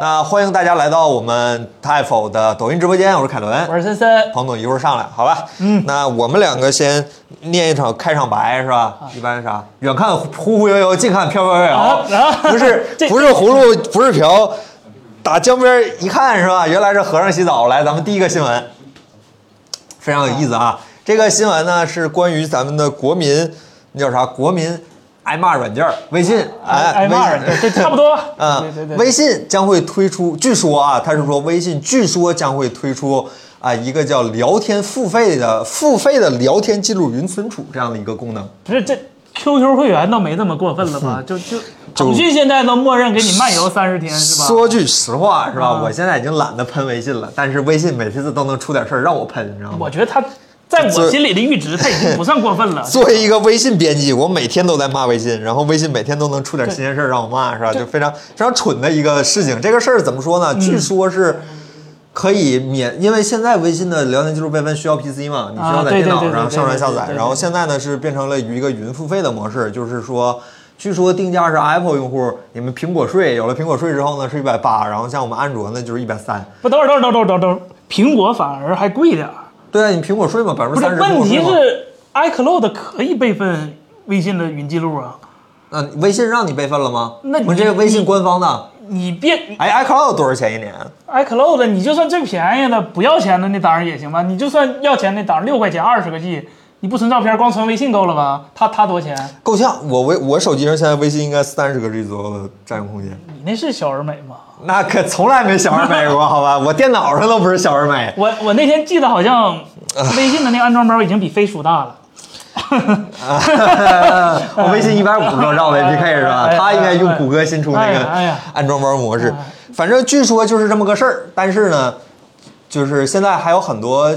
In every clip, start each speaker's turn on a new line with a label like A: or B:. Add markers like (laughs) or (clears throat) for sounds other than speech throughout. A: 那欢迎大家来到我们泰否的抖音直播间，我是凯伦，
B: 我是森森，
A: 彭总一会儿上来，好吧？嗯，那我们两个先念一场开场白是吧？一般是啥？远看忽忽悠悠，近看飘飘摇
B: 啊
A: 摇
B: 啊，
A: 不是
B: (laughs) 这
A: 不是葫芦，不是瓢，打江边一看是吧？原来是和尚洗澡。来，咱们第一个新闻非常有意思啊！这个新闻呢是关于咱们的国民，那叫啥？国民挨骂软件儿，微信哎，
B: 挨骂
A: 微
B: 人，
A: 信。
B: 对，这差不多吧
A: 嗯
B: 对对，对，
A: 微信将会推出，据说啊，他是说微信据说将会推出啊、一个叫聊天付费的付费的聊天记录云存储这样的一个功能。
B: 不是这 QQ 会员倒没这么过分了
A: 嗯
B: 吧？就就腾讯现在都默认给你漫游三十天是吧？啊
A: 说句实话是吧、我现在已经懒得喷微信了，但是微信每次都能出点事儿让我喷，你知道吗？
B: 我觉得他在我心里的阈值，他已经不算过分
A: (laughs)
B: 了。
A: 作为一个微信编辑，我每天都在骂微信，然后微信每天都能出点新鲜事儿让我骂，是吧？就非常非常蠢的一个事情。这个事
B: 嗯
A: 儿怎么说呢？据说是可以免，因为现在微信的聊天记录备份需要 PC 嘛，你需要在
B: 啊对
A: 电脑
B: 对对对
A: 上
B: 对
A: 上传下
B: 对对
A: 载
B: 对。对
A: 然后现在呢是变成了一个云付费的模式，就是说。据说定价是 Apple 用户，你们苹果税有了苹果税之后呢是一百八，然后像我们安卓呢就是一百三。
B: 不，等会儿，等会儿，等会儿，等会儿，等会儿，苹果反而还贵点儿。
A: 对啊，你苹果税嘛，百分
B: 不
A: 之三
B: 是
A: 十。，
B: 问题是 iCloud 可以备份微信的云记录啊。
A: 嗯、微信让你备份了吗？
B: 那
A: 我们这个
B: 你
A: 微信官方的，
B: 你别
A: (laughs) 哎，iCloud 多少钱一年？
B: iCloud，你就算最便宜的不要钱的那档儿也行吧？你就算要钱那档儿六块钱二十个 G，你不存照片，光存微信够了吧？他他多少钱？
A: 够呛，我微我手机上现在微信应该三十个 G 左右的占用空间，
B: 你那是小而美吗？
A: 那可从来没小而美 (laughs) 过，好吧？我电脑上都不是小而美。
B: 我我那天记得好像微信的那个安装包已经比飞书大了。
A: (laughs) 我微信一百五十多兆的 (laughs) APK 是吧？
B: 哎哎
A: 他应该用谷歌新出那
B: 哎哎
A: 个
B: 呀
A: 安装包模式。反正据说就是这么个事儿，但是呢，就是现在还有很多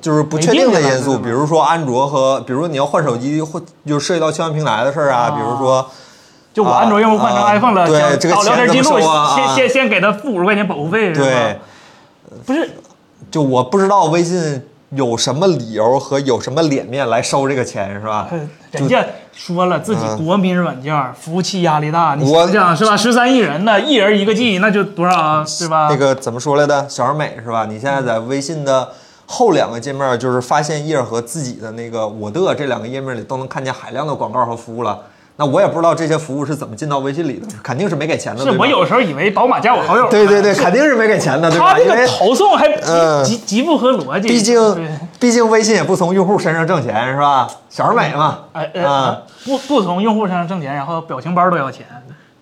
A: 就是不确定的因
B: 没定的
A: 素，
B: 吧
A: 比如说安卓和，比如说你要换手机，或就涉及到切换平台的事儿啊，
B: 啊
A: 比如说
B: 就我
A: 啊
B: 安卓用户换成
A: 啊
B: iPhone 了，
A: 对
B: 想
A: 这个
B: 搞聊
A: 钱
B: 天
A: 怎
B: 记
A: 么
B: 录，
A: 收啊
B: 先
A: 啊
B: 先先给他付五十块钱保护费是吧？
A: 对，
B: 不是
A: 就我不知道微信有什么理由和有什么脸面来收这个钱，是吧？
B: 呃人家说了自己国民软件儿，服务器压力大，你
A: 我
B: 想想是吧？十三亿人呢，一人一个 G，那就多少啊，对吧？
A: 那个怎么说来的？小而美是吧？你现在在微信的后两个界面，就是发现页和自己的那个我的这两个页面里都能看见海量的广告和服务了。那我也不知道这些服务是怎么进到微信里的，肯定是没给钱的。
B: 是
A: 对吧
B: 我有时候以为宝马加我好
A: (laughs)
B: 友，
A: 对对对，肯定是没给钱的，对吧？
B: 他这
A: 因
B: 个
A: 为
B: 投送还极
A: 嗯
B: 极极不合逻辑，
A: 毕
B: 对
A: 竟毕竟微信也不从用户身上挣钱，是吧？小而美嘛，
B: 哎
A: 啊
B: 哎，不不从用户身上挣钱，然后表情包都要钱，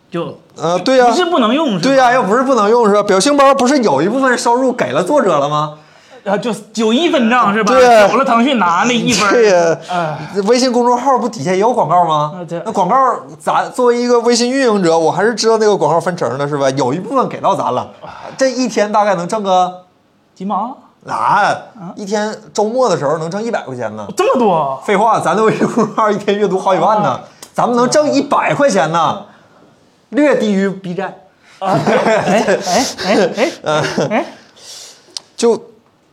B: 就
A: 呃，对呀、
B: 不是不能用，是吧
A: 对啊呀、又不是不能用是吧？表情包不是有一部分收入给了作者了吗？
B: 啊，就九一分账是吧？
A: 对呀
B: 有了腾讯拿那一分儿，
A: 对啊呀
B: 哎
A: 微信公众号不底下也有广告吗
B: 啊对？
A: 那广告咱作为一个微信运营者，我还是知道那个广告分成的是吧？有一部分给到咱了，
B: 啊
A: 这一天大概能挣个
B: 几毛
A: 哪？
B: 啊
A: 一天周末的时候能挣一百块钱呢？
B: 这么多，
A: 废话，咱的微信公众号一天阅读好几万呢
B: 啊，
A: 咱们能挣一百块钱呢，略低于 B 站。
B: 哎哎哎哎
A: 啊
B: 哎哎，
A: 就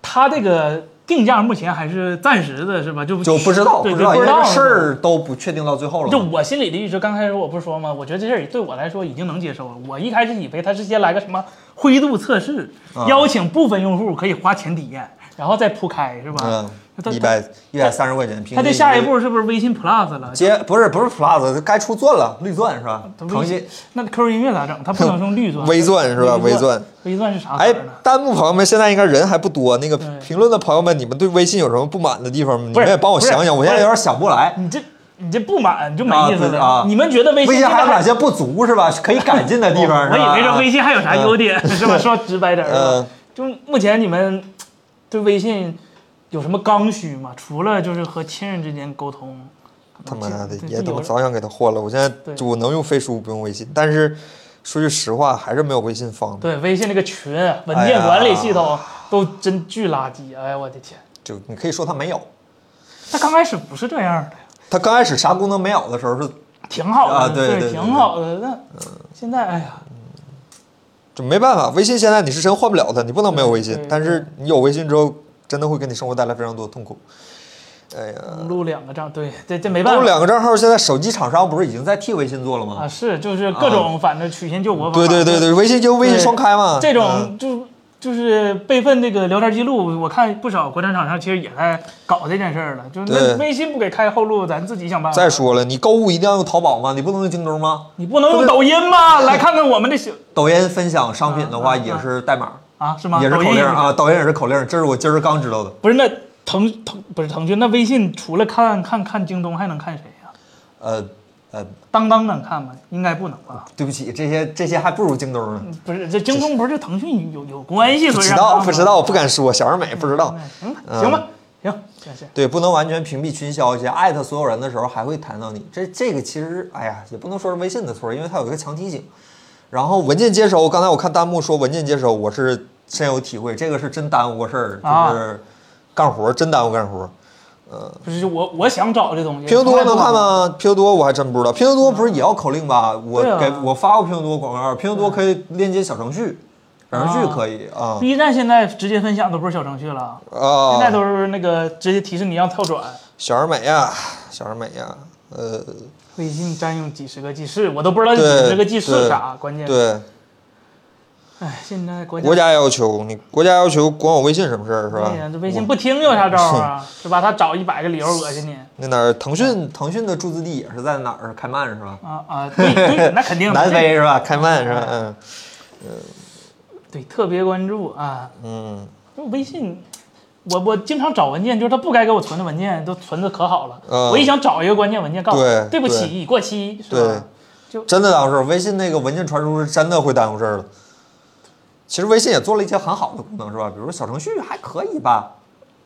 B: 他这个定价目前还是暂时的，是吧？就
A: 就不知道，不
B: 对
A: 知
B: 对
A: 道，
B: 不
A: 因
B: 知
A: 为
B: 道
A: 这事。儿都不确定到最后了嘛。
B: 就我心里的阈值，刚开始我不是说吗？我觉得这事儿对我来说已经能接受了。我一开始以为他是先来个什么灰度测试，
A: 啊
B: 邀请部分用户可以花钱体验，然后再铺开，是吧？
A: 嗯
B: 啊他，他
A: 一百一百三十块钱，平均
B: 他这下一步是不是微信 Plus 了？
A: 接不是不是 Plus，该出钻了，绿钻是吧？
B: 啊他微
A: 腾
B: 信
A: 讯
B: 那 QQ 音乐咋整？他不能用绿
A: (laughs)
B: 钻，
A: 微钻是吧微
B: 微
A: 钻，
B: 微钻是啥词
A: 哎
B: 儿呢？，
A: 弹幕朋友们，现在应该人还不多。那个
B: 啊对
A: 评论的朋友们，你们对微信有什么不满的地方吗？你
B: 不是
A: 们也帮我
B: 不是
A: 想想，我现在有点想不过来。
B: 你这你这不满就没
A: 啊
B: 意思
A: 对
B: 了。
A: 啊
B: 你们觉得微
A: 微
B: 信
A: 信
B: 现在
A: 还有哪些不足是吧？可以改进的地方
B: 我
A: 是吧？
B: 以为这微信还有啥优点，是吧？说直白点儿，是吧
A: 嗯
B: 就目前你们对微信有什么刚需吗？除了就是和亲人之间沟通，
A: 他妈的
B: 对，对
A: 也
B: 有
A: 都
B: 人
A: 早想给他换了。我现在
B: 对
A: 就我能用飞书，不用微信，但是说句实话，还是没有微信方便。
B: 对微信那个群文件管理系统都真巨垃圾，哎呀我的天！
A: 就你可以说它没有，
B: 它刚开始不是这样的，
A: 它刚开始啥功能没有的时候是
B: 挺好的，
A: 啊对对对
B: 挺好的。那现在哎呀，
A: 就没办法，微信现在你是真换
B: 嗯
A: 不了它，你不能没有微信
B: 对。对
A: 但是你有微信之后，真的会给你生活带来非常多的痛苦。哎呀，
B: 录两个账，对，这这没办
A: 都
B: 法
A: 两个账号，现在手机厂商不是已经在替微信做了
B: 啊，
A: 吗？
B: 是就是各种反正曲线救国，
A: 啊对对对对，微信就微信双开嘛。嗯
B: 这种就就是备份这个聊天记录，我看不少国产厂商其实也在搞这件事儿了。就
A: 对
B: 那微信不给开后路，咱自己想办法。
A: 再，说了，你购物一定要用淘宝吗？你不能用京东吗？
B: 你不能用抖音吗？来看看我们这小
A: 抖音分享商品的话
B: 啊啊
A: 也是代码，
B: 啊，是吗？
A: 也是
B: 抖
A: 口
B: 音
A: 令
B: 也是
A: 啊，抖音也是口令，这是我今儿刚知道的。
B: 不是那腾腾不是腾讯，那微信除了看看看京东，还能看谁呀、
A: 呃呃，
B: 当当能看吗？应该不能吧？
A: 对不起，这些这些还不如京东呢。
B: 不是，这京东不是腾讯有有关系？
A: 不
B: 所以
A: 知
B: 让
A: 道
B: 他
A: 不知道，我不敢说，小而美不知道。
B: 啊嗯，
A: 嗯
B: 行吧，行，行行。
A: 对，不能完全屏蔽群消息，艾特所有人的时候还会弹到你。这这个其实，哎呀，也不能说是微信的错，因为它有一个强提醒。然后文件接收，刚才我看弹幕说文件接收，我是深有体会，这个是真耽误个事儿，
B: 啊
A: 就是干活儿真耽误干活儿。
B: 不是我，我想找这东西。
A: 拼多多
B: 从来
A: 能
B: 不
A: 看？吗？拼多多我还真不知道，拼多多不是也要口令吧？我
B: 对啊嗯
A: 给我发过拼多多广告，拼多多可以链接小程序，小程序可以啊
B: B 站现在直接分享都不是小程序了，现在
A: 啊！
B: 都是那个直接提示你让跳转。
A: 小而美呀，小而美呀，呃，
B: 微信占用几十个 G 是，我都不知道几
A: 对
B: 十个 G 是啥，关键。
A: 对。
B: 哎，现在国家
A: 国家要求你，国家要求管我微信什么事儿是吧嗯
B: 哎呀，？这微信不听有啥招啊？是吧？他找一百个理由
A: (laughs)
B: 恶心你。
A: 那哪儿？腾讯腾讯的注资地也是在哪儿？开曼是吧？
B: 啊啊，对对，那肯
A: (laughs)
B: 定。
A: 南非是吧？开曼是吧？嗯
B: 对，特别关注啊！
A: 嗯，
B: 就微信，我我经常找文件，就是他不该给我存的文件都存的可好了。
A: 嗯
B: 我一想找一个关键文件，告诉我
A: 对
B: 对不
A: 对
B: 起，已过期，是
A: 对
B: 吧？
A: 真的当事儿。微信那个文件传输是真的会耽误事儿了。其实微信也做了一些很好的功能是吧？比如说小程序还可以吧，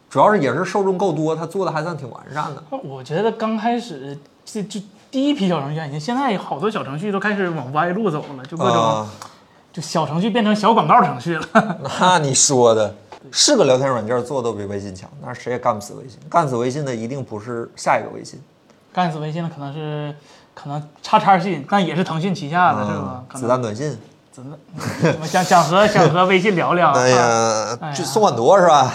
A: 主要是也是受众够多，它做的还算挺完善的。
B: 我觉得刚开始这就第一批小程序还行，现在好多小程序都开始往歪路走了，就各种、
A: 啊，
B: 就小程序变成小广告程序了。 (laughs)
A: 那你说的是个聊天软件做的比微信强，但是谁也干不死微信。干死微信的一定不是下一个微信。
B: 干死微信的可能是可能叉叉信，但也是腾讯旗下的，是吧
A: 嗯？
B: 啊可
A: 子
B: 能
A: 弹短信，
B: 怎么怎么想想和想和微信聊
A: (laughs)
B: 聊？
A: 哎呀
B: 哎，呀哎
A: 就宋婉铎是吧？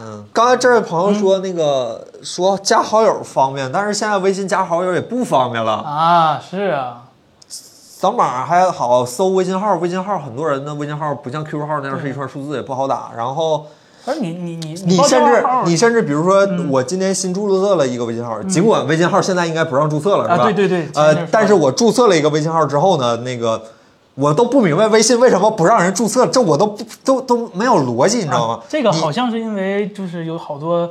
A: 嗯，刚才这位朋友说那个说加好友方便，但是现在微信加好友也不方便了。
B: 啊，是啊，
A: 扫码还好搜微信号，微信号很多人的微信号不像 QQ 号那样是一串数字，也不好打。然后
B: 不是你你你
A: 你
B: 报
A: 甚
B: 账
A: 至
B: 号嗯
A: 你甚至比如说我今天新注册了一个微信号，尽管微信号现在应该不让注册了，是吧？
B: 啊对对对前面
A: 呃
B: 说，
A: 但是我注册了一个微信号之后呢，那个。我都不明白微信为什么不让人注册，这我都不都都没有逻辑，你知道吗？
B: 啊这个
A: 你
B: 好像是因为就是有好多，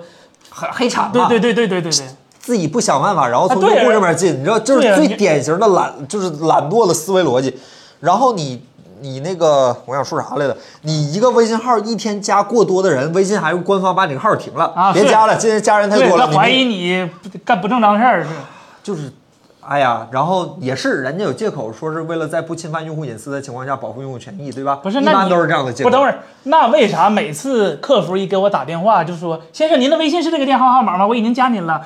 A: 很黑产嘛，
B: 对对对对对对对，
A: 自己不想办法，然后从
B: 啊
A: 用
B: 对
A: 户这边进，你知道，就是
B: 对啊
A: 最
B: 你
A: 典型的懒，就是懒惰的思维逻辑。然后你你那个，我想说啥来着？你一个微信号一天加过多的人，微信还用官方把你个号停了，
B: 啊
A: 别
B: 是
A: 加了，今天加人太
B: 对
A: 多
B: 他
A: 了，
B: 怀
A: 你
B: 疑你干不正当事儿是。
A: 就是。哎呀，然后也是，人家有借口说是为了在不侵犯用户隐私的情况下保护用户权益，对吧？
B: 不是，
A: 一
B: 那
A: 般
B: 你
A: 都是这样的借口。
B: 不，等会儿，那为啥每次客服一给我打电话就说：“先生，您的微信是这个电话号码吗？我已经加您了。”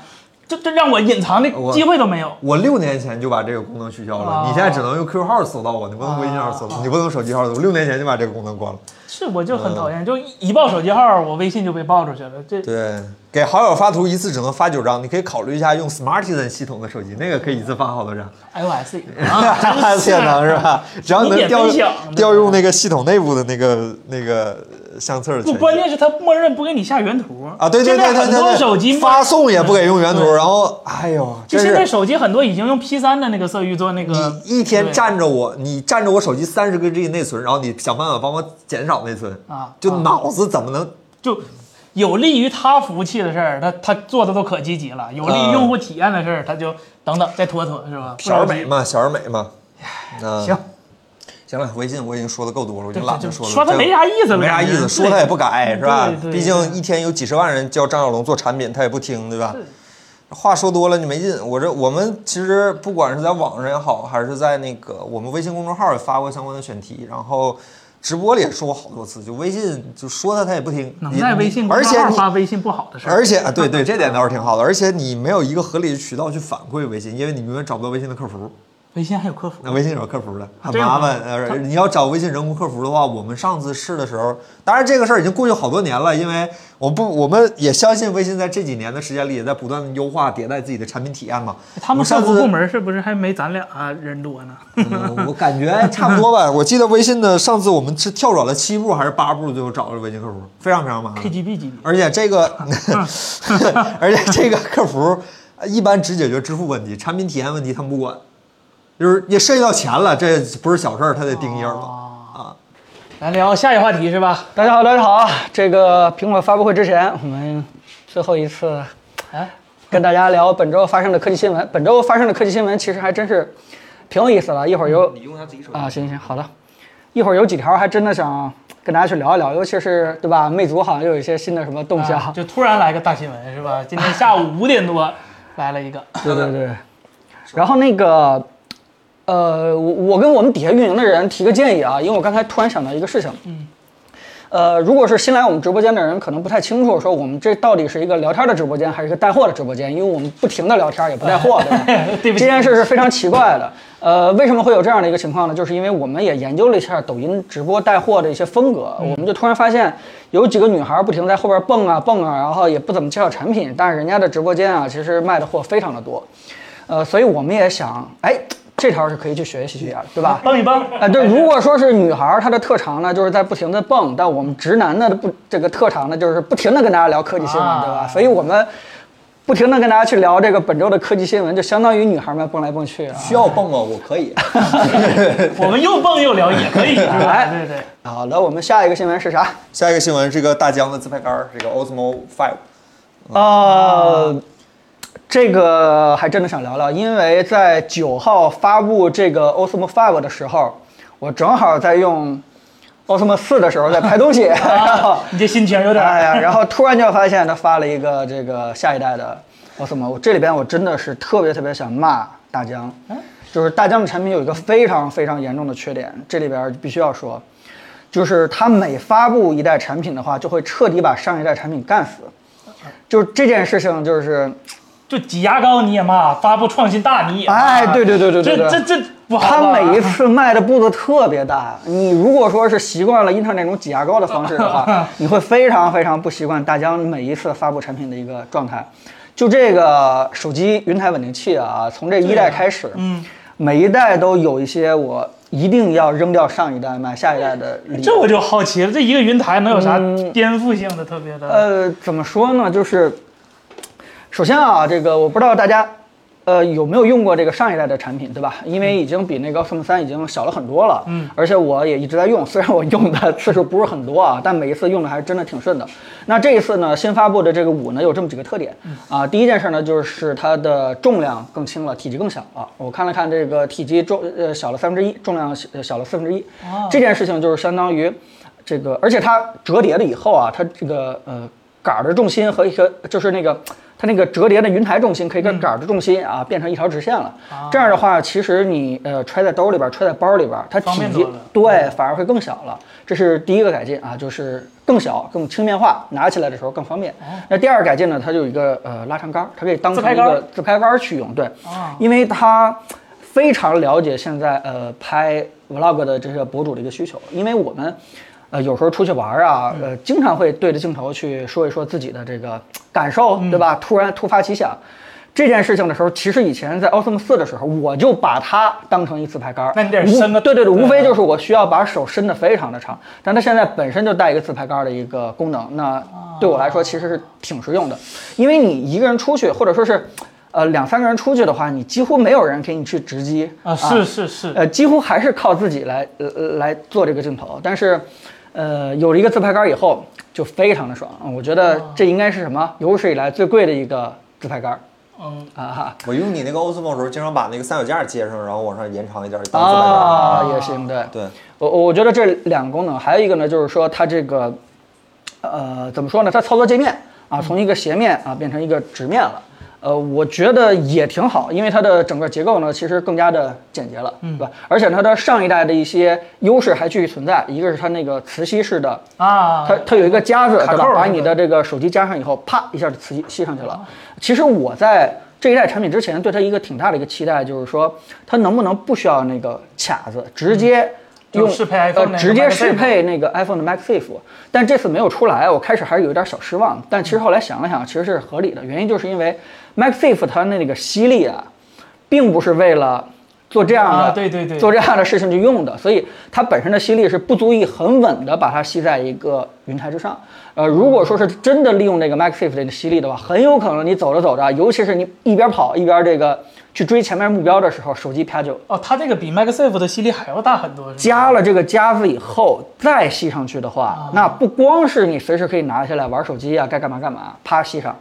B: 这这让我隐藏的
A: 我
B: 机会都没有。
A: 我六年前就把这个功能取消了，
B: 啊
A: 你现在只能用 QQ 号搜到我，你不能微信号搜到我，你不能手机号搜到我。我六年前就把这个功能关了。
B: 是，我就很讨厌，就一报手机号，我微信就被报出去了。这
A: 嗯对，给好友发图一次只能发九张，你可以考虑一下用 Smartisan 系统的手机，那个可以一次发好多张，
B: iOS
A: (laughs)
B: 啊，
A: 哈，
B: 真是
A: 哎天能是吧？只要能
B: 你也
A: 调
B: 分享
A: 用调用那个系统内部的那个那个呃相册的权
B: 不，
A: 限，
B: 关键是它默认不给你下原图
A: 啊，对对对
B: 现在
A: 对
B: 很
A: 对
B: 多
A: 对，
B: 手机
A: 发送也不给用原图，
B: 对
A: 然后哎呦，
B: 就
A: 真
B: 现在
A: 是
B: 手机很多已经用 P 3的那个色域做那个
A: 你，一天
B: 对
A: 占着我，你占着我手机三十个 G 内存，然后你想办法帮我减少内存
B: 啊
A: 就
B: 啊
A: 脑子怎么能
B: 就有利于他服务器的事儿，他他做的都可积极了；有利于用户体验的事儿，他就等等再拖拖，是吧？
A: 小而美嘛，小而美嘛，那
B: 行。
A: 行了，微信我已经说的够多了，我已经
B: 对
A: 懒
B: 就
A: 得说了。
B: 说它
A: 这
B: 没啥 (laughs) 意思了
A: 没啥意思，
B: 对
A: 说他也不改，是吧
B: 对？对
A: 毕竟一天有几十万人教张小龙做产品，他也不听，对吧
B: 是？
A: 话说多了你没劲。我这我们其实不管是在网上也好，还是在那个我们微信公众号也发过相关的选题，然后直播里也说过好多次，就微信就说他他也不听，
B: 能
A: 你
B: 在微信
A: 你
B: 公
A: 而
B: 众
A: 且
B: 号
A: 你
B: 发微信不好的事儿，
A: 而且啊，
B: (laughs)
A: 对对，这点倒是挺好的。而且你没有一个合理的渠道去反馈微信，因为你永远找不到微信的客服。
B: 微信还有客服，
A: 那微信有客服的，很
B: 这样
A: 麻
B: 吗
A: 烦。
B: 啊他
A: 呃，你要找微信人工客服的话，我们上次试的时候，当然这个事儿已经过去好多年了，因为我不，我们也相信微信在这几年的时间里也在不断的优化迭代自己的产品体验嘛。
B: 哎他
A: 我
B: 们客
A: 上
B: 服
A: 次
B: 部门是不是还没咱俩啊人
A: (laughs)
B: 多呢？
A: 嗯我感觉差不多吧。我记得微信的上次我们是跳转了七步还是八步，最后找了微信客服，非常非常麻烦。
B: KGB 级别，
A: 而且
B: (laughs)
A: 这个，
B: 嗯
A: (laughs) 而且这个客服一般只解决支付问题，产品体验问题他们不管，就是也涉及到钱了，这不是小事儿，他得盯一耳朵
B: 哦
A: 啊。
B: 来聊下一话题是吧？
C: 大家好，大家好啊！这个苹果发布会之前，我们最后一次
A: 啊
B: 哎，
C: 跟大家聊本周发生的科技新闻。本周发生的科技新闻其实还真是挺有意思的，一会儿有
D: 嗯你用他自己手机。
C: 啊，行行，好的，一会儿有几条还真的想跟大家去聊一聊，尤其是对吧？魅族好像又有一些新的什么动向，
B: 啊就突然来个大新闻
A: (laughs)
B: 是吧？今天下午五点多来了一个，
A: 啊
C: 对对对。然后那个，呃，我我跟我们底下运营的人提个建议啊，因为我刚才突然想到一个事情，
B: 嗯，
C: 呃，如果是新来我们直播间的人，可能不太清楚，说我们这到底是一个聊天的直播间还是一个带货的直播间，因为我们不停的聊天，也不带货，对吧？
B: (laughs) 对不起
C: 这件事是非常奇怪
B: (laughs)
C: 的。呃，为什么会有这样的一个情况呢？就是因为我们也研究了一下抖音直播带货的一些风格，
B: 嗯
C: 我们就突然发现有几个女孩不停地在后边蹦啊蹦啊，然后也不怎么介绍产品，但是人家的直播间啊，其实卖的货非常的多。呃，所以我们也想，哎，这条是可以去学习一下的，对吧？
B: 帮一帮。
C: 啊，对，如果说是女孩儿，她的特长呢，就是在不停的蹦；但我们直男呢，不这个特长呢，就是不停的跟大家聊科技新闻，
B: 啊
C: 对吧？所以我们不停的跟大家去聊这个本周的科技新闻，就相当于女孩们蹦来蹦去啊。
D: 需要蹦吗？我可以。
B: 我们又蹦又聊也可以，是吧？
C: 哎
B: 对对，
C: 好的，我们下一个新闻是啥？
A: 下一个新闻是一个大疆的自拍杆儿，这个 Osmo Five，
C: 呃，这个还真的想聊聊，因为在九号发布这个 Osmo Five 的时候，我正好在用 Osmo 四的时候在拍东西，然 (laughs) 后。
B: 啊你这心情有点
C: 哎呀，然后突然就发现他发了一个这个下一代的 Osmo，我这里边我真的是特别特别想骂大疆，
B: 嗯
C: 就是大疆的产品有一个非常非常严重的缺点，这里边必须要说，就是它每发布一代产品的话，就会彻底把上一代产品干死。
B: 嗯
C: 就是这件事情，就是，
B: 就挤牙膏你也骂，发布创新大你也骂，
C: 哎，对对对对对对，
B: 啊这这这不好
C: 他
B: 吧
C: 每一次迈的步子特别大，你如果说是习惯了英特尔那种挤牙膏的方式的
B: (laughs)
C: 话，你会非常非常不习惯大疆每一次发布产品的一个状态。就这个手机云台稳定器啊，从这一代开始，
B: 嗯，
C: 每一代都有一些我一定要扔掉上一代买下一代的理由。
B: 这我就好奇了，这一个云台能有啥颠覆性的特别的？
C: 呃，怎么说呢？就是首先啊，这个我不知道大家呃有没有用过这个上一代的产品，对吧？因为已经比那个 Osmo 三已经小了很多了，啊
B: 嗯，
C: 而且我也一直在用，虽然我用的次数不是很多啊，但每一次用的还是真的挺顺的。那这一次呢，新发布的这个五呢，有这么几个特点啊。第一件事呢，就是它的重量更轻了，体积更小了。我看了看这个体积重呃小了三分之一，重量小呃小了四分之一，这件事情就是相当于。这个，而且它折叠了以后啊，它这个呃杆儿的重心和一个就是那个它那个折叠的云台重心，可以跟杆儿的重心啊、变成一条直线了。这样的话，其实你呃揣在兜里边儿，揣在包里边儿，它
B: 方
C: 体
B: 便
C: 积
B: 多了嗯
C: 对反而会更小了。这是第一个改进啊，就是更小、更轻便化，拿起来的时候更方便。那第二个改进呢，它就有一个呃拉长杆儿，它可以当
B: 哦自
C: 成
B: 拍
C: 一
B: 杆儿
C: 个自拍杆儿去用，对
B: 啊，
C: 因为它非常了解现在呃拍 vlog 的这些博主的一个需求，因为我们呃有时候出去玩儿啊，呃
B: 嗯
C: 经常会对着镜头去说一说自己的这个感受，
B: 嗯
C: 对吧？突然突发奇想。这件事情的时候，其实以前在 Osmo 四的时候，我就把它当成一自拍杆儿。
B: 那你得
C: 无
B: 伸个
C: 对对对，啊
B: 对
C: 无非就是我需要把手伸得非常的长，但它现在本身就带一个自拍杆儿的一个功能，那对我来说其实是挺实用的，因为你一个人出去，或者说是，呃两三个人出去的话，你几乎没有人给你去直击
B: 啊，是是是，
C: 呃，几乎还是靠自己来呃呃来做这个镜头。但是，呃，有了一个自拍杆以后，就非常的爽。嗯我觉得这应该是什么有史以来最贵的一个自拍杆儿
B: 嗯，
C: 啊哈
A: 我用你那个 Osmo 的时候，经常把那个三脚架接上，然后往上延长一点当自拍杆儿。
B: 哦
C: 啊，也行，对。
A: 对，
C: 我我我觉得这两个功能，还有一个呢，就是说它这个，呃，怎么说呢？它操作界面啊，从一个斜面啊变成一个直面了。呃，我觉得也挺好，因为它的整个结构呢，其实更加的简洁了，对吧？而且它的上一代的一些优势还继续存在，一个是它那个磁吸式的
B: 啊，
C: 它它有一个夹子，
B: 卡
C: 对吧
B: 扣儿？
C: 把
B: 那
C: 你
B: 个
C: 的这个手机夹上以后，啪一下就磁吸吸上去了。其实我在这一代产品之前对它一个挺大的一个期待，就是说它能不能不需要那个卡子，直接
B: 嗯就
C: 用
B: 适配 iPhone
C: 呃
B: 那个啊
C: 直接
B: MagSafe
C: 适配那个 iPhone 的 MagSafe。但这次没有出来，我开始还是有一点小失望。但其实后来想了想，其实是合理的，原因就是因为 MagSafe 它那个吸力啊，并不是为了。做这样的、
B: 啊对对对
C: 做这样的事情去用的，所以它本身的吸力是不足以很稳的把它吸在一个云台之上。呃，如果说是真的利用这个 MagSafe 的吸力的话，很有可能你走着走着，尤其是你一边跑一边这个去追前面目标的时候，手机啪就
B: 哦，它这个比 MagSafe 的吸力还要大很多，是吧？
C: 加了这个夹子以后再吸上去的
B: 啊
C: 话，那不光是你随时可以拿下来玩手机啊，该干嘛干嘛，啪吸上。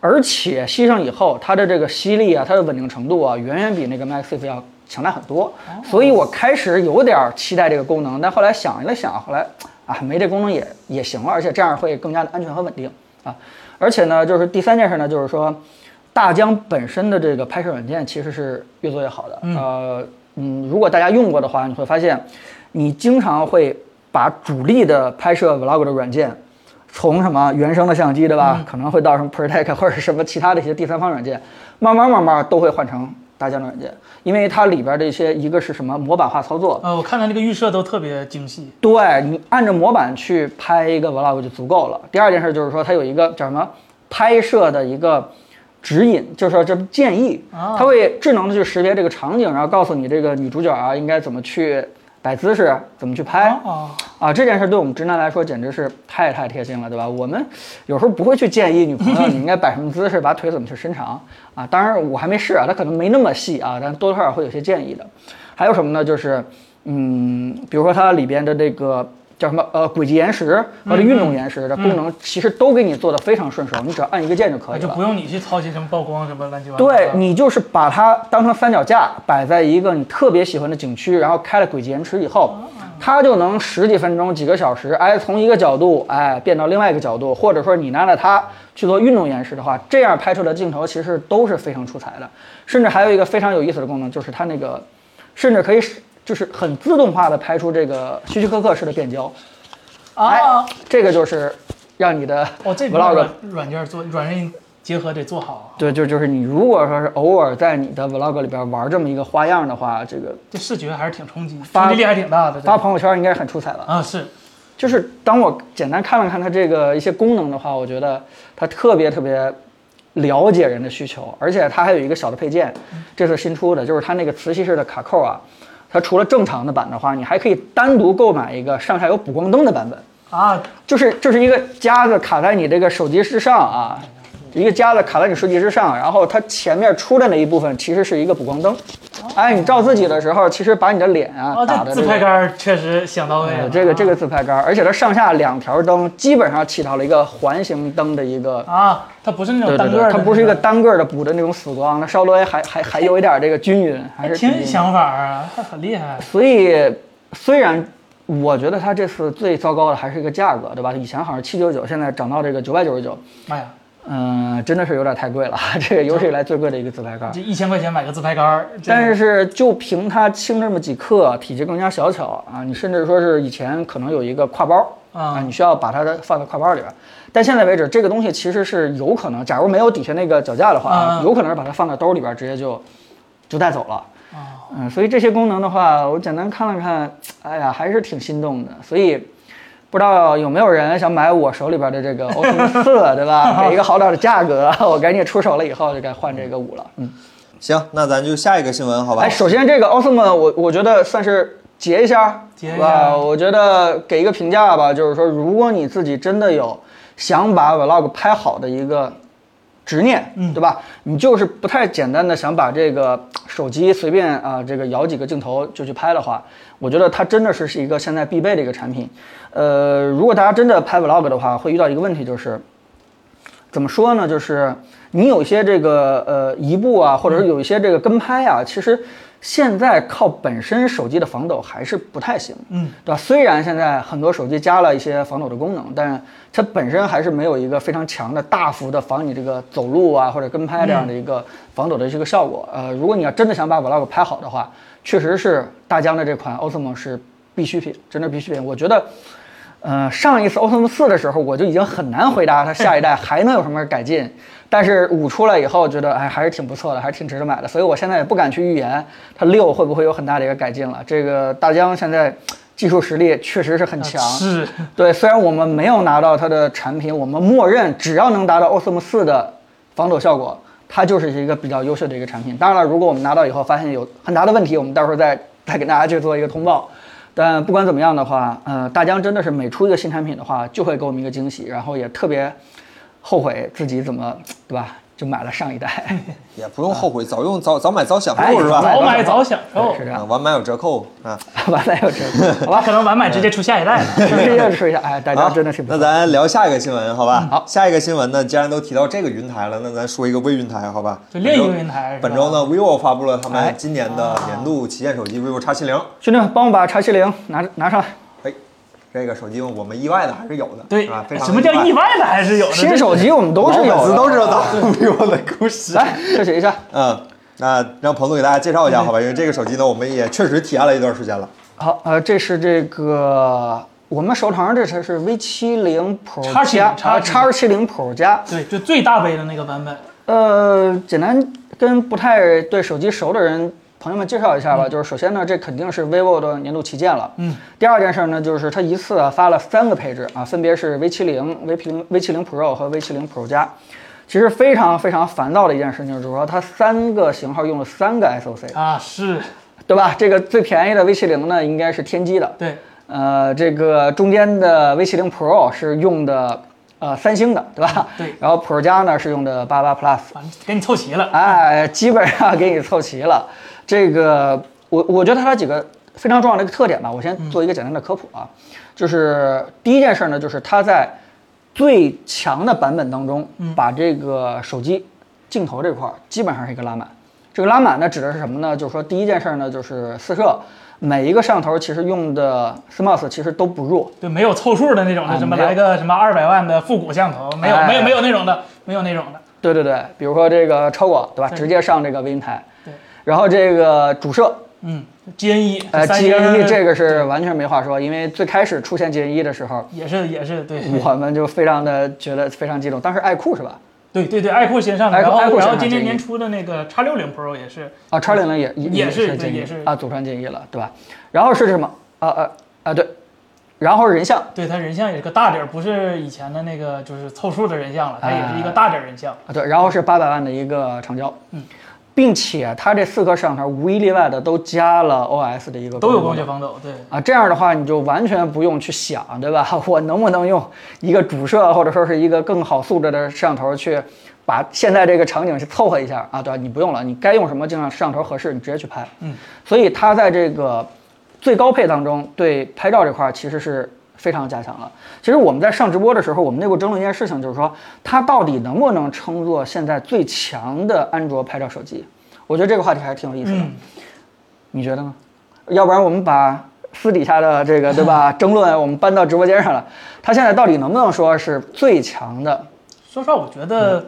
C: 而且吸上以后，它的这个吸力啊，它的稳定程度啊，远远比那个 MagSafe 要强大很多。所以我开始有点期待这个功能，但后来想了想，后来啊，没这功能也也行了，而且这样会更加的安全和稳定啊。而且呢，就是第三件事呢，就是说，大疆本身的这个拍摄软件其实是越做越好的。呃，嗯，如果大家用过的话，你会发现，你经常会把主力的拍摄 vlog 的软件，从什么原生的相机对吧，可能会到什么 Protect 或者什么其他的一些第三方软件，慢慢慢慢都会换成大疆的软件，因为它里边的一些一个是什么模板化操作，
B: 呃，我看它那个预设都特别精细，
C: 对你按着模板去拍一个 vlog 就足够了。第二件事就是说，它有一个叫什么拍摄的一个指引，就是说这建议，它会智能的去识别这个场景，然后告诉你这个女主角啊应该怎么去摆姿势，怎么去拍。
B: 哦
C: 啊，这件事对我们直男来说简直是太太贴心了，对吧？我们有时候不会去建议女朋友你应该摆什么姿势，把腿怎么去伸长啊。当然我还没试啊，它可能没那么细啊，但多多少少会有些建议的。还有什么呢？就是嗯，比如说它里边的这个叫什么呃轨迹延时或者运
B: 嗯
C: 动延时的功能，其实都给你做的非常顺手，你只要按一个键就
B: 那
C: 可以
B: 啊哎就
C: 了
B: 不。用你去操心什么曝光什么乱七八糟的。
C: 对你就是把它当成三脚架摆在一个你特别喜欢的景区，然后开了轨迹延迟以后，
B: 哦
C: 它就能十几分钟、几个小时，哎，从一个角度哎变到另外一个角度，或者说你拿着它去做运动延时的话，这样拍出的镜头其实都是非常出彩的。甚至还有一个非常有意思的功能，就是它那个，甚至可以使就是很自动化的拍出这个希区柯克式的变焦。
B: 啊
C: 哎，，这个就是让你的
B: 哦，
C: (laughs)
B: 这
C: vlog
B: 软软件做软硬结合得做好，
C: 对，就就是你如果说是偶尔在你的 vlog 里边玩这么一个花样的话，这个
B: 这视觉还是挺冲击，
C: 发
B: 冲击力还挺大的。这
C: 发朋友圈应该是很出彩了。
B: 啊是，
C: 就是当我简单看了看它这个一些功能的话，我觉得它特别特别了解人的需求，而且它还有一个小的配件，这次新出的就是它那个磁吸式的卡扣啊，它除了正常的版的话，你还可以单独购买一个上下有补光灯的版本。
B: 啊，
C: 就是就是一个夹子卡在你这个手机之上啊，一个夹子卡在你手机之上，然后它前面出的那一部分其实是一个补光灯，哎，你照自己的时候，其实把你的脸啊、
B: 哦，
C: 打的、
B: 这自拍杆儿确实想到位
C: 呃
B: 了。
C: 这个这
B: 个
C: 个自拍杆，而且它上下两条灯基本上起到了一个环形灯的一个。
B: 啊，它不是那种
C: 对对
B: 单个
C: 对，
B: 儿的，
C: 它不是一个，单个儿的补的那种死光，它稍微还还还有一点这个均匀，还是
B: 挺
C: 均
B: 有
C: 匀的
B: 想法儿啊，还很厉害。
C: 所以虽然我觉得它这次最糟糕的还是一个价格，对吧？以前好像七九九，现在涨到这个九百九十九，
B: 妈呀，
C: 嗯，真的是有点太贵了， (laughs) 这个有史以来最贵的一个自拍杆。
B: 这一千块钱买个自拍杆儿，这
C: 但是是就凭它轻这么几克，体积更加小巧啊，你甚至说是以前可能有一个挎包
B: 啊
C: 你需要把它的放在挎包里边。但现在为止，这个东西其实是有可能，假如没有底下那个脚架的话，
B: 啊啊
C: 有可能是把它放到兜里边直接就就带走了。
B: 啊
C: 嗯，所以这些功能的话，我简单看了看，哎呀，还是挺心动的。所以不知道有没有人想买我手里边的这个 Oppo 四，对吧？给一个好点的价格， (laughs) 我赶紧出手了以后就该换这个五了。嗯，
A: 行，那咱就下一个新闻，好吧
C: 哎，？首先这个 Oppo，我我觉得算是截一下，
B: 截一
C: 好吧
B: 下
C: 我觉得给一个评价吧，就是说，如果你自己真的有想把 vlog 拍好的一个执念，嗯，对吧？你就是不太简单的想把这个手机随便啊、这个摇几个镜头就去拍的话，我觉得它真的是是一个现在必备的一个产品。呃，如果大家真的拍 vlog 的话，会遇到一个问题就是。怎么说呢？就是你有一些这个呃移步啊，或者是有一些这个跟拍啊，其实现在靠本身手机的防抖还是不太行，嗯，对吧？虽然现在很多手机加了一些防抖的功能，但它本身还是没有一个非常强的大幅的防你这个走路啊或者跟拍这样的一个防抖的这个效果。呃，如果你要真的想把 vlog 拍好的话，确实是大疆的这款 Osmo 是必需品，真的必需品。我觉得呃，上一次 Optimus 四的时候，我就已经很难回答它下一代还能有什么改进。但是五出来以后，觉得哎还是挺不错的，还是挺值得买的。所以我现在也不敢去预言它六会不会有很大的一个改进了。这个大疆现在技术实力确实是很强，
B: 是
C: 对，虽然我们没有拿到它的产品，我们默认只要能达到 Osmo 四的防抖效果，它就是一个比较优秀的一个产品。当然了，如果我们拿到以后发现有很大的问题，我们到时候再再给大家去做一个通报。但不管怎么样的话，呃，大疆真的是每出一个新产品的话，就会给我们一个惊喜，然后也特别后悔自己怎么对吧，就买了上
A: (laughs)
C: 一代。
A: 也不用后悔，早用早早买早享
C: 哎
A: 受是
B: 早
A: 吧？
B: 买早享受啊
C: 对是这
A: 啊
C: 样，
A: 晚买有折扣啊！
C: 完了又吃，好吧，
A: (laughs)
B: 可能晚买直接出下一代了。
C: 直 (laughs) 接就吃一下。哎，大
A: 好，
C: 疆真的是不
A: 那
C: 错。
A: 咱聊下一个新闻，好
B: 嗯
A: 吧？
C: 好
A: 下一个新闻呢，既然都提到这个云台了，那咱说一个微云台，好吧？
B: 就另一个云台
A: 本
B: 是吧
A: 周呢，vivo 发布了他们
C: 哎
A: 今年的年度旗舰手
B: 哎
A: 机 vivo X 7 0
C: 兄弟们，帮我把叉七零拿拿上来。
A: 哎，这个手机我们意外的还是有的，
B: 对
A: 啊，，非常
B: 什么叫意
A: 外？
B: 外的还是有的？
C: 新手机我们都
A: 老
C: 是有
A: 粉丝
C: 的，
A: 都知道大 vivo
B: (laughs)
A: 的故事。
C: (laughs) 来，特写一下。
A: 嗯，那让彭总给大家介绍一下，好吧？因为这个手机呢，我们也确实体验了一段时间了。
C: 好，呃，这是这个我们手头上这台是 V 7 0 Pro
B: 叉70
C: 加，
B: 叉
C: 啊，
B: 70
C: 叉7 0 Pro 加。
B: 对，就最大杯的那个版本，
C: 呃，简单跟不太对手机熟的人朋友们介绍一下吧。就是首先呢，这肯定是 vivo 的年度旗舰了。嗯。第二件事呢，就是它一次啊发了三个配置啊，分别是 V 7 0 V 0 V 7 0 Pro 和 V 7 0 Pro 加。其实非常非常烦躁的一件事情就是说，它三个型号用了三个 SOC，
B: 啊，是
C: 对吧？这个最便宜的 V 7 0呢，应该是天玑的。
B: 对，
C: 呃，这个中间的 V 7 0 Pro 是用的呃三星的，对吧？
B: 对
C: 然后 Pro 加呢是用的八八 Plus，
B: 反正啊给你凑齐了。
C: 哎，基本上给你凑齐了。这个我我觉得它几个非常重要的一个特点吧，我先做一个简单的科普啊，就是第一件事呢，就是它在最强的版本当中，
B: 嗯
C: 把这个手机镜头这块儿基本上是一个拉满。这个拉满呢，指的是什么呢？就是说第一件事呢，就是四摄，每一个摄像头其实用的 CMOS 其实都不弱，
B: 对，没有凑数的那种的，
C: 啊
B: 什么
C: 没有
B: 来个什么二百万的复古像头，没有，
C: 哎
B: 没有，没有那种的，没有那种的。
C: 对对对，比如说这个超广，对吧？
B: 对
C: 直接上这个微云台，
B: 对，
C: 然后这个主摄
B: 嗯，G N 一，
C: 呃
B: 三星
C: ，GN 一这个是完全没话说，因为最开始出现 GN 一的时候，
B: 也是也是对，
C: 我们就非常的觉得非常激动。当时爱酷是吧？
B: 对对对，爱酷先上的，
C: 爱酷
B: 然
C: 爱
B: 后
C: 酷
B: 然后
C: 先上
B: 今年
C: G1
B: 年初的那个叉六零 Pro 也是，
C: 啊，叉零零也
B: 嗯也是
C: 是
B: 对
C: GN
B: 也是
C: 一啊，祖传 GN 一了，对吧？然后是什么？啊啊啊，对，然后人像啊
B: 对它人像也是个大点儿，不是以前的那个就是凑数的人像了，它也是一个大点儿人像。
C: 啊，对，然后是八百万的一个长焦，嗯，并且它这四颗摄像头无一例外的都加了 OS 的一个
B: 都有光
C: 功
B: 学
C: 能。
B: 防抖，对，
C: 啊，这样的话你就完全不用去想，对吧？ (laughs) 我能不能用一个主摄或者说是一个更好素质的摄像头去把现在这个场景去凑合一下啊？对吧？你不用了，你该用什么就让摄像头合适，你直接去拍。嗯，所以它在这个最高配当中对拍照这块儿其实是非常加强了。其实我们在上直播的时候，我们内部争论一件事情，就是说它到底能不能称作现在最强的安卓拍照手机？我觉得这个话题还是挺有意思的。
B: 嗯
C: 你觉得呢？要不然我们把私底下的这个对吧争论，我们搬到直播间上了。它现在到底能不能说是最强的？
B: 说实话，我觉
C: 嗯
B: 得，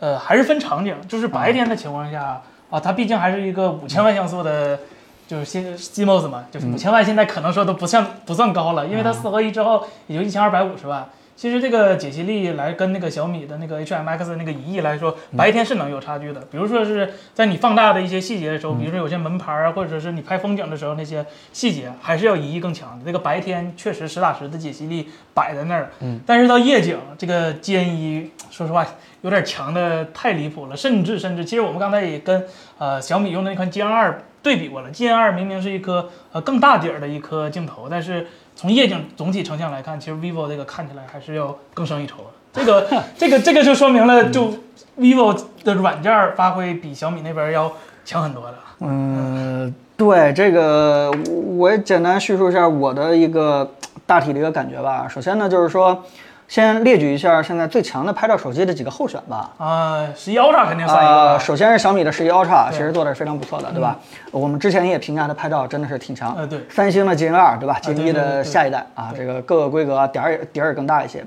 B: 呃，还是分场景，就是白天的情况下啊，它毕竟还是一个五千万像素的，就是新 CMOS 嘛，就是五千万现在可能说都不算不算高了，因为它四合一之后也就一千二百五十万。其实这个解析力来跟那个小米的那个 HMX 的那个一亿来说，白天是能有差距的。比如说是在你放大的一些细节的时候，比如说有些门牌啊，或者是你拍风景的时候那些细节，还是要一亿更强的。这个白天确实实打实的解析力摆在那儿，但是到夜景，这个 GN 一，说实话有点强的太离谱了，甚至甚至，其实我们刚才也跟呃小米用的那款 GN 二对比过了，GN 二明明是一颗呃更大底儿的一颗镜头，但是从夜景总体成像来看，其实 vivo 这个看起来还是要更胜一筹的。这个
C: (laughs)
B: 这个这个就说明
C: 嗯
B: 了，就 vivo 的软件儿发挥比小米那边儿要强很多了。
C: 嗯，对这个，我也简单叙述一下我的一个大体的一个感觉吧。首先呢，就是说，先列举一下现在最强的拍照手机的几个候选吧。
B: 啊，十一 Ultra 肯定算一
C: 呃，
B: 个吧，
C: 首先是小米的十一
B: 对
C: Ultra，
B: 嗯
C: 其实做的是非常不错的，对吧？我们之前也评价它拍照真的是挺强。
B: 呃对
C: 三星的 GN 二，对吧
B: 啊对
C: ？GN 一
B: 对对
C: 的
B: 对
C: 下一代啊，这个各个规格啊点儿也点儿也更大一些。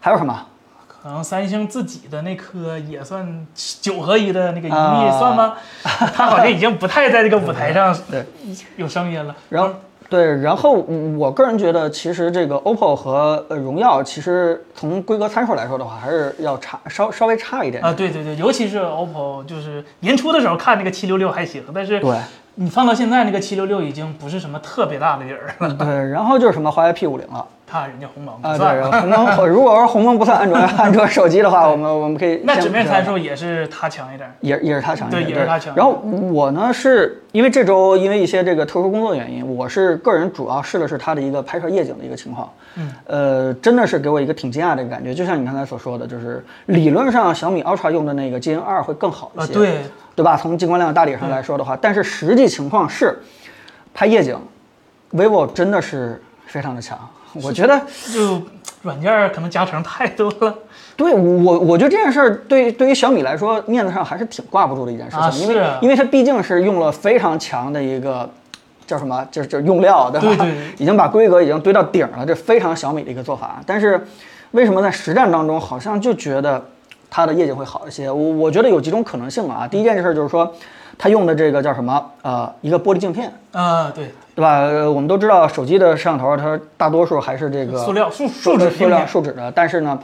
C: 还有什么？
B: 可能三星自己的那颗也算九合一的那个一
C: 啊 (laughs)
B: 亿算吗？它好像已经不太在这个舞台上
C: 对
B: 有声音了。
C: 然后对，然后嗯我个人觉得，其实这个 OPPO 和呃荣耀，其实从规格参数来说的话，还是要差稍稍微差一点。
B: 啊，对对对，尤其是 OPPO，就是年初的时候看那个七六六还行，但是
C: 对
B: 你放到现在那个七六六已经不是什么特别大的底儿了，
C: 对，然后就是什么华为 P 5 0了
B: 怕人家鸿蒙
C: 啊，
B: 不
C: 对，
B: 算
C: 然
B: 了。
C: 后鸿蒙， (laughs) 如果说鸿蒙不算安卓安卓手机的话，我们我们可以
B: 那
C: 先
B: 纸面
C: 不
B: 参数
C: 说
B: 也是它强一点儿，
C: 也也是他强一点，
B: 对也是他强一点
C: 然后我呢是因为这周因为一些这个特殊工作原因，我是个人主要试了试他的一个拍摄夜景的一个情况，嗯，呃，真的是给我一个挺惊讶的一个感觉，就像你刚才所说的，就是理论上小米 Ultra 用的那个 GN 二会更好一
B: 啊
C: 些，
B: 对嗯
C: 对吧？从进光量大体上来说的话，但是实际情况是，拍夜景，vivo 真的是非常的强，我觉得。
B: 就软件儿可能加成太多了。
C: 对我，我觉得这件事儿对对于小米来说，面子上还是挺挂不住的一件事情，
B: 啊
C: 因为
B: 是啊
C: 因为它毕竟是用了非常强的一个叫什么，就是就是用料，对吧？
B: 对对对
C: 已经把规格已经堆到顶了，这非常小米的一个做法。但是为什么在实战当中好像就觉得它的业绩会好一些？我我觉得有几种可能性啊。第一件事就是说，它用的这个叫什么呃一个玻璃镜片。
B: 啊，对，
C: 对吧？呃我们都知道手机的摄像头，它大多数还是这个
B: 塑料树
C: 树
B: 树脂
C: 塑
B: 平
C: 料
B: 面
C: 树脂的，但是呢，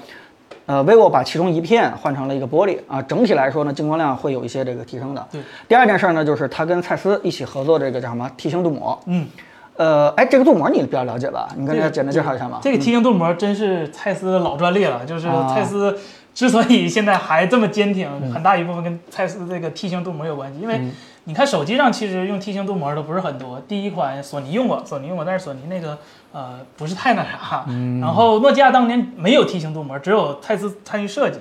C: 呃，vivo 把其中一片换成了一个玻璃啊，整体来说呢，进光量会有一些这个提升的。
B: 对，
C: 第二件事儿呢，就是它跟蔡司一起合作这个叫什么 T 型镀膜。
B: 嗯，
C: 呃，哎，这个镀膜你比较了解吧？你跟大
B: 这
C: 家
B: 个
C: 简单介绍一下吗？嗯
B: 这个 T 型镀膜真是蔡司的老专利了，就是
C: 啊嗯
B: 蔡司之所以现在还这么坚挺，很大一部分跟蔡司这个 T 型镀膜有关系。因为你看手机上其实用 T 型镀膜的不是很多，第一款索尼用过，索尼用过，但是索尼那个呃不是太那啥。
C: 嗯
B: 然后诺基亚当年没有 T 型镀膜，只有蔡司参与设计。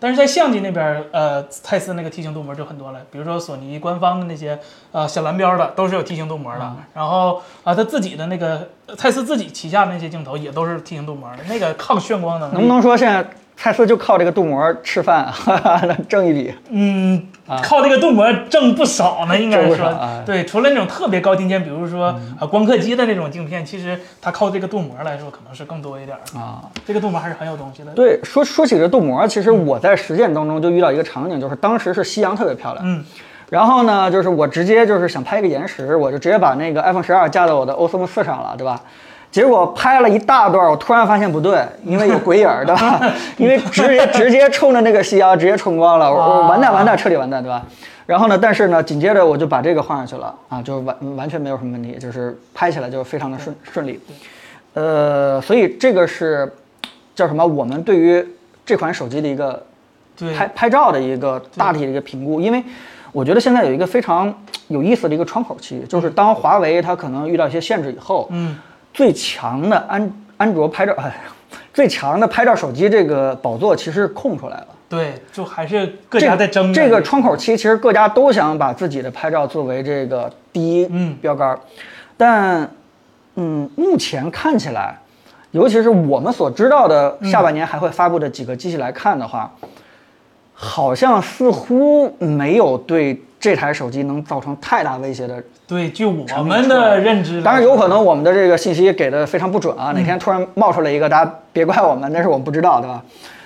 B: 但是在相机那边，呃，蔡司那个 T 型镀膜就很多了，比如说索尼官方的那些，呃，小蓝标的都是有 T 型镀膜的，
C: 嗯
B: 然后啊，他、自己的那个蔡司自己旗下的那些镜头也都是 T 型镀膜的，那个抗眩光能
C: 能不
B: 力，
C: 能说现在蔡司就靠这个镀膜吃饭，哈哈， (laughs) 挣一笔？
B: 嗯，靠这个镀膜挣不少呢，应该
C: 挣不
B: 说，
C: 少啊嗯
B: 对，除了那种特别高精尖，比如说呃光刻机的那种镜片，其实它靠这个镀膜来说可能是更多一点儿，
C: 啊，
B: 这个镀膜还是很有东西的。
C: 对，说说起这镀膜，其实我在实践当中就遇到一个场景，就是当时是夕阳特别漂亮，
B: 嗯，
C: 然后呢，就是我直接就是想拍一个延时，我就直接把那个 iPhone 十二架到我的 Osmo 四上了，对吧？结果拍了一大段，我突然发现不对，因为有鬼影儿，对吧？因为直接直接冲着那个夕阳直接冲光了，我我完蛋完蛋，彻底完蛋，对吧？然后呢，但是呢，紧接着我就把这个换上去了啊，就完完全没有什么问题，就是拍起来就非常的顺顺利。呃，所以这个是叫什么？我们对于这款手机的一个
B: 对，
C: 拍拍照的一个大体的一个评估，因为我觉得现在有一个非常有意思的一个窗口期，就是当华为它可能遇到一些限制以后，
B: 嗯，
C: 最强的安安卓拍照，哎呀，最强的拍照手机这个宝座其实空出来了。
B: 对，就还是各家在争啊
C: 这个。这个
B: 着
C: 窗口期，其实各家都想把自己的拍照作为这个第一
B: 嗯
C: 标杆儿，但嗯，目前看起来，尤其是我们所知道的
B: 嗯
C: 下半年还会发布的几个机器来看的话，好像似乎没有对这台手机能造成太大威胁的
B: 对，据我们的认知来说，
C: 当然有可能我们的这个信息给的非常不准啊，哪
B: 嗯
C: 天突然冒出来一个，大家别怪我们，但是我们不知道，对吧？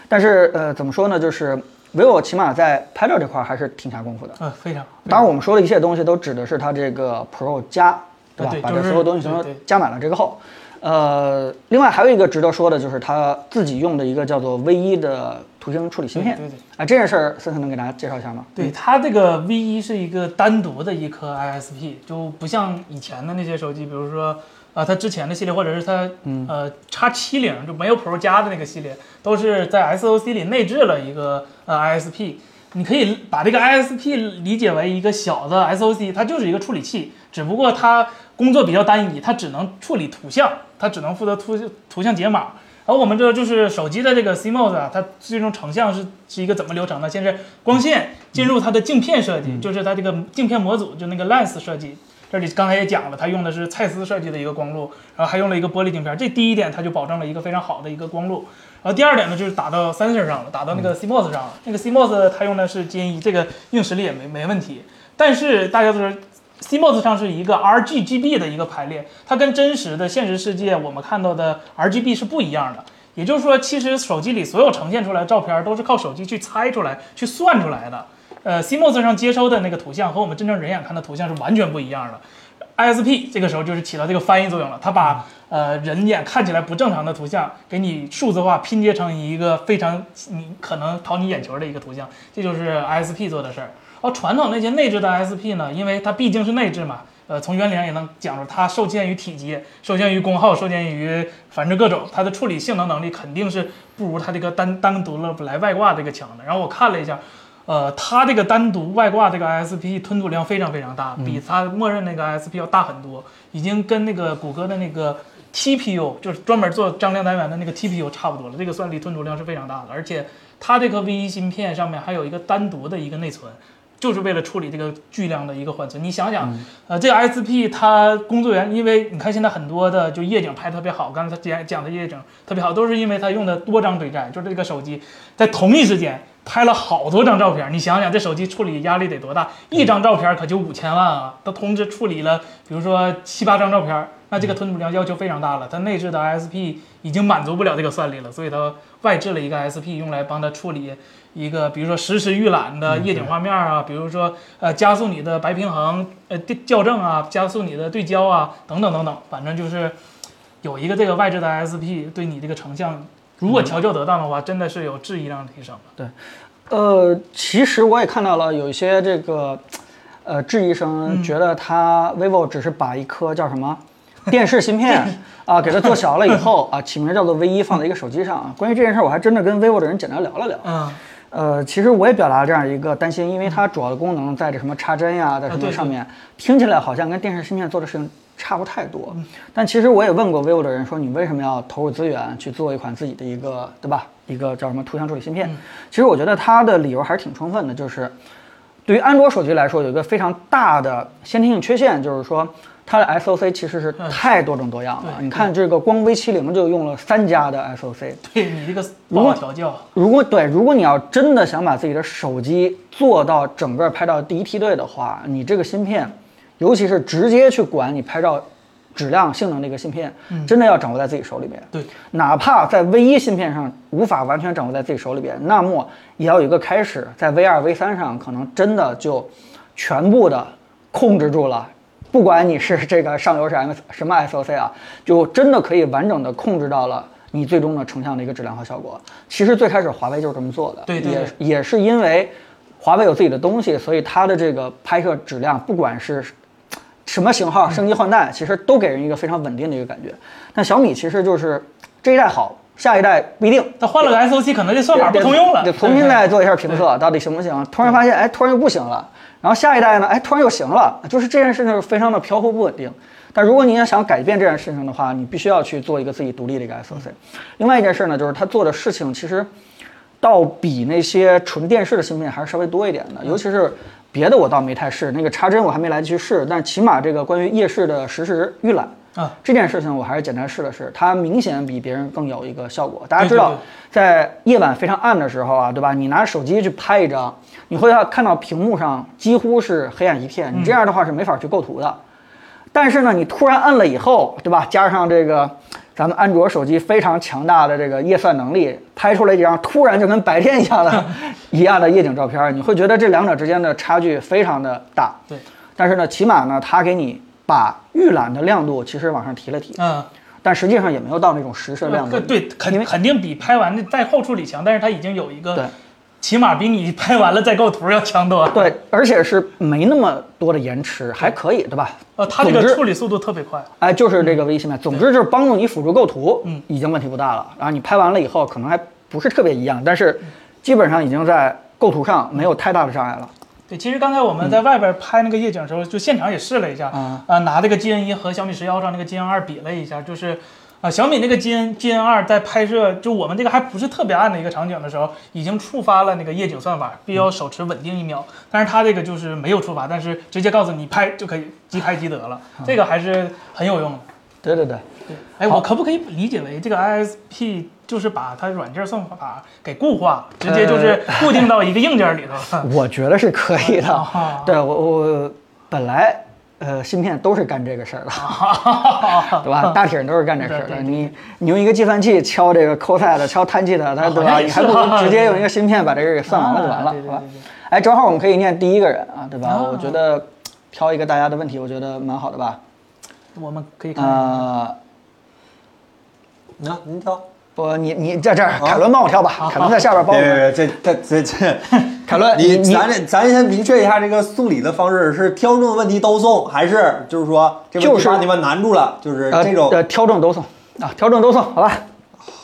C: 但是呃，怎么说呢，就是 vivo 起码在拍照这块儿还是挺下功夫的。
B: 嗯，非常。
C: 当然，我们说的一切东西都指的是它这个 Pro 加，对吧？
B: 啊对
C: 把
B: 就
C: 这
B: 是
C: 所有东西全都
B: 对对
C: 加满了之后，呃，另外还有一个值得说的就是它自己用的一个叫做 V 1的图形处理芯片。
B: 对对对
C: 啊，这件事儿森森能给大家介绍一下吗？
B: 对它这个 V 一是一个单独的一颗 ISP，就不像以前的那些手机，比如说啊、呃它之前的系列，或者是它、呃 X 七零就没有 Pro 加的那个系列，都是在 SOC 里内置了一个呃 ISP。你可以把这个 ISP 理解为一个小的 SOC，它就是一个处理器，只不过它工作比较单一，它只能处理图像，它只能负责图图像解码。而我们这就是手机的这个 CMOS 啊，它最终成像是是一个怎么流程呢？先是光线进入它的镜片设计，就是它这个镜片模组，就那个 lens 设计。这里刚才也讲了，它用的是蔡司设计的一个光路，然后还用了一个玻璃镜片。这第一点，它就保证了一个非常好的一个光路。然后第二点呢，就是打到 sensor 上了，打到那个 CMOS 上了。那个 CMOS 它用的是 GNE，这个硬实力也没没问题。但是大家都是 CMOS 上是一个 RGB 的一个排列，它跟真实的现实世界我们看到的 RGB 是不一样的。也就是说，其实手机里所有呈现出来的照片都是靠手机去猜出来、去算出来的。呃，CMOS 上接收的那个图像和我们真正人眼看的图像是完全不一样的。 ISP 这个时候就是起到这个翻译作用了，它把呃人眼看起来不正常的图像给你数字化拼接成一个非常你可能讨你眼球的一个图像，这就是 ISP 做的事儿。而传统那些内置的 ISP 呢，因为它毕竟是内置嘛，呃，从原理上也能讲出它受限于体积、受限于功耗、受限于反正各种，它的处理性能能力肯定是不如它这个单单独了来外挂这个强的。然后我看了一下，呃，它这个单独外挂这个 ISP 吞吐量非常非常大，比它默认那个 ISP 要大很多，已经跟那个谷歌的那个 TPU 就是专门做张量单元的那个 TPU 差不多了。这个算力吞吐量是非常大的，而且它这个 V1 芯片上面还有一个单独的一个内存，就是为了处理这个巨量的一个缓存。你想想，呃，这个 ISP 它工作源，因为你看现在很多的就夜景拍得特别好，刚才他讲讲的夜景特别好，都是因为它用的多张对战，就是这个手机在同一时间拍了好多张照片。你想想，这手机处理压力得多大？一张照片可就五千万啊，它同时处理了，比如说七八张照片，那这个吞吐量要求非常大了。它内置的 ISP 已经满足不了这个算力了，所以它外置了一个 ISP 用来帮它处理。一个，比如说实时预览的夜景画面啊，比如说呃加速你的白平衡呃地校正啊，加速你的对焦啊，等等等等，反正就是有一个这个外置的 ISP 对你这个成像，如果调教得当的话，真的是有质疑量提升的。
C: 呃，其实我也看到了有一些这个，呃，质疑声觉得它 vivo 只是把一颗叫什 (laughs) 么电视芯片啊给它做小了以 (laughs) 后啊，起名叫做 V 一放在一个手机上啊。关于这件事儿，我还真的跟 vivo 的人简单聊了聊。
B: 嗯，
C: 呃，其实我也表达了这样一个担心，因为它主要的功能在这什么插针呀、在什
B: 啊对
C: 么
B: 对
C: 上面，听起来好像跟电视芯片做的事情差不太多。
B: 嗯
C: 但其实我也问过 vivo 的人，说你为什么要投入资源去做一款自己的一个，对吧？一个叫什么图像处理芯
B: 嗯
C: 片？其实我觉得它的理由还是挺充分的，就是对于安卓手机来说，有一个非常大的先天性缺陷，就是说它的 SOC 其实是太多种多样了。
B: 嗯对嗯
C: 你看这个光 V 7 0就用了三家的 SOC，
B: 对你这个不好调教，
C: 如果对，如果你要真的想把自己的手机做到整个拍照第一梯队的话，你这个芯片，尤其是直接去管你拍照质量、性能的一个芯片，真的要掌握在自己手里边。
B: 对，
C: 哪怕在 V 一芯片上无法完全掌握在自己手里边，那么也要有一个开始，在 V 二、V 三上可能真的就全部的控制住了。不管你是这个上游是 M (laughs) 什么 SOC 啊，就真的可以完整的控制到了你最终的成像的一个质量和效果。其实最开始华为就是这么做的，
B: 对对对
C: 也也是因为华为有自己的东西，所以它的这个拍摄质量，不管是什么型号升级换代，其实都给人一个非常稳定的一个感觉。但小米其实就是这一代好，下一代不一定。
B: 它换了个 SOC，可能这算法不通用了。
C: 得重新再做一下评测，到底行不行？突然发现，哎，突然又不行了。然后下一代呢，哎，突然又行了，就是这件事情是非常的飘忽不稳定。但如果你要想改变这件事情的话，你必须要去做一个自己独立的一个 SOC。另外一件事呢，就是他做的事情其实倒比那些纯电视的芯片还是稍微多一点的，尤其是别的我倒没太试，那个插针我还没来得及试，但起码这个关于夜视的实时预览
B: 啊
C: 这件事情我还是简单试了试，它明显比别人更有一个效果。大家
B: 对
C: 知
B: 对
C: 道
B: 对，
C: 在夜晚非常暗的时候啊，对吧？你拿手机去拍一张，你会要看到屏幕上几乎是黑暗一片，
B: 嗯
C: 你这样的话是没法去构图的。但是呢，你突然摁了以后，对吧？加上这个咱们安卓手机非常强大的这个夜算能力，拍出来这张突然就跟白天一样的 (laughs) 一样的夜景照片，你会觉得这两者之间的差距非常的大。
B: 对，
C: 但是呢，起码呢，它给你把预览的亮度其实往上提了提，
B: 嗯，
C: 但实际上也没有到那种实时的亮度。
B: 呃对，
C: 因
B: 肯
C: 为
B: 肯定比拍完的在后处理强，但是它已经有一
C: 对
B: 个，起码比你拍完了再构图要强多。了。
C: 对，而且是没那么多的延迟，还可以，对吧？
B: 呃，它这
C: 总之
B: 个处理速度特别快。
C: 哎，就是这个微芯片，总之就是帮助你辅助构图，嗯，已经问题不大了。然后你拍完了以后，可能还不是特别一样，但是基本上已经在构图上没有太大的障碍了。
B: 对，其实刚才我们在外边拍那个夜景的时候，就现场也试了一下，
C: 啊
B: 呃，拿这个 GN 一和小米十幺上那个 GN 二比了一下，就是。啊，小米那个 GN GN 二在拍摄，就我们这个还不是特别暗的一个场景的时候，已经触发了那个夜景算法，必要手持稳定一秒。但是它这个就是没有触发，但是直接告诉你拍就可以即拍即得了，这个还是很有用的。
C: 对对对，
B: 对，哎，我可不可以理解为这个 ISP 就是把它软件算法给固化，直接就是固定到一个硬件里头
C: (laughs)
B: 了？ (laughs)
C: 我觉得是可以的
B: 啊。
C: 对我我本来呃芯片都是干这个事儿的，
B: (laughs)
C: 对吧？大体上都是干这事儿
B: 嗯对
C: 的。
B: 对对
C: 你你用一个计算器敲这个 cosine 敲 tan 的，它对
B: 好
C: 吧？
B: 像也
C: 你还
B: 哎是
C: 不如
B: 哈
C: 直接用一个芯片把这个给算完了就完了，
B: 啊对对
C: 好吧
B: 对对？
C: 哎，正好我们可以念第一个人啊，对吧？
B: 啊
C: 我觉得挑一个大家的问题，我觉得蛮好的吧。
B: 我们可以看一下。
C: 呃，
A: 那嗯您挑，
C: 不，你你在这儿，凯伦帮我挑吧，凯伦在下边帮我
A: 别别
C: 们。
A: 别，这这这这，
C: 凯伦，
A: 你
C: 呃你
A: 咱这咱先明确一下这个送礼的方式是挑中问题都送，还是就是说这问
C: 就
A: 题
C: 是
A: 把你们难住了，就是
C: 呃
A: 这种
C: 呃调整都送啊，调整都送，好吧？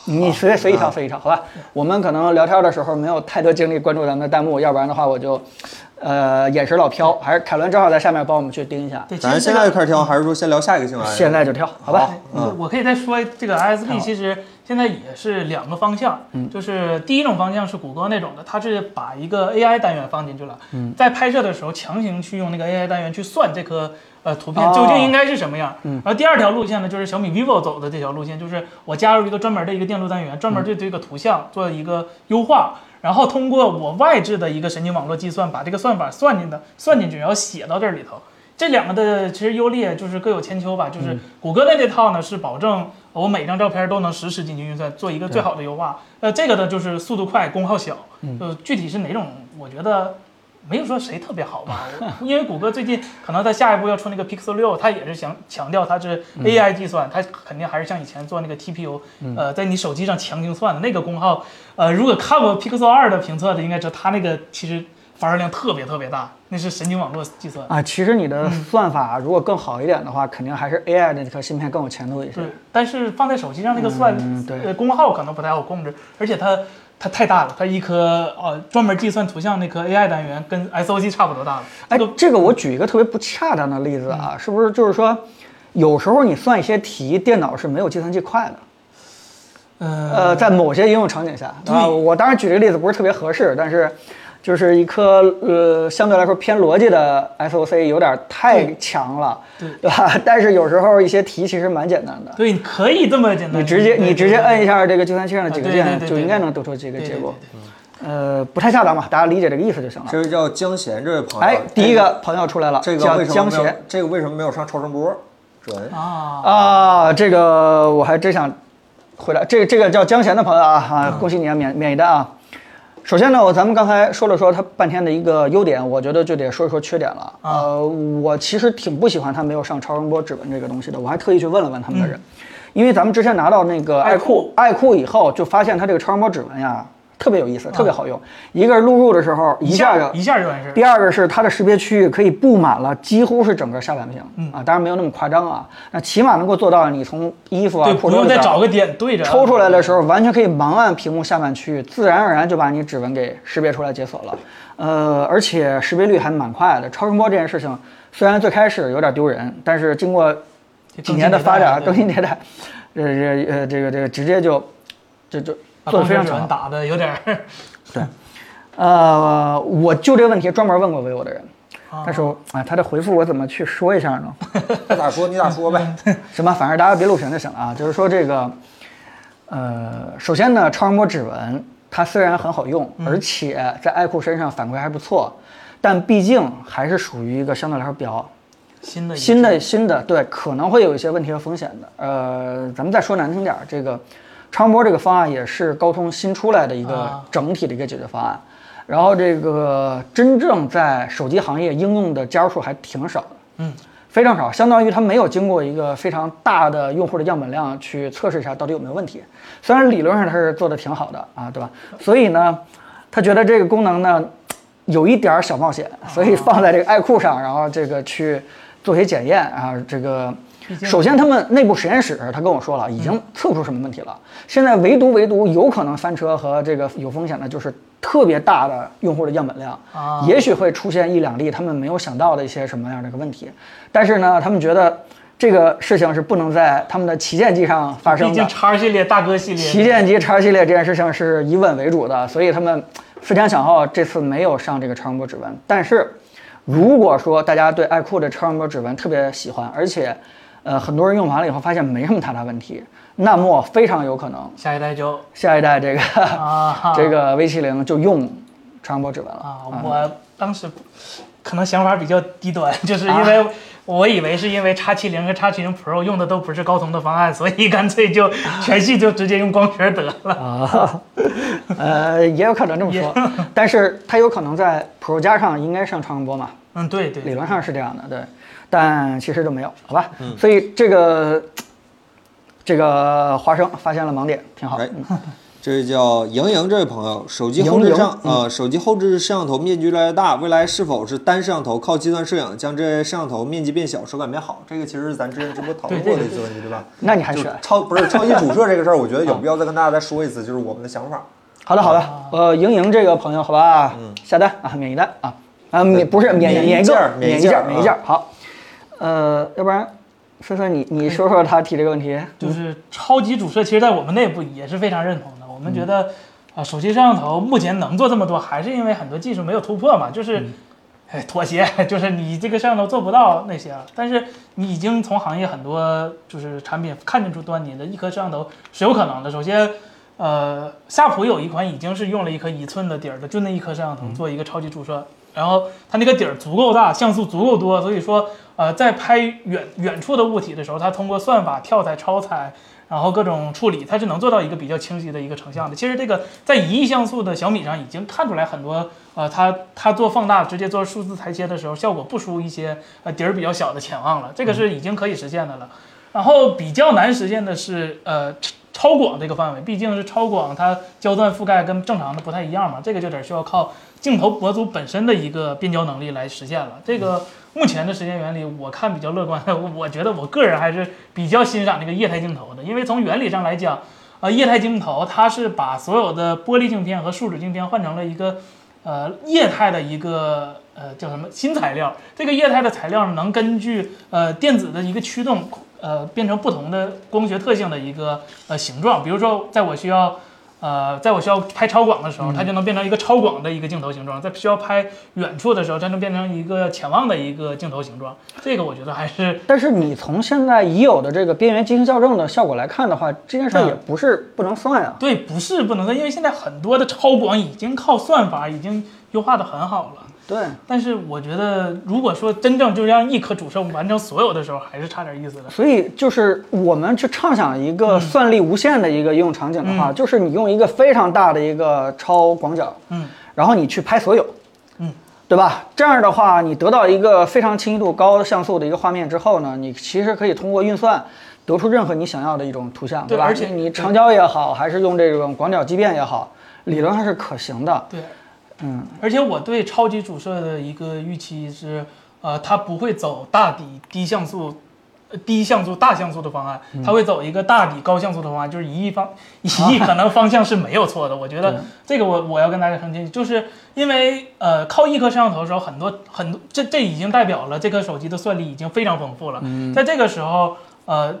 C: 你随随意挑随意挑，好吧？我们可能聊天的时候没有太多精力关注咱们的弹幕，要不然的话我就，呃，眼神老飘。还是凯伦正好在下面帮我们去盯一下，
B: 对，其
A: 咱
B: 实这
A: 现在
B: 个嗯
A: 就开始挑，还是说先聊下一个新闻？嗯
C: 现在就挑，好吧？
B: 我我可以再说，这个 ISP 其实现在也是两个方向，
A: 嗯
B: 就是第一种方向是谷歌那种的，它是把一个 AI 单元放进去了，
A: 嗯
B: 在拍摄的时候强行去用那个 AI 单元去算这颗呃图片
C: 哦
B: 究竟应该是什么样。然后第二条路线呢，就是小米 vivo 走的这条路线，就是我加入一个专门的一个电路单元，专门对这个图像做一个优化。然后通过我外置的一个神经网络计算，把这个算法算进的算进去，然后写到这里头。这两个的其实优劣就是各有千秋吧。就是谷歌的这套呢，是保证我每张照片都能实时进行运算，做一个最好的优化。呃，这个呢就是速度快，功耗小。呃，具体是哪种，我觉得没有说谁特别好吧。我因为谷歌最近可能它下一步要出那个 Pixel 六，它也是想强调它是
C: 嗯
B: AI 计算，它肯定还是像以前做那个 TPU，呃，在你手机上强行算的那个功耗。呃，如果看过 Pixel 二的评测的，应该知道它那个其实发热量特别特别大，那是神经网络计算。
C: 啊，其实你的算法如果更好一点的话，肯定还是 AI 的那颗芯片更有前途一些
B: 对。，但是放在手机上那个算，
C: 嗯对
B: 呃，功耗可能不太好控制，而且它它太大了，它一颗呃专门计算图像那颗 AI 单元跟 SOC 差不多大了。
C: 哎
B: 这个，
C: 这个我举一个特别不恰当的例子啊，是不是就是说，有时候你算一些题，电脑是没有计算器快的。
B: 呃，
C: 呃，在某些应用场景下啊，
B: 对
C: 我当然举这个例子不是特别合适，但是就是一颗呃相对来说偏逻辑的 SOC 有点太强了，
B: 对
C: 对吧？ (laughs) 但是有时候一些题其实蛮简单的，
B: 对，可以这么简单，
C: 你直接
B: 对
C: 你直接
B: 对对
C: 摁一下这个计算器上的几个
B: 啊对对
C: 键，
B: 对
C: 就
B: 对
C: 应该能得出这个结果。呃，不太恰当吧？大家理解这个意思就行了。
A: 这位叫江贤这位朋友，
C: 哎，第一
A: 这
C: 个朋友出来了，
A: 这个
C: 叫
A: 为什么
C: 江
A: 没有
C: 协？
A: 这个为什么没有上超声波？准，
B: 啊，
C: 啊，这个我还真想回答，这个这个叫江贤的朋友啊，啊，恭喜你啊，免免一单啊。首先呢，我咱们刚才说了说他半天的一个优点，我觉得就得说一说缺点了。呃，我其实挺不喜欢他没有上超声波指纹这个东西的，我还特意去问了问他们的人，因为咱们之前拿到那个
B: 爱
C: 爱
B: 酷
C: 酷爱酷以后，就发现它这个超声波指纹呀特别有意思，特别好用。一个是录入的时候一
B: 一
C: 下
B: 下
C: 就
B: 一下就完事儿。
C: 第二个是它的识别区域可以布满了几乎是整个下半屏、啊，当然没有那么夸张啊，那起码能够做到你从衣服啊
B: 对，、
C: 裤
B: 不
C: 兜
B: 用
C: 里
B: 再
C: 边
B: 找个点对着
C: 抽出来的时候，完全可以盲按屏幕下半区域，自然而然就把你指纹给识别出来解锁了。呃，而且识别率还蛮快的。超声波这件事情虽然最开始有点丢人，但是经过几年的发展，啊更
B: 更
C: 新
B: 新
C: 迭代， (laughs) 呃这呃这个这个直接就就就
B: 把
C: 做
B: 光
C: 的
B: 学
C: 非常
B: 传。
C: 好
B: 打的有点儿， (laughs)
C: 呃，我就这个问题专门问过 vivo 的人，但是我啊、他的回复我怎么去说一下呢？
A: 他咋说你咋说
C: (laughs)
A: 呗。
C: 什么，反正大家别录屏就行了啊。就是说这个，呃，首先呢，超声波指纹它虽然很好用，而且在爱酷身上反馈还不错，但毕竟还是属于一个相对来说比较
B: 新的一
C: 新的新的，对，可能会有一些问题和风险的。呃，咱们再说难听点儿，这个超声波这个方案也是高通新出来的一个
B: 啊
C: 整体的一个解决方案。然后这个真正在手机行业应用的加数还挺少的，
B: 嗯，
C: 非常少，相当于它没有经过一个非常大的用户的样本量去测试一下到底有没有问题。虽然理论上它是做的挺好的啊，对吧？所以呢，他觉得这个功能呢有一点儿小冒险，所以放在这个爱酷上，然后这个去做些检验啊，这个。首先，他们内部实验室，他跟我说了，已经测不出什么问题了。现在唯独唯独有可能翻车和这个有风险的，就是特别大的用户的样本量，
B: 啊
C: 也许会出现一两例他们没有想到的一些什么样的一个问题。但是呢，他们觉得这个事情是不能在他们的旗舰机上发生的。
B: 毕竟叉系列、大哥系列，
C: 旗舰机叉系列这件事情是以稳为主的，所以他们思前想后，这次没有上这个超声波指纹。但是，如果说大家对爱酷的超声波指纹特别喜欢，而且，呃，很多人用完了以后发现没什么太大问题，那么非常有可能
B: 下一代就
C: 下一代这个、
B: (laughs) 啊哈
C: 这嗯个 V 7 0就用超声波指纹
B: (laughs)
C: 了
B: 啊，我当时可能想法比较低端，就是
C: 啊
B: 因为我以为是因为叉七零和叉七零 Pro 用的都不是高通的方案，所以干脆就全系就直接用光学得了。
C: 啊，呃，也有可能这么说，但是它有可能在 Pro 加上应该上超声波嘛，
B: 嗯，对对
C: 理论上是这样的，对。但其实就没有，好吧？
A: 嗯
C: 所以这个这个华生发现了盲点，挺好。
A: 哎，这位叫莹莹这位朋友，手机后
C: 莹
A: 置
C: 莹
A: 摄呃，手机后置摄像头面积越来越大，未来是否是单摄像头靠计算摄影将这些摄像头面积变小，手感变好？这个其实是咱之前直播讨论过的一些问题，对吧？嗯
C: 那你还
A: 就
C: 选？
A: 超不是超级主摄这个事儿，我觉得有必要再跟大家再说一次，就是我们的想法。
C: 好的，好的，
A: 啊
C: 呃，莹莹这个朋友，好吧，下单啊，免一单啊，啊，免不是免
A: 嗯呃免一件
C: 一件
A: 儿
C: 儿，
A: 免
C: 免
A: 一
C: 一
A: 件
C: 件
A: 儿啊
C: 儿，免一件儿，好，呃，要不然，森森你你说说他提这个问题，
B: 就是超级主摄，其实在我们内部也是非常认同的。我们觉得，啊、手机摄像头目前能做这么多，还是因为很多技术没有突破嘛，就是，哎，妥协， (laughs) 就是你这个摄像头做不到那些啊。但是你已经从行业很多就是产品看见出端倪了，一颗摄像头是有可能的。首先。呃，夏普有一款已经是用了一颗一寸的底儿的，就那一颗摄像头做一个超级主摄，然后它那个底儿足够大，像素足够多，所以说呃，在拍远远处的物体的时候，它通过算法跳采、超采，然后各种处理，它是能做到一个比较清晰的一个成像的。其实这个在一亿像素的小米上已经看出来很多，呃，它它做放大直接做数字裁切的时候，效果不输一些呃底儿比较小的潜望了，这个是已经可以实现的了。然后比较难实现的是呃超超广这个范围，毕竟是超广，它焦段覆盖跟正常的不太一样嘛，这个就得需要靠镜头模组本身的一个变焦能力来实现了。这个目前的时间原理，我看比较乐观， (laughs) 我我觉得我个人还是比较欣赏这个液态镜头的，因为从原理上来讲，呃，液态镜头它是把所有的玻璃镜片和树脂镜片换成了一个呃液态的一个呃叫什么新材料。这个液态的材料能根据呃电子的一个驱动，呃变成不同的光学特性的一个呃形状。比如说，在我需要呃在我需要拍超广的时候，它就能变成一个超广的一个镜头形状；在需要拍远处的时候，它能变成一个潜望的一个镜头形状。这个我觉得还是
C: 但是你从现在已有的这个边缘机型校正的效果来看的话，这
A: 嗯
C: 件事儿也不是不能算啊，
B: 对，不是不能算，因为现在很多的超广已经靠算法已经优化的很好了。
C: 对。
B: 但是我觉得，如果说真正就让一颗主摄完成所有的时候，还是差点意思的。
C: 所以就是我们去畅想一
B: 嗯
C: 个算力无限的一个应用场景的话，就是你用一个非常大的一个超广角，
B: 嗯，
C: 然后你去拍所有，
B: 嗯，
C: 对吧？这样的话，你得到一个非常清晰度高像素的一个画面之后呢，你其实可以通过运算得出任何你想要的一种图像，
B: 对
C: 吧？
B: 而且
C: 你长焦也好，还是用这种广角畸变也好，理论上是可行的。
B: 对，嗯，而且我对超级主摄的一个预期是，呃，它不会走大底低像素。呃低像素、大像素的方案，它会走一个大底高像素的方案，就是一亿方 (laughs) 一亿可能方向是没有错的。我觉得这个我我要跟大家澄清，就是因为呃靠一颗摄像头的时候，很多很多这这已经代表了这颗手机的算力已经非常丰富了。在这个时候，呃，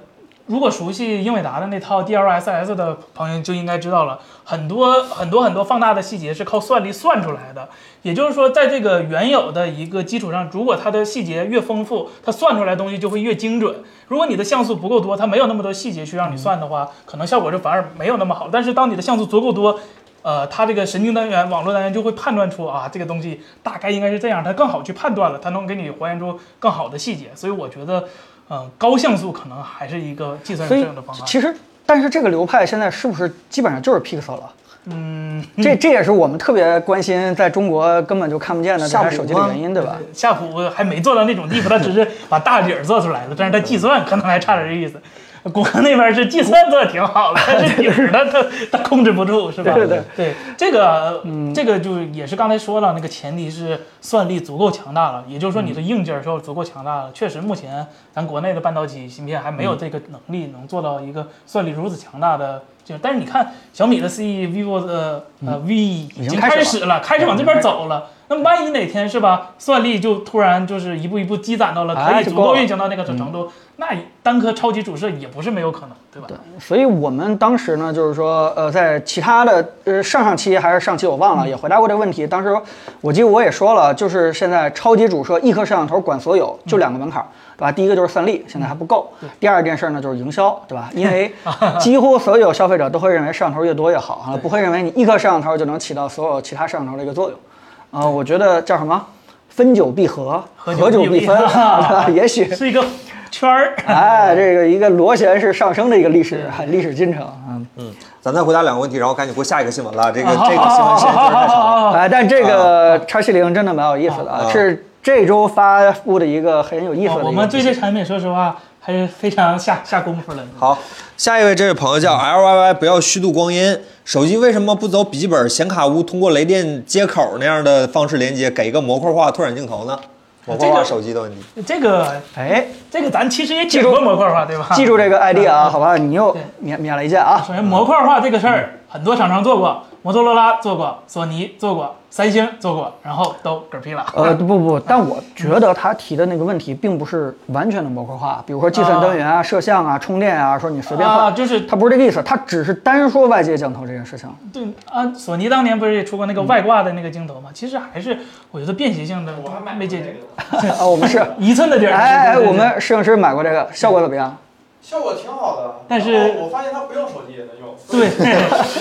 B: 如果熟悉英伟达的那套 DLSS 的朋友就应该知道了，很多很多很多放大的细节是靠算力算出来的。也就是说，在这个原有的一个基础上，如果它的细节越丰富，它算出来的东西就会越精准。如果你的像素不够多，它没有那么多细节去让你算的话，可能效果就反而没有那么好。但是当你的像素足够多，呃，它这个神经单元、网络单元就会判断出啊，这个东西大概应该是这样，它更好去判断了，它能给你还原出更好的细节。所以我觉得，呃，高像素可能还是一个计算
C: 所以
B: 摄影的方案。
C: 其实，但是这个流派现在是不是基本上就是 Pixel 了？嗯，这这也是我们特别关心，在中国根本就看不
B: (laughs)
C: 见的这台手机的原因，对吧？
B: 夏普还没做到那种地步，它只是把大底儿做出来了，但是它计算可能还差点这意思。谷歌那边是计算做的挺好的，但是底儿呢，它它控制不住，是吧？
C: 对对
B: 对，这个、这个就是也是刚才说了，那个前提是算力足够强大了，也就是说你的硬件儿是足够强大了。确实，目前咱国内的半导体芯片还没有这个能力能做到一个算力如此强大的。就但是你看小米的 CE、vivo 的呃 V 已经
C: 经开始
B: 开
C: 了
B: 始了，开始往这边走了。那万一哪天是吧，算力就突然就是一步一步积攒到了可
C: 哎
B: 以
C: 就
B: 足
C: 够
B: 够
C: 了嗯
B: 运行到那个程度，那单颗超级主摄也不是没有可能，对吧？
C: 所以我们当时呢，就是说，呃，在其他的呃上上期还是上期我忘了，也回答过这个问题。当时我记得我也说了，就是现在超级主摄一颗摄像头管所有，就两个门槛儿。对吧？第一个就是算力，现在还不够。第二件事呢，就是营销，对吧？因为几乎所有消费者都会认为摄像头越多越好啊，不会认为你一颗摄像头就能起到所有其他摄像头的一个作用。啊、我觉得叫什么？分久必合，
B: 合
C: 合
B: 久
C: 久
B: 必
C: 必分，
B: 分
C: 对吧？ (laughs) 也许
B: 是一个圈儿。
C: (laughs) 哎，这个一个螺旋式上升的一个历史，历史进程啊。
A: 咱再回答两个问题，然后赶紧过下一个新闻 (laughs) 了。这个这个
B: 好
A: 新闻时间确实太长了。
C: 哎，但这个叉七零真的蛮有意思的啊，是这周发布的一个很有意思的一个
B: 啊哦我们对这产品，说实话还是非常下下功夫了。
A: 好，下一位这位朋友叫 L Y Y，不要虚度光阴。手机为什么不走笔记本显卡坞通过雷电接口那样的方式连接，给一个模块化拓展镜头
C: 啊
A: 呢？模块化手机的问题。
B: 这个
C: 哎，
B: 这个咱其实也讲过模块化，对吧？
C: 记住这个 ID 啊，
B: 嗯
C: 好吧，你又
B: 对
C: 免免了一件啊。
B: 首先，模块化这个事
C: 嗯
B: 儿，很多厂商做过，摩托罗拉做过，索尼做过，三星做过，然后都嗝屁了。
C: 呃，不不，但我觉得他提的那个问题并不是完全的模块化，比如说计算单元啊、摄像啊、充电啊，说你随便
B: 啊，
C: 换，
B: 就是
C: 他不是这个意思，他只是单说外接镜头这件事情。
B: 对啊，索尼当年不是也出过那个外挂的那个镜头吗？其实还是我觉得便携性的没解决，
C: 啊，我们是，
B: 一寸的地
C: 哎
B: 儿。
C: 哎，
B: 对对对
C: 我们摄影师买过这个，效果怎么样？
D: (laughs) 效果挺好的，
B: 但是
D: 然后我发现它不用手机也能用，
B: 对
D: 直接用它就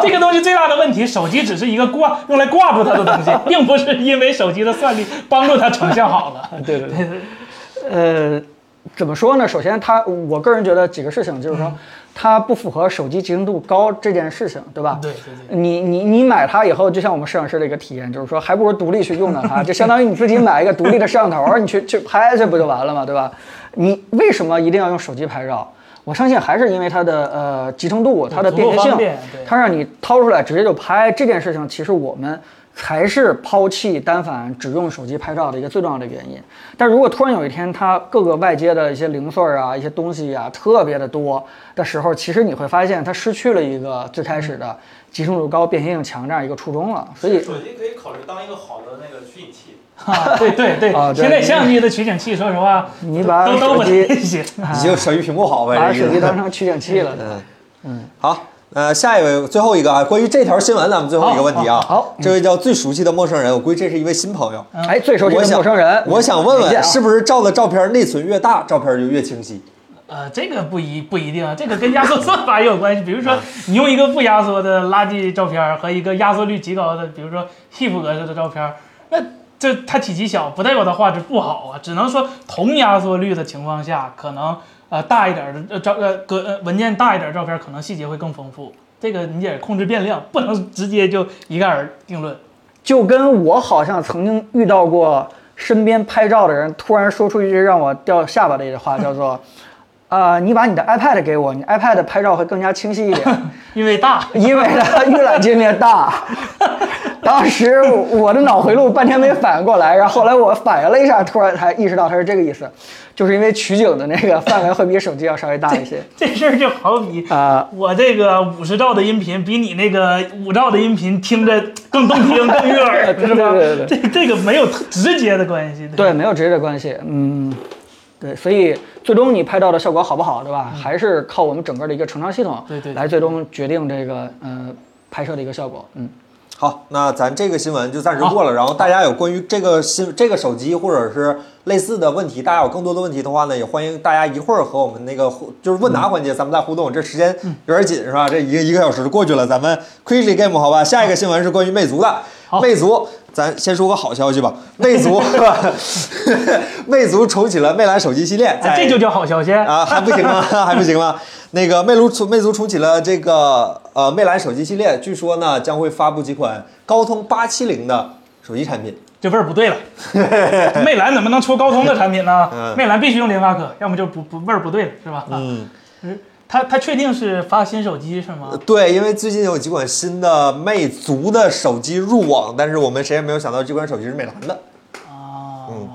B: (laughs) 这个东西最大的问题，手机只是一个挂用来挂住它的东
C: (laughs)
B: 西，并不是因为手机的算力帮助它成像好了。
C: (laughs) 对对对，呃，怎么说呢？首先它，我个人觉得几个事情，就是
B: 嗯
C: 说，它不符合手机集成度高这件事情，对吧？
B: 对对对。
C: 你你你买它以后，就像我们摄影师的一个体验，就是说，还不如独立去用呢它，就相当于你自己买一个独立的摄像头，你去去拍这不就完了嘛，对吧？你为什么一定要用手机拍照？我相信还是因为它的呃集成度、它的
B: 足够
C: 便携性
B: 方便对，
C: 它让你掏出来直接就拍这件事情，其实我们才是抛弃单反只用手机拍照的一个最重要的原因。但如果突然有一天它各个外接的一些零碎儿啊、一些东西啊特别的多的时候，其实你会发现它失去了一个最开始的集成度高、便携性强这样一个初衷了。所以
D: 手机可以考虑当一个好的那个取景器，
B: 啊，对对对，
C: 啊对
B: 现在相机的取景器，说实话，
C: 你把
B: 都都
C: 手
B: 不
C: 机
B: 太
A: (laughs)
B: (laughs) 行。
A: 你就手机屏幕好呗，
C: 把
A: 这意思
C: 啊手机当成取景器了。
A: 嗯嗯， (laughs) 好，呃，下一位，最后一个啊，关于这条新闻，咱们最后一个问题啊，
C: 好好好嗯
A: 这位叫最熟悉的陌生人，我估计这是一位新朋友。
C: 哎，最熟悉
A: 嗯我
C: 的
A: 想
C: 陌生人，
A: 我想问
C: 再见啊
A: 问，是不是照的照片内存越大，照片就越清晰？
B: 呃，这个不一不一定，这个跟压缩算法也有关系。比如说，你用一个不压缩的垃圾照片儿和一个压缩率极高的，比如说 HEIF 格式的照片儿，那这它体积小，不代表它画质不好啊，只能说同压缩率的情况下，可能呃大一点儿的呃照呃格呃文件大一点儿的照片儿，可能细节会更丰富。这个你也控制变量，不能直接就一概而定论。
C: 就跟我好像曾经遇到过身边拍照的人突然说出一句让我掉下巴的一句话，叫做：“呃，你把你的 iPad 给我，你 iPad 拍照会更加清晰一点，
B: 因为大，
C: 因为它预览界面大。”当时我的脑回路半天没反应过来，然后后来我反应了一下，突然才意识到它是这个意思，就是因为取景的那个范围会比手机要稍微大一些
B: 这事儿就好比
C: 啊、
B: 我这个五十兆的音频比你那个五兆的音频听着更动听、更悦耳，
C: (laughs) 对
B: 是吧？
C: 对对
B: 这这个没有特直接的关系。
C: 对，没有直接的关系，嗯，对，所以最终你拍到的效果好不好，对吧？
A: 嗯
C: 还是靠我们整个的一个成像系统，
B: 对对对
C: 来最终决定这个呃拍摄的一个效果，嗯，
A: 好，那咱这个新闻就暂时过了。然后大家有关于这个新这个手机或者是类似的问题，大家有更多的问题的话呢，也欢迎大家一会儿和我们那个互就是问答环节，咱们再互动。这时间
B: 嗯
A: 有点紧是吧？这一个一个小时过去了，咱们 quickly game 好吧？下一个新闻是关于魅族的。魅族，咱先说个好消息吧。魅族， (laughs) 魅族重启了魅蓝手机系列，
B: 啊
A: 在
B: 这就叫好消息。
A: (laughs) 啊，还不行吗？还不行吗？那个魅族重魅族重启了这个呃魅蓝手机系列，据说呢将会发布几款高通八七零的手机产品。
B: 这味儿不
C: (laughs)
B: 对了，魅蓝怎么能出高通的产品呢？
A: 嗯
B: 魅蓝必须用联发科，要么就不不味儿不对了，是吧？啊
A: 嗯，
B: 他他确定是发新手机是吗？
A: 对，因为最近有几款新的魅族的手机入网，但是我们谁也没有想到这款手机是魅蓝的。
C: 呃
B: 啊，
C: 嗯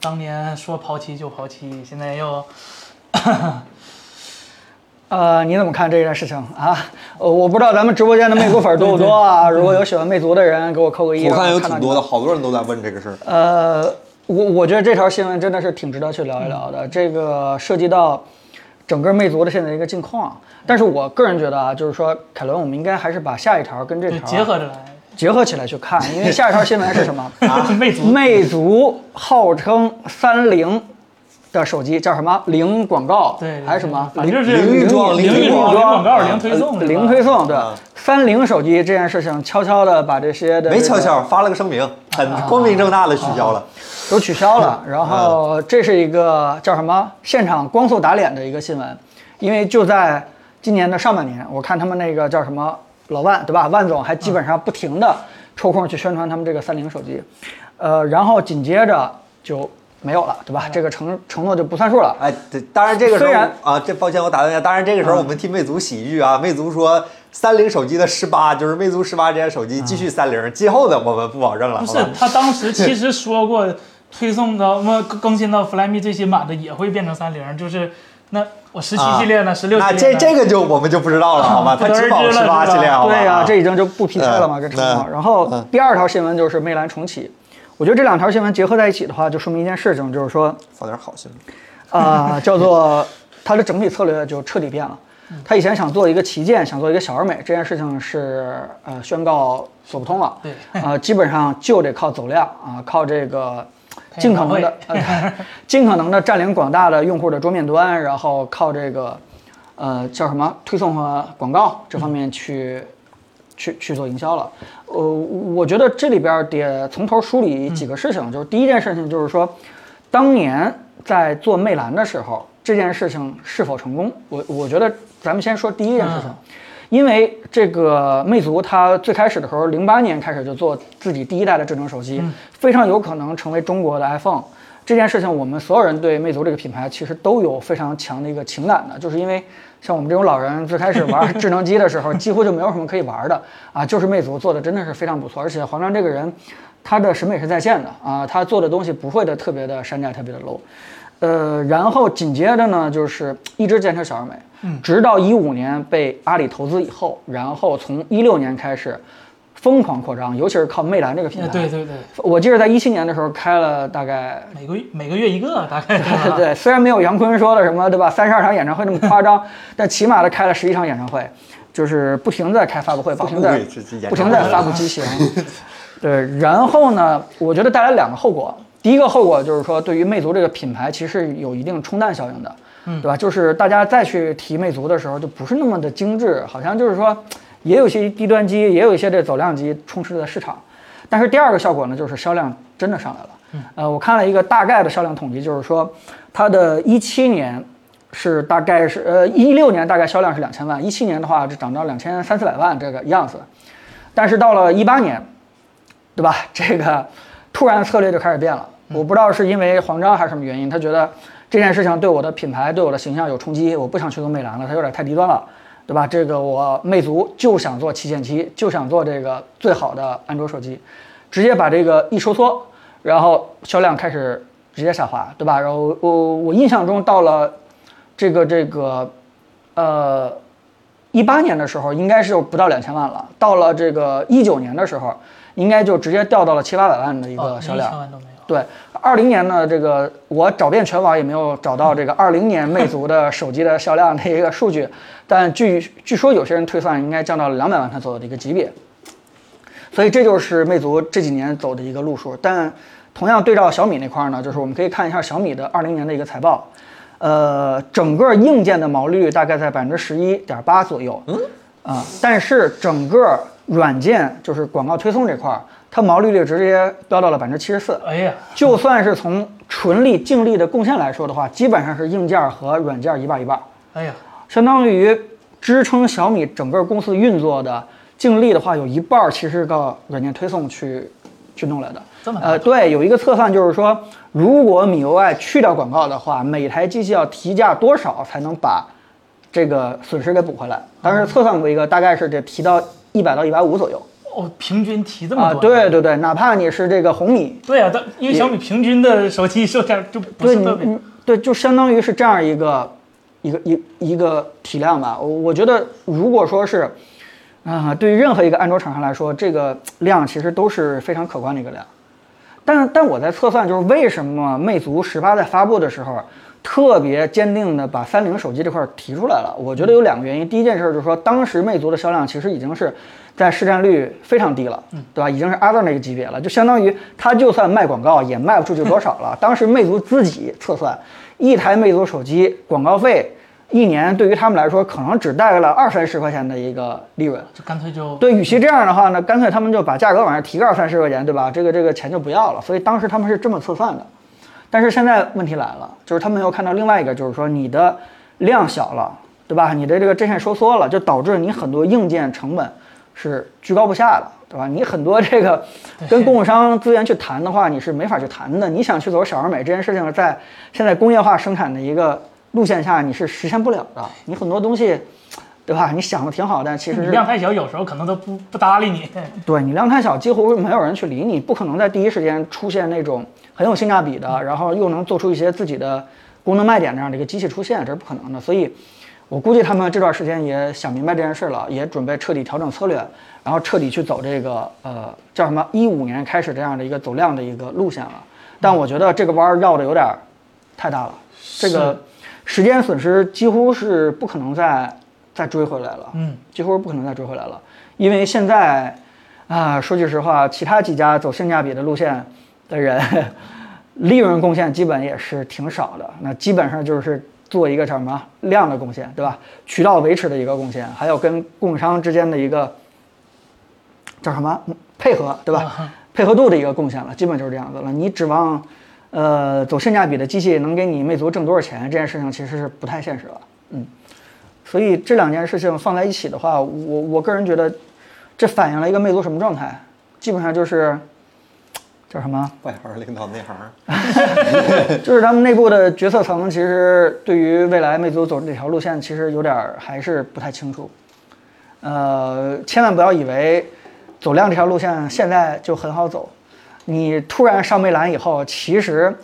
B: 当年说抛弃就抛弃，现在
C: (laughs)
B: 又
C: 呃，你怎么看这件事情啊？呃，我不知道咱们直播间的魅族粉儿多不多啊？如果有喜欢魅族的人，给我扣个一，
A: 嗯我看
C: 让
A: 有
C: 看到
A: 挺
C: 你
A: 多
C: 们
A: 的，好多人都在问这个事儿。
C: 呃，我我觉得这条新闻真的是挺值得去聊一聊
A: 嗯
C: 的，这个涉及到整个魅族的现在一个境况。但是我个人觉得啊，就是说凯伦，我们应该还是把下一条跟这
B: 就
C: 条
B: 结合着来，
C: 结合起来去看，
A: (laughs)
C: 因为下一条新闻是什么？
A: 啊
B: 魅族
C: 魅族号称三菱的手机叫什么？零广告，
B: 对，
C: 还是什么？
B: 反正是
A: 零零预装
B: 零
A: 零
B: 预
A: 预
B: 装、
A: 装
B: 零广告、零
A: 啊
B: 推送、
C: 呃零推送，对
A: 啊，
C: 三菱手机这件事情悄悄的把这些的
A: 没
C: 这
A: 悄
C: 个
A: 悄发了个声明，很
C: 啊
A: 光明正大的取消了。
C: 都取消了。
A: 嗯
C: 然后这是一个叫什么现场光速打脸的一个新闻，因为就在
A: 嗯
C: 今年的上半年，我看他们那个叫什么老万对吧？万总还基本上不停的抽空去宣传他们这个三菱手机，呃，然后紧接着就没有了，对吧？这个承承诺就不算数了。
A: 嗯哎，对，当然这个时候
C: 虽然
A: 啊，这抱歉我打断一下，当然这个时候我们替魅族洗浴啊，魅族说三菱手机的十八就是魅族十八这台手机继续三菱，今后的我们不保证了，
B: 不是
A: 好吧，
B: 他当时其实说过，推送到么更新到 Flyme 最新版的也会变成三零，就是那我十七
A: 啊
B: 系列呢，十六
A: 那
B: 系
A: 这
B: 列呢，
A: 这个就我们就不知道了，好吧？
B: 不
A: 他
B: 得
A: 只
B: 而
A: 保
B: 知了
A: 十八
B: 是吧
A: 系列，好吧？
C: 对呀、
A: 啊
C: 这已经就不批菜了嘛，
A: 嗯
C: 这承诺。
A: 嗯
C: 然后
A: 嗯
C: 第二条新闻就是魅蓝重启，我觉得这两条新闻结合在一起的话，就说明一件事情，就是说，
A: 放点好新闻。
C: 啊，叫做它的整体策略就彻底变了。他以前想做一个旗舰，想做一个小而美，这件事情是呃宣告走不通了。
B: 对，
C: 啊、基本上就得靠走量啊、靠这个
B: 培养
C: 尽可能
B: 会
C: 的、呃、 (laughs) 尽可能的占领广大的用户的桌面端，然后靠这个呃叫什么推送和广告这方面去、去去做营销了。呃，我觉得这里边儿得从头梳理几个事情，就是第一件事情就是说，当年在做魅蓝的时候，这件事情是否成功？我我觉得咱们先说第一件事情，
B: 嗯
C: 因为这个魅族它最开始的时候，零八年开始就做自己第一代的智能手机，非常有可能成为中国的 iPhone。这件事情，我们所有人对魅族这个品牌其实都有非常强的一个情感的，就是因为像我们这种老人，最开始玩智能机的时候，几乎就没有什么可以玩的啊，就是魅族做的真的是非常不错，而且黄章这个人，他的审美是在线的啊，他做的东西不会的特别的山寨，特别的 low。呃，然后紧接着呢，就是一直坚持小而美，直到一五年被阿里投资以后，然后从一六年开始疯狂扩张，尤其是靠魅蓝这个品牌。
B: 呃对对对，
C: 我记得在一七年的时候开了大概
B: 每个月每个月一个大概是吧
C: (laughs) 对，虽然没有杨坤说的什么，对吧？三十二场演唱会那么夸张，但起码他开了十一场演唱会，就是不停地在开发布会，不停地
A: 发布会这这演唱会
C: 不停地在发布机型。对，然后呢，我觉得带来两个后果。第一个后果就是说，对于魅族这个品牌，其实是有一定冲淡效应的，对吧？就是大家再去提魅族的时候，就不是那么的精致，好像就是说，也有一些低端机，也有一些这走量机充斥着市场。但是第二个效果呢，就是销量真的上来了。呃，我看了一个大概的销量统计，就是说，它的一七年是大概是呃一六年大概销量是两千万，一七年的话就涨到两千三四百万这个样子，但是到了一八年，对吧？ (laughs) 这个突然策略就开始变了。我不知道是因为黄章还是什么原因，他觉得这件事情对我的品牌、对我的形象有冲击，我不想去做魅蓝了，它有点太低端了，对吧？这个我魅族就想做旗舰机，就想做这个最好的安卓手机，直接把这个一收缩，然后销量开始直接下滑，对吧？然后我我印象中到了这个这个呃一八年的时候，应该是不到两千万了。到了这个一九年的时候，应该就直接掉到了七八百万的一
B: 哦
C: 个销量
B: 一千。万都没有。
C: 对，二零年呢，这个我找遍全网也没有找到这个二零年魅族的手机的销量的一个数据，但据据说有些人推算应该降到两百万台左右的一个级别，所以这就是魅族这几年走的一个路数。但同样对照小米那块儿呢，就是我们可以看一下小米的二零年的一个财报，呃，整个硬件的毛利率大概在百分之十一点八左右，嗯，啊、但是整个软件就是广告推送这块儿，它毛利率直接飙到了百分之七十四，
B: 哎呀，
C: 就算是从纯利净利的贡献来说的话，基本上是硬件和软件一半一半，
B: 哎呀，
C: 相当于支撑小米整个公司运作的净利的话，有一半儿其实是靠软件推送去去弄来的。
B: 这么大
C: 呃，对，有一个测算就是说，如果米 UI 去掉广告的话，每台机器要提价多少才能把这个损失给补回来？当时测算过一个，大概是得提到一百到一百五左右。
B: 哦，平均提这
C: 啊、
B: 么多，
C: 对对对，哪怕你是这个红米
B: 对啊，但因为小米平均的手机售价就不
C: 对
B: 是
C: 你
B: 特别，
C: 你对，就相当于是这样一个一个一一个体量吧。我我觉得，如果说是啊、对于任何一个安卓厂商来说，这个量其实都是非常可观的一个量。但但我在测算，就是为什么魅族十八在发布的时候特别坚定的把三菱手机这块儿提出来了？我觉得有两个原因。第一件事就是说，当时魅族的销量其实已经是在市占率非常低了，对吧？已经是 other 那个级别了，就相当于它就算卖广告也卖不出去多少了。当时魅族自己测算，一台魅族手机广告费一年对于他们来说可能只带来二三十块钱的一个利润。
B: 就干脆就
C: 对，与其这样的话呢，干脆他们就把价格往上提个二三十块钱，对吧？这个这个钱就不要了。所以当时他们是这么测算的，但是现在问题来了，就是他们又看到另外一个，就是说你的量小了，对吧？你的这个阵线收缩了，就导致你很多硬件成本是居高不下的，对吧？你很多这个跟供应商资源去谈的话，你是没法去谈的。你想去走小而美这件事情，在现在工业化生产的一个路线下，你是实现不了的。你很多东西，对吧？你想的挺好，但其实
B: 你量太小，有时候可能都不不搭理你。
C: 对你量太小，几乎没有人去理你，不可能在第一时间出现那种很有性价比的，然后又能做出一些自己的功能卖点这样的一个机器出现，这是不可能的。所以，我估计他们这段时间也想明白这件事了，也准备彻底调整策略，然后彻底去走这个呃叫什么一五年开始这样的一个走量的一个路线了。但我觉得这个弯儿绕的有点儿太大了，这个时间损失几乎是不可能再再追回来了。
B: 嗯，
C: 几乎是不可能再追回来了，因为现在啊、说句实话，其他几家走性价比的路线的人， (laughs) 利润贡献基本也是挺少的，那基本上就是做一个叫什么量的贡献，对吧？渠道维持的一个贡献，还有跟供应商之间的一个叫什么嗯配合，对吧？配合度的一个贡献了，基本就是这样子了。你指望呃走性价比的机器能给你魅族挣多少钱，这件事情其实是不太现实了。嗯，所以这两件事情放在一起的话，我我个人觉得，这反映了一个魅族什么状态？基本上就是叫什么？
A: 外行领导内行，
C: 就是他们内部的决策层，其实对于未来魅族走这条路线，其实有点儿还是不太清楚。呃，千万不要以为走量这条路线现在就很好走，你突然上魅蓝以后，其实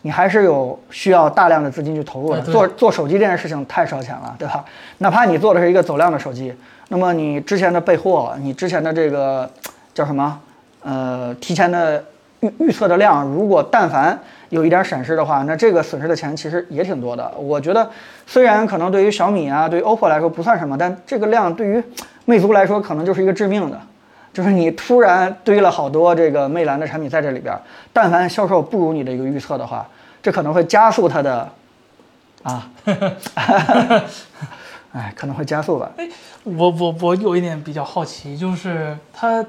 C: 你还是有需要大量的资金去投入的。
B: 哎对
C: 做做手机这件事情太烧钱了，对吧？哪怕你做的是一个走量的手机，那么你之前的备货，你之前的这个叫什么？呃，提前的预预测的量，如果但凡有一点闪失的话，那这个损失的钱其实也挺多的。我觉得，虽然可能对于小米啊，对于 OPPO 来说不算什么，但这个量对于魅族来说可能就是一个致命的。就是你突然堆了好多这个魅蓝的产品在这里边儿，但凡销售不如你的一个预测的话，这可能会加速它的，啊， (laughs) 哎，可能会加速吧。
B: 我我我有一点比较好奇，就是他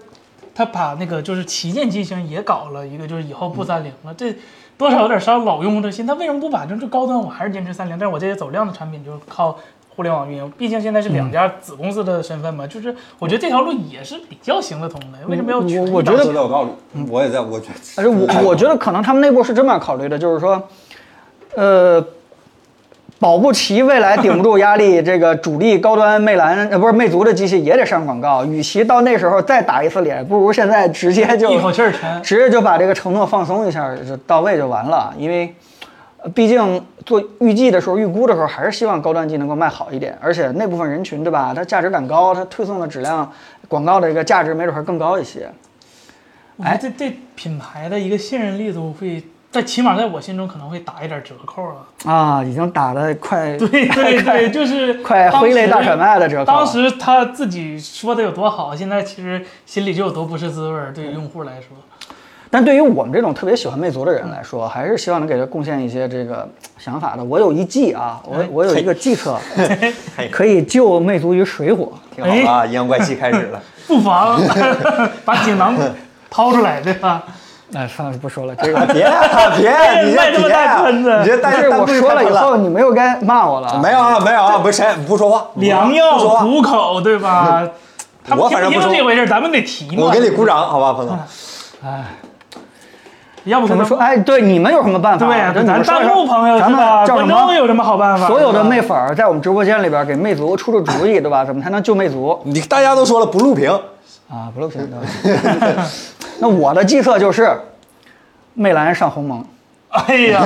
B: 他把那个就是旗舰机型也搞了一个，就是以后不三菱了，这多少有点伤老用户的心。他为什么不把就是高端我还是坚持三菱，但是我这些走量的产品就是靠互联网运营，毕竟现在是
C: 嗯
B: 两家子公司的身份嘛，就是我觉得这条路也是比较行得通的，为什么要去？
C: 我觉得
A: 说的有道理，我也在，我觉
C: 而且我我觉得可能他们内部是这么考虑的，就是说，呃，保不齐未来顶不住压力，这个主力高端魅蓝呃不是魅族的机器也得上广告，与其到那时候再打一次脸，不如现在直接就哎
B: 一口气儿沉。
C: 直接就把这个承诺放松一下，就到位就完了。因为，呃毕竟做预计的时候、预估的时候，还是希望高端机能够卖好一点。而且那部分人群，对吧？它价值感高，它推送的质量、广告的一个价值，没准还更高一些。
B: 我觉得这这品牌的一个信任力度会，在起码在我心中可能会打一点折扣了。
C: 啊，已经打的
B: (laughs)
C: 快 (laughs)
B: 对对对，就是
C: 快
B: 当
C: 挥泪
B: 时
C: 大甩卖的折扣
B: 当时他自己说的有多好，现在其实心里就有多不是滋味儿。对于用户来说，
C: 但对于我们这种特别喜欢魅族的人来说，还是希望能给他贡献一些这个想法的。我有一计啊，我我有一个计策， (laughs) 可以救魅族于水火。
A: 挺好啊，阴阳怪气开始了。
B: 不妨把锦囊掏出来，对吧？
C: 哎，算了，不说了，这个。
A: 别啊别啊，你这
B: 卖这么
A: 别啊
B: 大喷子
A: 你这
C: 但
A: 带
C: 是
A: 带
C: 我
A: 不许
C: 说
A: 开
C: 了以
A: 喷
C: 后，你们又该骂我了啊。
A: 没有啊没有啊，不谁不说话，
B: 良
A: 不说
B: 药
A: 话
B: 苦口，对吧？他们
A: 我
B: 听
A: 反正
B: 听
A: 不说
B: 这回事儿，咱们得提嘛。
A: 我给你鼓掌，好吧，彭总。
B: 要不
C: 怎
B: 可
C: 么
B: 能
C: 说？哎，对，你们有什么办法？啊
B: 对呀，
C: 就你
B: 咱
C: 们说
B: 弹
C: 说
B: 幕朋友
C: 咱
B: 是
C: 们
B: 吧？
C: 叫什
B: 观众
C: 么？
B: 有什么好办法？
C: 所有的
B: 是吧
C: 妹粉儿在我们直播间里边给魅族出出主意，对吧？怎么才能救魅族
A: 你大家都说了不录屏， (laughs)
C: 啊？不露屏的。
B: (laughs)
C: 那我的计策就是，魅蓝上鸿蒙
B: 哎呀，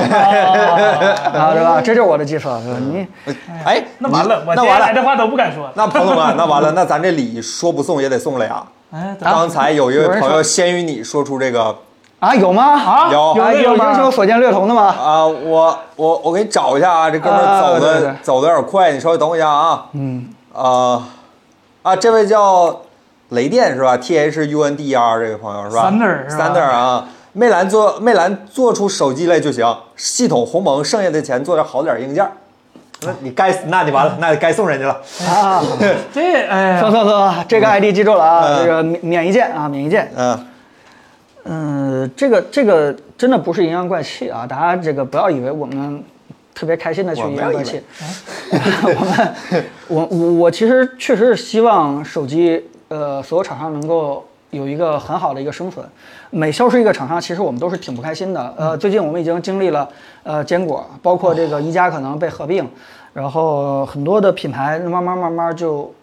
A: (laughs)
B: 啊
C: 啊，对吧？这就是我的计策。
B: 嗯
C: 对吧你
A: 哎，
B: 那完了，我
A: 那
B: 接下
A: 完
B: 来
A: 了，
B: 的话都不敢说。
A: 那朋友
B: (laughs)
A: 们，那完了，那咱这礼说不送也得送了呀。
B: 哎，咱
A: 刚才有一位
C: 有人说
A: 朋友先于你说出这个
C: 啊，有吗？啊
A: 有
C: 有
B: 有
C: 有
B: 吗
C: 英雄所见略同的吗？
A: 啊，我我我给你找一下啊，这哥们儿
C: 啊
A: 走
C: 对
A: 的
C: 对
A: 走的有点快，你稍微等我一下啊。嗯。啊啊，这位叫雷电是吧？T H U N D E R 这位朋友是吧
B: Thunder 是吧
A: ？Thunder 啊，魅蓝做魅蓝做出手机来就行，系统鸿蒙，剩下的钱做点好点儿硬件儿。
C: 嗯
A: 那你该那你完了，那该送人家了。
C: 啊，
B: 这哎呀
C: 算，算算，这个 ID 记住了
A: 嗯
C: 啊，这个免免一键啊，免一键。
A: 嗯，
C: 嗯，这个这个真的不是阴阳怪气啊，大家这个不要以为我们特别开心的去
A: 我
C: 阴
A: 没有
C: 阳怪
A: 以为
C: (laughs) 气。我们我我我其实确实是希望手机呃所有厂商能够有一个很好的一个生存。每消失一个厂商，其实我们都是挺不开心的。呃，最近我们已经经历了呃坚果，包括
A: 哦
C: 这个宜家可能被合并，然后很多的品牌慢慢慢慢就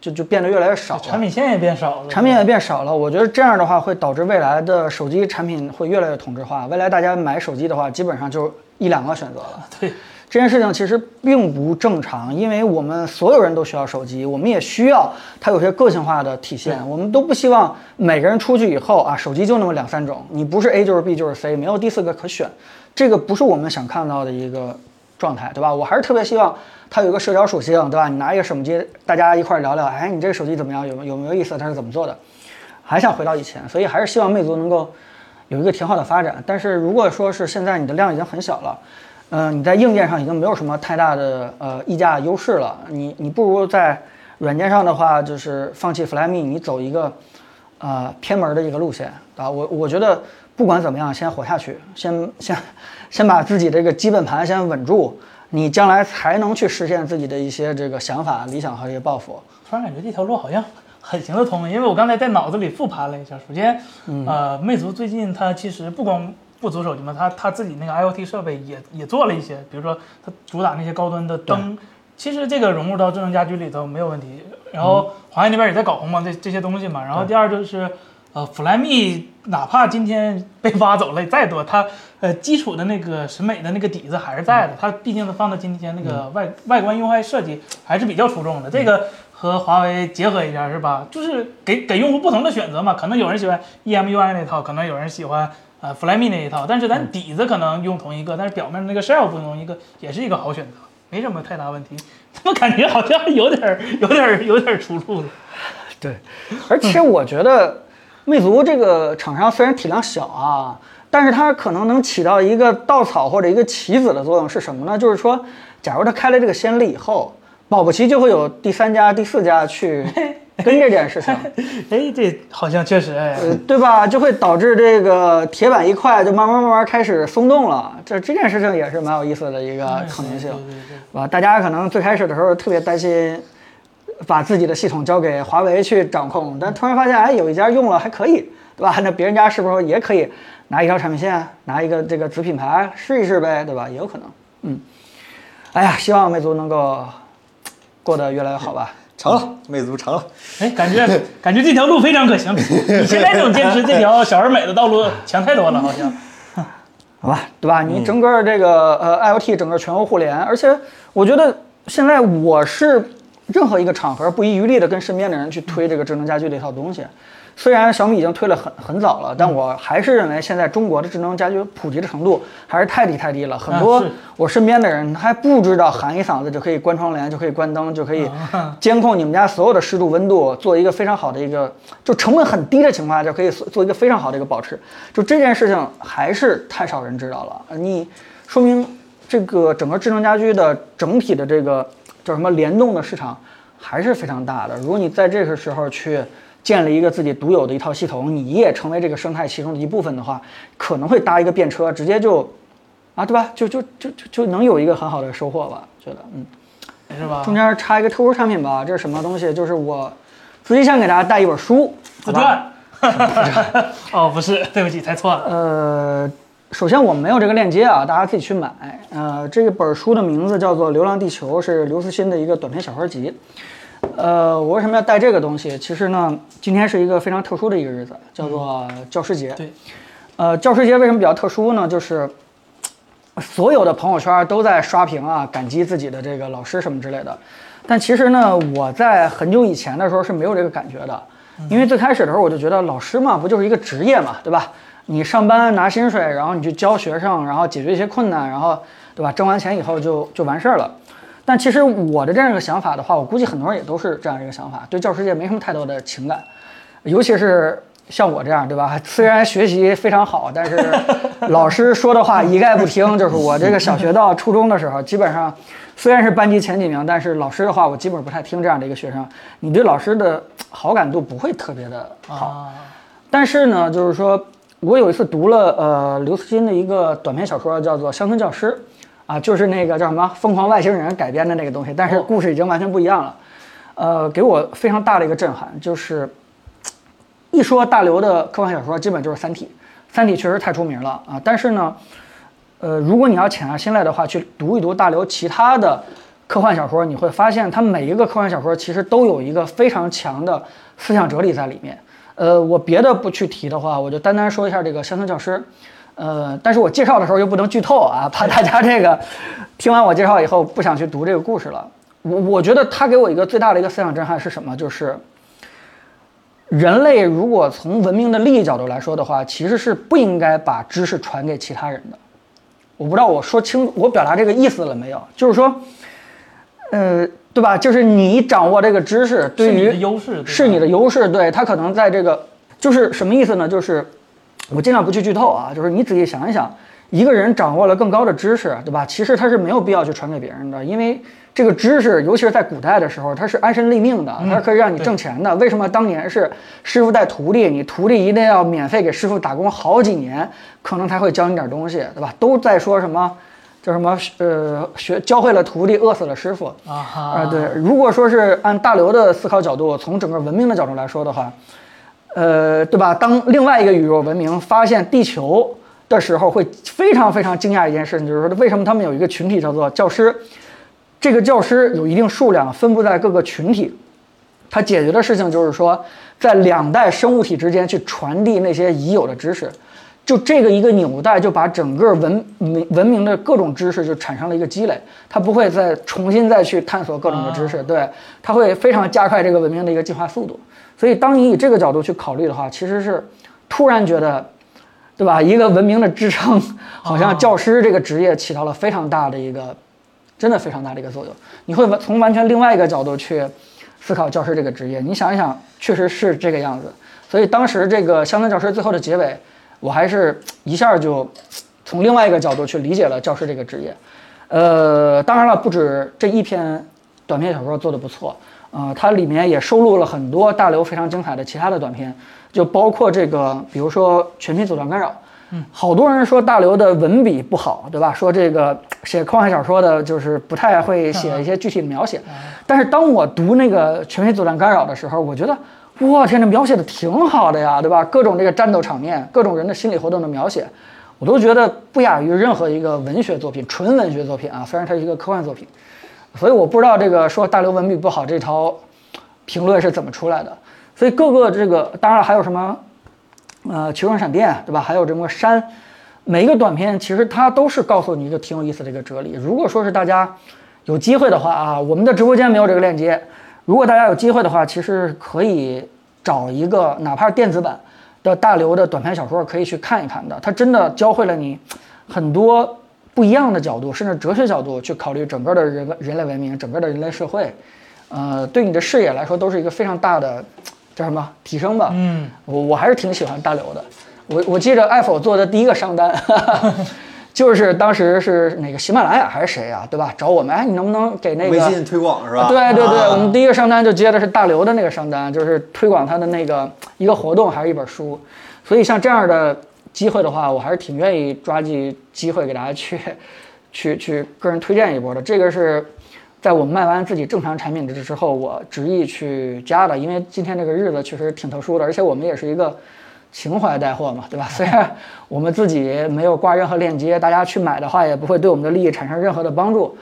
C: 就就变得越来越少了。
B: 产品线也变少了，
C: 产品也变少了。我觉得这样的话会导致未来的手机产品会越来越同质化。未来大家买手机的话，基本上就一两个选择了。
B: 对，
C: 这件事情其实并不正常，因为我们所有人都需要手机，我们也需要它有些个性化的体现。我们都不希望每个人出去以后啊，手机就那么两三种，你不是 A 就是 B 就是 C，没有第四个可选。这个不是我们想看到的一个状态，对吧？我还是特别希望它有一个社交属性，对吧？你拿一个手机，大家一块儿聊聊，哎，你这个手机怎么样？有有没有意思？它是怎么做的？还想回到以前，所以还是希望魅族能够有一个挺好的发展。但是如果说是现在你的量已经很小了，嗯、你在硬件上已经没有什么太大的呃溢价优势了，你你不如在软件上的话，就是放弃 Flyme，你走一个呃偏门的一个路线啊。我我觉得不管怎么样，先活下去，先先 (laughs) 先把自己这个基本盘先稳住，你将来才能去实现自己的一些这个想法、理想和一些抱负。
B: 突然感觉这条路好像很行得通，因为我刚才在脑子里复盘了一下。首先，
C: 嗯
B: 呃，魅族最近它其实不光不走手机嘛，它它自己那个 IoT 设备也也做了一些，比如说它主打那些高端的灯，其实这个融入到智能家居里头没有问题。然后华为那边也在搞红嘛，这这些东西嘛。然后第二就是。呃，Flyme 哪怕今天被挖走了再多，它呃基础的那个审美的那个底子还是在的。它毕竟放到今天那个外、外观用户设计还是比较出众的。这个和华为结合一下是吧？就是给给用户不同的选择嘛。可能有人喜欢 E EMUI 那套，可能有人喜欢呃 Flyme 那一套，但是
C: 嗯
B: 咱底子可能用同一个，但是表面那个 shell 不同一个，也是一个好选择，没什么太大问题。 (laughs) 怎么感觉好像有点儿有点儿有点儿出路了？
C: 对，而且我觉得魅族这个厂商虽然体量小啊，但是它可能能起到一个稻草或者一个棋子的作用是什么呢？就是说，假如它开了这个先例以后，保不齐就会有第三家、第四家去跟这件事情，
B: 哎，这好像确实哎。
C: 呃，对吧？就会导致这个铁板一块就慢慢慢慢开始松动了。这这件事情也是蛮有意思的一个可能性。
B: 嗯对对对
C: 是啊吧？大家可能最开始的时候特别担心，把自己的系统交给华为去掌控，但突然发现，哎，有一家用了还可以，对吧？ (laughs) 那别人家是不是也可以拿一条产品线，拿一个这个子品牌试一试呗，对吧？也有可能，嗯。哎呀，希望魅族能够过得越来越好吧。
A: 成了，魅族成了。
B: 哎，感觉感觉这条路非常可行，比你现在这种坚持这条小而美的道路强太多了，好像。
C: 好吧，对吧？你整个这个呃 IoT 整个全欧互联，而且我觉得现在我是任何一个场合不遗余力的跟身边的人去推这个智能家居这套东西。虽然小米已经推了很很早了，但我还是认为现在中国的智能家居普及的程度还是太低太低了。很多
B: 是
C: 我身边的人还不知道喊一嗓子就可以关窗帘，就可以关灯，就可以监控你们家所有的湿度、温度，做一个非常好的一个，就成本很低的情况下就可以做做一个非常好的一个保持。就这件事情还是太少人知道了，呃你说明这个整个智能家居的整体的这个叫什么联动的市场还是非常大的。如果你在这个时候去建立一个自己独有的一套系统，你也成为这个生态其中的一部分的话，可能会搭一个便车，直接就啊，对吧？就就就就就能有一个很好的收获吧，觉得嗯。
B: 是吧
C: 中？间插一个特殊产品吧，这是什么东西？就是我自己想给大家带一本书，
B: 自
C: 好吧？
B: 传。 (laughs) 哦，不是，对不起，猜错了。
C: 呃，首先我们没有这个链接啊，大家自己去买。呃，这本书的名字叫做《流浪地球》，是刘慈欣的一个短篇小说集。呃，我为什么要带这个东西？其实呢，今天是一个非常特殊的一个日子，叫做教师节。
B: 对，
C: 呃，教师节为什么比较特殊呢？就是所有的朋友圈都在刷屏啊，感激自己的这个老师什么之类的。但其实呢，我在很久以前的时候是没有这个感觉的，因为最开始的时候我就觉得老师嘛，不就是一个职业嘛，对吧？你上班拿薪水，然后你去教学生，然后解决一些困难，然后对吧？挣完钱以后就就完事儿了。但其实我的这样一个想法的话，我估计很多人也都是这样一个想法，对教师节没什么太多的情感，尤其是像我这样，对吧？虽然学习非常好，但是老师说的话一概不听。就是我这个小学到初中的时候，基本上虽然是班级前几名，但是老师的话我基本不太听。这样的一个学生，你对老师的好感度不会特别的好。
B: 啊，
C: 但是呢，就是说我有一次读了呃刘慈欣的一个短篇小说，叫做《乡村教师》，啊，就是那个叫什么《疯狂外星人》改编的那个东西，但是故事已经完全不一样了。呃，给我非常大的一个震撼，就是一说大刘的科幻小说，基本就是《三体》，《三体》确实太出名了啊。但是呢，呃，如果你要潜下心来的话，去读一读大刘其他的科幻小说，你会发现他每一个科幻小说其实都有一个非常强的思想哲理在里面。呃，我别的不去提的话，我就单单说一下这个乡村教师。呃，但是我介绍的时候又不能剧透啊，怕大家这个听完我介绍以后不想去读这个故事了。我我觉得他给我一个最大的一个思想震撼是什么？就是人类如果从文明的利益角度来说的话，其实是不应该把知识传给其他人的。我不知道我说清我表达这个意思了没有？就是说，呃，对吧？就是你掌握这个知识，对
B: 是你
C: 于
B: 的优势，对吧
C: 是你的优势，对他可能在这个就是什么意思呢？就是我尽量不去剧透啊，就是你仔细想一想，一个人掌握了更高的知识，对吧？其实他是没有必要去传给别人的，因为这个知识，尤其是在古代的时候，它是安身立命的，它是可以让你挣钱的。为什么当年是师傅带徒弟，你徒弟一定要免费给师傅打工好几年，可能才会教你点东西，对吧？都在说什么？叫什么？呃，学教会了徒弟，饿死了师傅。
B: 啊哈
C: 啊、对，如果说是按大刘的思考角度，从整个文明的角度来说的话，呃，对吧？当另外一个宇宙文明发现地球的时候，会非常非常惊讶一件事情，就是说为什么他们有一个群体叫做教师，这个教师有一定数量，分布在各个群体。它解决的事情就是说，在两代生物体之间去传递那些已有的知识，就这个一个纽带就把整个文明文明的各种知识就产生了一个积累，它不会再重新再去探索各种的知识，对，它会非常加快这个文明的一个进化速度。所以，当你以这个角度去考虑的话，其实是突然觉得，对吧？一个文明的支撑，好像教师这个职业起到了非常大的一个真的非常大的一个作用。你会完从完全另外一个角度去思考教师这个职业。你想一想，确实是这个样子。所以当时这个《乡村教师》最后的结尾，我还是一下就从另外一个角度去理解了教师这个职业。呃，当然了，不止这一篇短篇小说做得不错，呃，它里面也收录了很多大刘非常精彩的其他的短篇，就包括这个，比如说《全民阻断干扰》。嗯，好多人说大刘的文笔不好，对吧？说这个写科幻小说的，就是不太会写一些具体的描写。但是当我读那个《全民阻断干扰》的时候，我觉得，我天，这描写的挺好的呀，对吧？各种这个战斗场面，各种人的心理活动的描写，我都觉得不亚于任何一个文学作品，纯文学作品啊。虽然它是一个科幻作品，所以我不知道这个说大刘文笔不好这条评论是怎么出来的。所以各个这个，当然还有什么呃，球状闪电，对吧？还有这么个山，每一个短片其实它都是告诉你一个挺有意思的一个哲理。如果说是大家有机会的话啊，我们的直播间没有这个链接，如果大家有机会的话，其实可以找一个哪怕是电子版的大刘的短篇小说可以去看一看的，它真的教会了你很多。不一样的角度，甚至哲学角度去考虑整个的人人类文明，整个的人类社会，呃，对你的视野来说都是一个非常大的叫什么提升吧。
B: 嗯，
C: 我我还是挺喜欢大刘的。我我记得爱否做的第一个商单， (laughs) 就是当时是哪个喜马拉雅还是谁啊，对吧？找我们，哎，你能不能给那个
A: 微信推广是吧？
C: 对对对，
A: 啊
C: 我们第一个商单就接的是大刘的那个商单，就是推广他的那个一个活动还是一本书，所以像这样的机会的话，我还是挺愿意抓紧机会给大家去 (laughs) 去去个人推荐一波的。这个是在我卖完自己正常产品之之后，我执意去加的，因为今天这个日子确实挺特殊的，而且我们也是一个。情怀带货嘛，对吧？虽 (laughs) 然我们自己没有挂任何链接，大家去买的话也不会对我们的利益产生任何的帮助，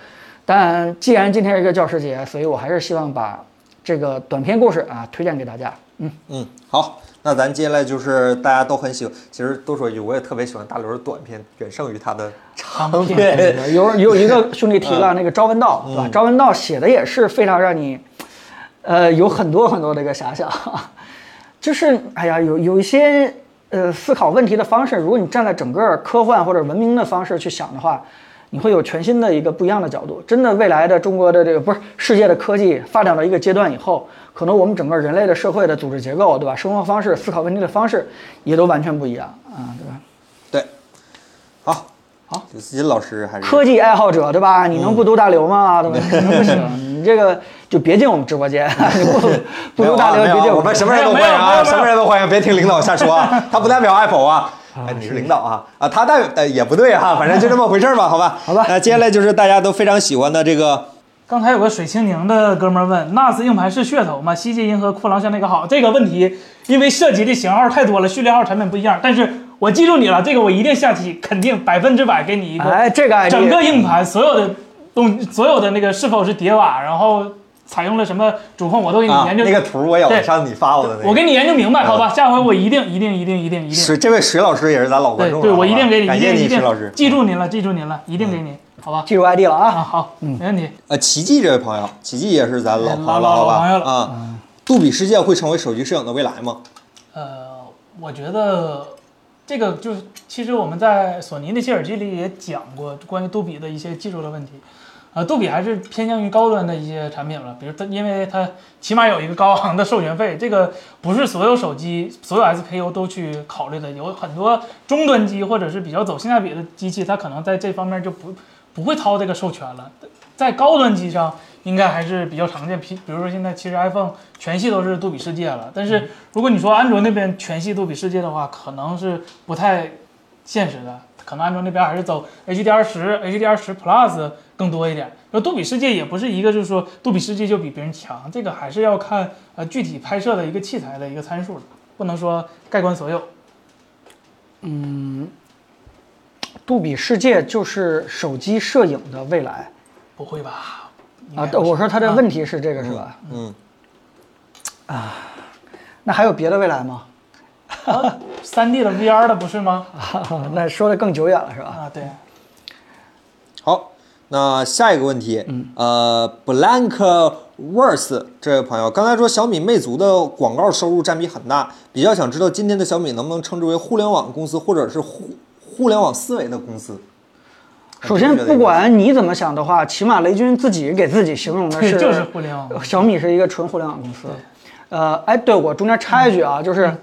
C: 但既然今天是一个教师节，所以我还是希望把这个短篇故事啊推荐给大家。嗯，
A: 嗯，好，那咱接下来就是大家都很喜欢，其实多说一句，我也特别喜欢大刘的短片，远胜于他的
B: 长
A: 长
B: 篇
A: 篇。
C: 有有一个兄弟提了那个赵文道，对吧？赵文道写的也是非常让你，呃，有很多很多的一个遐想， (laughs) 就是哎呀，有有一些呃思考问题的方式，如果你站在整个科幻或者文明的方式去想的话。你会有全新的一个不一样的角度。真的，未来的中国的这个不是世界的科技发展到一个阶段以后，可能我们整个人类的社会的组织结构，对吧？生活方式、思考问题的方式也都完全不一样啊，对吧？
A: 对，好，好，刘慈欣老师还是
C: 科技爱好者，对吧？你能不读大刘吗？对吧？你能不行，你这个就别进我们直播间，你不不
A: 没有
C: 读
A: 啊
C: 大刘，
A: 没有
C: 别
A: 啊
C: 进
A: 我
C: 们
A: 们
C: 直
A: 什
C: 播间。
A: 么人都欢迎
B: 没有没有没
A: 啊，
B: 有
A: 什么人都欢迎，别听领导瞎说
B: (laughs)
A: 啊，他不代表 Apple 啊。哎，你是领导啊啊，他啊
B: (laughs)
A: 代表呃也不对哈、反正就这么回事儿吧，好吧，
C: 好吧
A: 那接下来就是大家都非常喜欢的这个
B: 刚才有个水清宁的哥们儿问，NAS 硬盘是噱头吗？西界银河、酷狼像那个好？这个问题，因为涉及的型号太多了，序列号产品不一样。但是我记住你了，这个我一定下期肯定百分之百给你一个
C: 哎，这个 idea
B: 整个硬盘所有的东，所有的那个是否是叠瓦，然后采用了什么主控，我都给你
A: 啊，
B: 研究。
A: 那个图我有
B: 对
A: 上次你发我的那个，
B: 我给你研究明白，
A: 嗯
B: 好吧？下回我一定一定一定一定一定。
A: 水这位水老师也是咱老观
B: 对
A: 众了，啊
B: 对，
A: 好吧
B: 我一定给你，
A: 感
B: 一
A: 谢
B: 定一
A: 你
B: 定
A: 石老师，嗯
B: 记住您了，记住您了，一定给你，好吧？
C: 记住 ID 了
B: 啊，
C: 啊。
B: 好，没问题。
A: 呃，奇迹这位朋友，奇迹也是咱老朋友
B: 哎老
A: 了，好
B: 老朋友
A: 吧？
B: 了嗯
A: 啊，杜比世界会成为手机摄影的未来吗？
B: 呃，我觉得这个就是，其实我们在索尼那期耳机里也讲过关于杜比的一些技术的问题。呃，杜比还是偏向于高端的一些产品了，比如它，因为它起码有一个高昂的授权费，这个不是所有手机、所有 SKU 都去考虑的，有很多中端机或者是比较走性价比的机器，它可能在这方面就不不会掏这个授权了。在高端机上，应该还是比较常见。比比如说现在其实 iPhone 全系都是杜比世界了，但是如果你说安卓那边全系杜比世界的话，可能是不太现实的。可能安卓那边还是走 HDR 十、HDR 十 Plus 更多一点。然后杜比世界也不是一个，就是说杜比世界就比别人强，这个还是要看呃具体拍摄的一个器材的一个参数的，不能说盖棺所有。
C: 杜比世界就是手机摄影的未来
B: 不会吧？应该
C: 啊！
B: 不
C: 对我说他的
B: 啊
C: 问题是这个是吧？
A: 嗯，
C: 那还有别的未来吗？
B: 三 D 的 VR 的不是吗？
C: (laughs) 那说的更久远了是吧？
B: 啊，
C: (laughs)
B: 对，
A: 好，那下一个问题，
B: 嗯
A: 呃，Blank Worth 这位朋友，刚才说小米魅族的广告收入占比很大，比较想知道今天的小米能不能称之为互联网公司，或者是互互联网思维的公
B: (laughs)
A: 司？
C: 首先，不管你怎么想的话，起码雷军自己给自己形容的
B: 对 (laughs)
C: 是，
B: 就是互联
C: (laughs)
B: 网
C: 呃小米是一个纯互联网公司
B: 对。
C: 呃，哎，对我中间插一句啊，就是，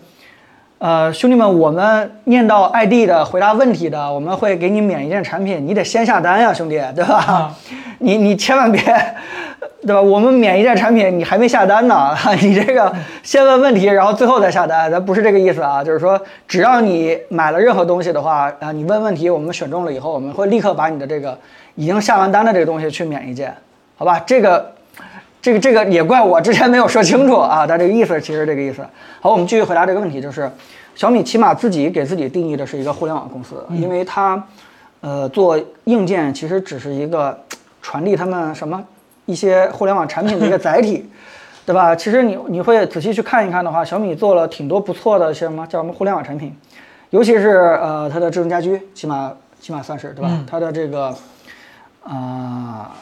C: 呃，兄弟们，我们念到 ID 的回答问题的，我们会给你免一件产品，你得先下单呀、兄弟，对吧？
B: 啊
C: 你你千万别，对吧？我们免一件产品，你还没下单呢， (laughs) 你这个先问问题，然后最后再下单，咱不是这个意思啊，就是说，只要你买了任何东西的话，啊，你问问题，我们选中了以后，我们会立刻把你的这个已经下完单的这个东西去免一件，好吧？这个。这个这个也怪我之前没有说清楚啊，但这个意思其实这个意思。好，我们继续回答这个问题，就是小米起码自己给自己定义的是一个互联网公司，因为它，呃，做硬件其实只是一个传递他们什么一些互联网产品的一个载体，对吧？其实你你会仔细去看一看的话，小米做了挺多不错的一些什么叫什么互联网产品，尤其是呃它的智能家居，起码起码算是对吧？它的这个。啊、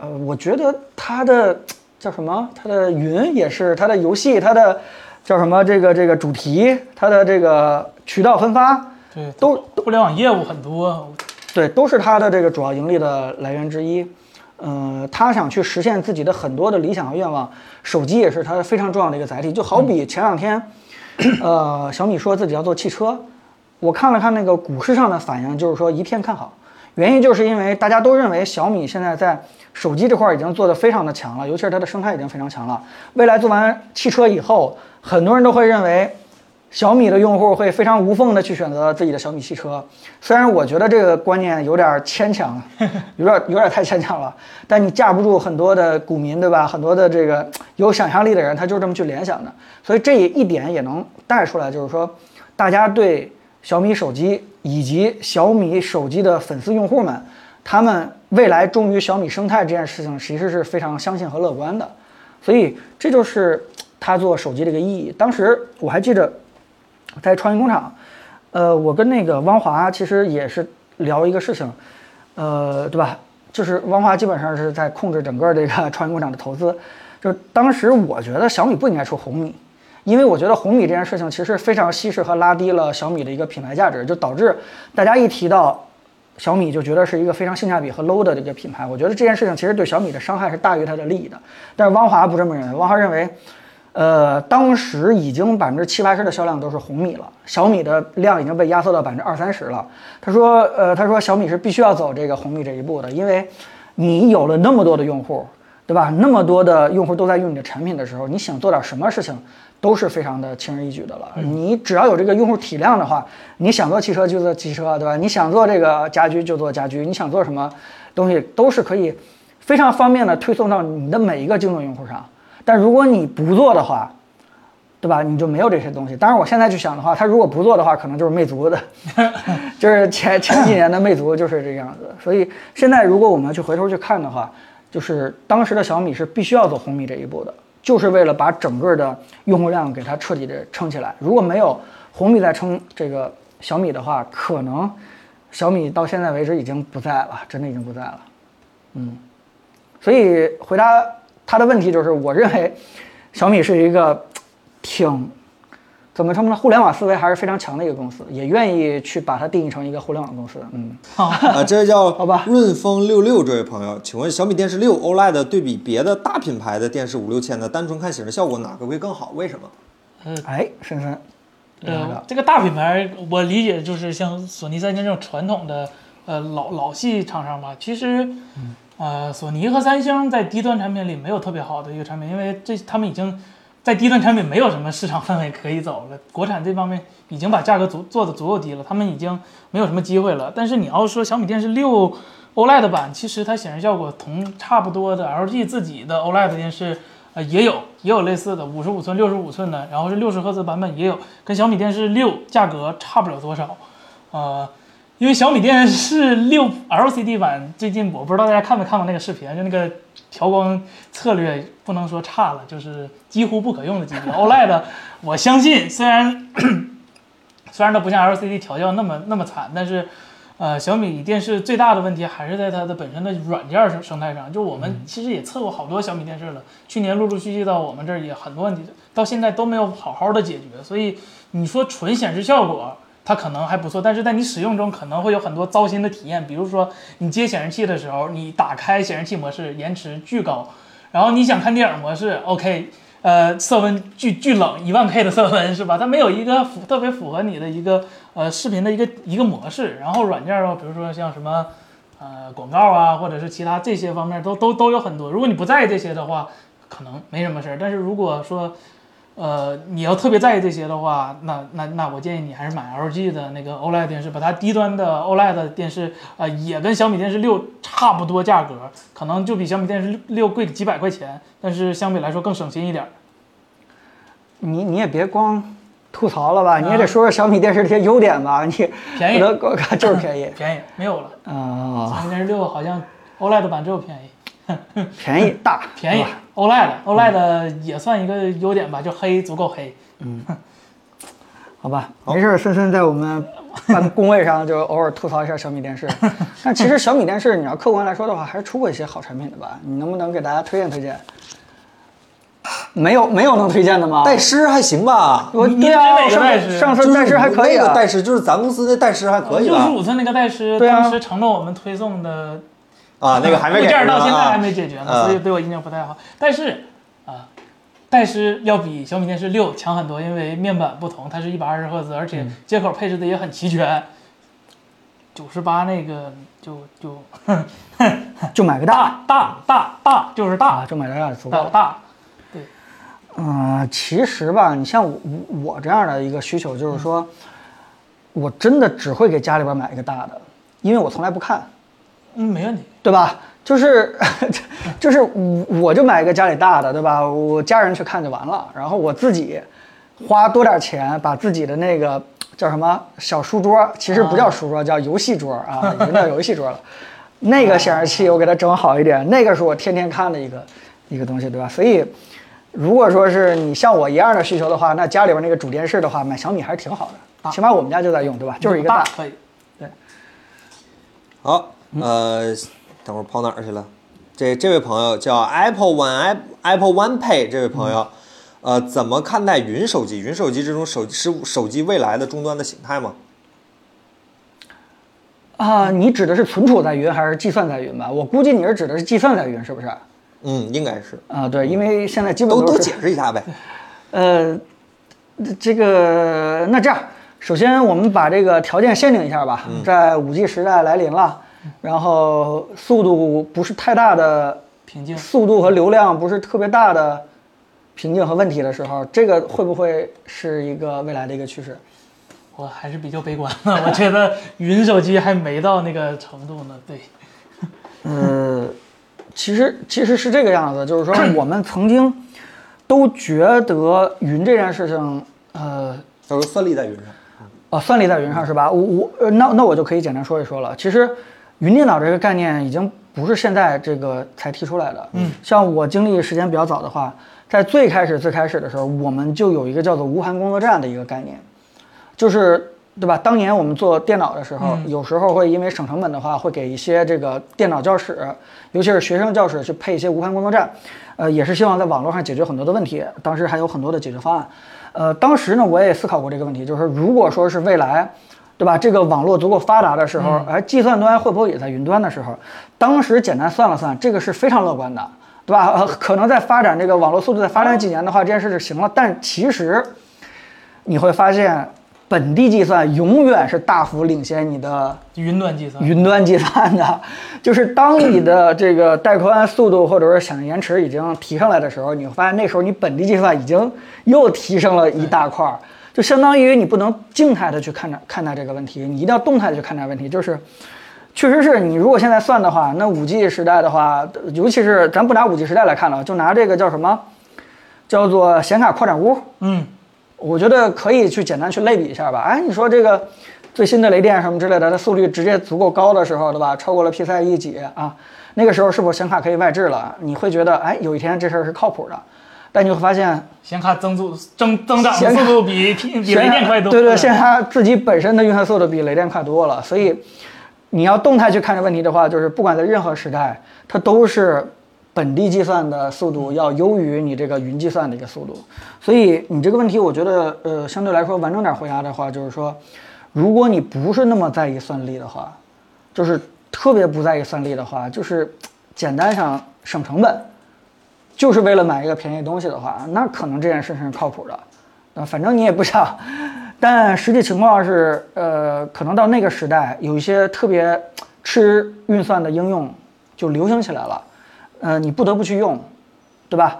C: 呃，我觉得它的叫什么？它的云也是它的游戏，它的叫什么？这个这个主题，它的这个渠道分发，
B: 对，
C: 都
B: 互联网业务很多，
C: 对，都是它的这个主要盈利的来源之一。呃，他想去实现自己的很多的理想和愿望，手机也是他非常重要的一个载体。就好比前两天，呃，小米说自己要做汽车，我看了看那个股市上的反应，就是说一片看好。原因就是因为大家都认为小米现在在手机这块已经做得非常的强了，尤其是它的生态已经非常强了。未来做完汽车以后，很多人都会认为小米的用户会非常无缝的去选择自己的小米汽车。虽然我觉得这个观念有点牵强，有点有点太牵强了，但你架不住很多的股民，对吧？很多的这个有想象力的人，他就是这么去联想的。所以这一点也能带出来，就是说大家对小米手机以及小米手机的粉丝用户们，他们未来忠于小米生态这件事情，其实是非常相信和乐观的。所以这就是他做手机这个意义。当时我还记着，在创新工厂，呃，我跟那个汪华其实也是聊一个事情，呃，对吧？就是汪华基本上是在控制整个这 (laughs) 个创新工厂的投资。就是当时我觉得小米不应该出红米，因为我觉得红米这件事情其实非常稀释和拉低了小米的一个品牌价值，就导致大家一提到小米就觉得是一个非常性价比和 low 的这个品牌。我觉得这件事情其实对小米的伤害是大于它的利益的。但是汪华不这么认为，汪华认为，呃，当时已经百分之七八十的销量都是红米了，小米的量已经被压缩到百分之二三十了。他说，呃，他说小米是必须要走这个红米这一步的，因为你有了那么多的用户，对吧？那么多的用户都在用你的产品的时候，你想做点什么事情都是非常的轻而易举的了。你只要有这个用户体量的话，你想做汽车就做汽车，对吧？你想做这个家居就做家居，你想做什么东西都是可以非常方便的推送到你的每一个精准用户上。但如果你不做的话，对吧？你就没有这些东西。当然，我现在去想的话，它如果不做的话，可能就是魅族的，就是前前几年的魅族就是这个样子。所以现在如果我们去回头去看的话，就是当时的小米是必须要走红米这一步的，就是为了把整个的用户量给它彻底的撑起来。如果没有红米在撑这个小米的话，可能小米到现在为止已经不在了，真的已经不在了。嗯所以回答他的问题就是，我认为小米是一个挺怎么说呢，互联网思维还是非常强的一个公司，也愿意去把它定义成一个互联网公司。嗯，
A: 啊，这位叫
C: 好吧
A: 润风六六这位朋友，请问小米电视六 OLED 对比别的大品牌的电视五六千的，单纯看显示效果哪个会更好？为什么？
C: 哎，深深，
B: 呃，这个大品牌，我理解就是像索尼、三星这种传统的呃老老系厂商吧。其实，呃，索尼和三星在低端产品里没有特别好的一个产品，因为这他们已经在低端产品没有什么市场范围可以走了。国产这方面已经把价格足做的足够低了，他们已经没有什么机会了。但是你要说小米电视六 OLED 版，其实它显示效果同差不多的 LG 自己的 OLED 电视。呃，也有也有类似的，五十五寸、六十五寸的，然后是六十赫兹版本也有，跟小米电视六价格差不了多少，呃，因为小米电视六 LCD 版最近我不知道大家看没看过那个视频，就那个调光策略不能说差了，就是几乎不可 E 用的级别。OLED 我相信虽然 (coughs) 虽然它不像 LCD 调教那么那么惨，但是。呃，小米电视最大的问题还是在它的本身的软件生生态上。就我们其实也测过好多小米电视了，去年陆陆续续到我们这儿也很多问题，到现在都没有好好的解决。所以你说纯显示效果，它可能还不错，但是在你使用中可能会有很多糟心的体验。比如说你接显示器的时候，你打开显示器模式，延迟巨高，然后你想看电影模式，OK。呃，色温巨巨冷，一万 K 的色温是吧？它没有一个符特别符合你的一个呃视频的一个一个模式。然后软件儿啊，比如说像什么呃广告啊，或者是其他这些方面都都都有很多。如果你不在意这些的话，可能没什么事儿。但是如果说呃你要特别在意这些的话，那那那我建议你还是买 LG 的那个 OLED 电视，把它低端的 OLED 电视呃也跟小米电视六差不多价格，可能就比小米电视六贵几百块钱，但是相比来说更省心一点儿。
C: 你你也别光吐槽了吧，你也得说说小米电视这些优点吧。你
B: 啊便宜
C: 我都我就是便宜
B: (laughs) 便宜没有了。
C: 啊，
B: 小米电视六好像 OLED 版只有便宜，
C: 便宜大，
B: 便宜 E
C: 是吧
B: OLED OLED 也算一个优点吧，就黑足够黑。
C: 好吧，没事儿，深深在我们办工位上就偶尔吐槽一下小
B: (laughs)
C: 米电视。但其实小米电视，你要客观来说的话，还是出过一些好产品的吧？你能不能给大家推荐推荐？没有，没有能推荐的吗？
A: 戴师还行吧，
C: 我
B: 你
C: 对啊，
B: 你
C: 我
B: 指哪个戴
C: 上
B: 师
C: 上
A: 就是
C: 次戴师还可以
A: 那
C: 啊
A: 个。戴师就是咱公司那戴师还可以啊
B: 六十
A: 吧？
B: 五寸那个戴师，
C: 对啊
B: 当时承诺我们推送的
A: 啊，
B: (laughs)
A: 那个还没
B: 物
A: 给
B: 件儿
A: 呢
B: 到现在还
A: 啊。
B: 没解决呢，
A: 嗯
B: 所以对我印象不太好。但是啊，戴师要比小米电视六强很多，因为面板不同，它是一百二十赫兹，而
C: 嗯
B: 且接口配置的也很齐全。九十八那个就就
C: 就买个大
B: 大大大大就是
C: 啊，
B: 大
C: 就买个大就足够
B: 大
C: 了。
B: 大，
C: 嗯、其实吧，你像我我这样的一个需求，就是说，我真的只会给家里边买一个大的，因为我从来不看。
B: 嗯，没问题。
C: 对吧？就是 (laughs) 就是我我就买一个家里大的，对吧？我家人去看就完了，然后我自己花多点钱把自己的那个叫什么小书桌，其实不叫书桌，叫游戏桌啊，已经叫游戏桌了。那个显示器我给它整好一点，那个是我天天看的一个一个东西，对吧？所以如果说是你像我一样的需求的话，那家里边那个主电视的话，买小米还是挺好的，起码我们家就在用，对吧？就是一个
B: 大
C: 大。
B: 可以。
A: 好，呃，等会儿跑哪儿去了？这这位朋友叫 Apple One Apple One Pay 这位朋友，呃，怎么看待云手机？云手机这种手是手机未来的终端的形态吗？
C: 啊，你指的是存储在云还是计算在云吧？我估计你是指的是计算在云，是不是？
A: 嗯，应该是，
C: 啊，对，因为现在基本
A: 都都
C: 是
A: 解释一下呗。
C: 呃，这个那这样，首先我们把这个条件限定一下吧，
A: 嗯
C: 在五 G 时代来临了，然后速度不是太大的
B: 平静
C: 速度和流量不是特别大的瓶颈和问题的时候，这个会不会是一个未来的一个趋势？
B: 我还是比较悲观的，我 (laughs) 觉得云手机还没到那个程度呢。对，
C: 呃，其实其实是这个样子，就是说我们曾经都觉得云这件事情，呃，
A: 到时候算力在云上。
C: 哦，算力在云上是吧？我我呃那那我就可以简单说一说了。其实，云电脑这个概念已经不是现在这个才提出来的。嗯，像我经历时间比较早的话，在最开始最开始的时候，我们就有一个叫做无痕工作站的一个概念，就是对吧？当年我们做电脑的时候，有时候会因为省成本的话，会给一些这个电脑教室，尤其是学生教室去配一些无痕工作站，呃，也是希望在网络上解决很多的问题。当时还有很多的解决方案。呃，当时呢，我也思考过这个问题，就是说如果说是未来，对吧？这个网络足够发达的时候，哎，计算端会不会也在云端的时候？当时简单算了算，这个是非常乐观的，对吧？呃，可能在发展这个网络速度在发展几年的话，这件事就行了。但其实你会发现，本地计算永远是大幅领先你的
B: 云端计算，
C: 云端计算的，就是当你的这个带宽速度或者说响应延迟已经提上来的时候，你会发现那时候你本地计算已经又提升了一大块儿，就相当于你不能静态的去看待看待这个问题，你一定要动态的去看待问题，就是。确实是你如果现在算的话，那五 G 时代的话，尤其是咱不拿五 G 时代来看了，就拿这个叫什么，叫做显卡扩展坞，
B: 嗯，
C: 我觉得可以去简单去类比一下吧。哎，你说这个最新的雷电什么之类的，它速率直接足够高的时候，对吧？超过了 PCIe 几啊？那个时候是不是显卡可以外置了？你会觉得，哎，有一天这事儿是靠谱的。但你会发现，
B: 显卡增速增增长的
C: 显卡
B: 速度比比雷电快多了。
C: 对对，显卡自己本身的运算速度比雷电快多了，所以你要动态去看这问题的话，就是不管在任何时代，它都是本地计算的速度要优于你这个云计算的一个速度。所以你这个问题，我觉得呃相对来说完整点回答的话，就是说，如果你不是那么在意算力的话，就是特别不在意算力的话，就是简单上省成本。就是为了买一个便宜东西的话，那可能这件事情是靠谱的。啊，反正你也不想。但实际情况是，呃，可能到那个时代，有一些特别吃运算的应用就流行起来了，呃，你不得不去用，对吧？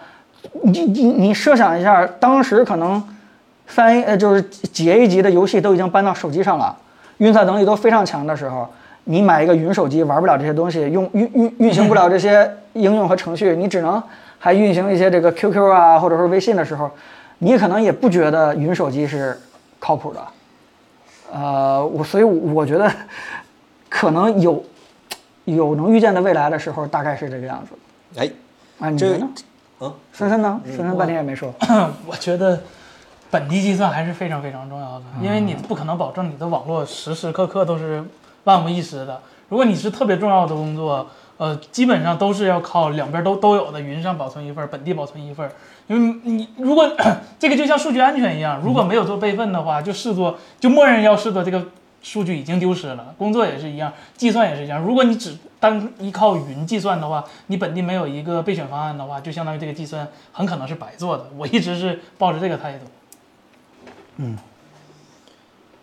C: 你你你设想一下，当时可能三 A 呃就是几 A 级的游戏都已经搬到手机上了，运算能力都非常强的时候，你买一个云手机玩不了这些东西，用运运运行不了这些应用和程序，你只能还运行一些这个 QQ 啊或者说微信的时候，你可能也不觉得云手机是靠谱的。呃，我所以我觉得可能有有能预见的未来的时候，大概是这个样子。
A: 哎，
C: 啊，你
A: 这
C: 们呢？
A: 啊，
C: 森森呢？森森半天也没说。
B: 我觉得本地计算还是非常非常重要的，
C: 嗯
B: 因为你不可能保证你的网络时时刻刻都是万无一失的。如果你是特别重要的工作，呃，基本上都是要靠两边都都有的云上保存一份儿，本地保存一份儿。因为你如果这个就像数据安全一
C: 嗯
B: 样，如果没有做备份的话，就视作就默认要视作这个数据已经丢失了。工作也是一样，计算也是一样。如果你只单依靠云计算的话，你本地没有一个备选方案的话，就相当于这个计算很可能是白做的。我一直是抱着这个态度。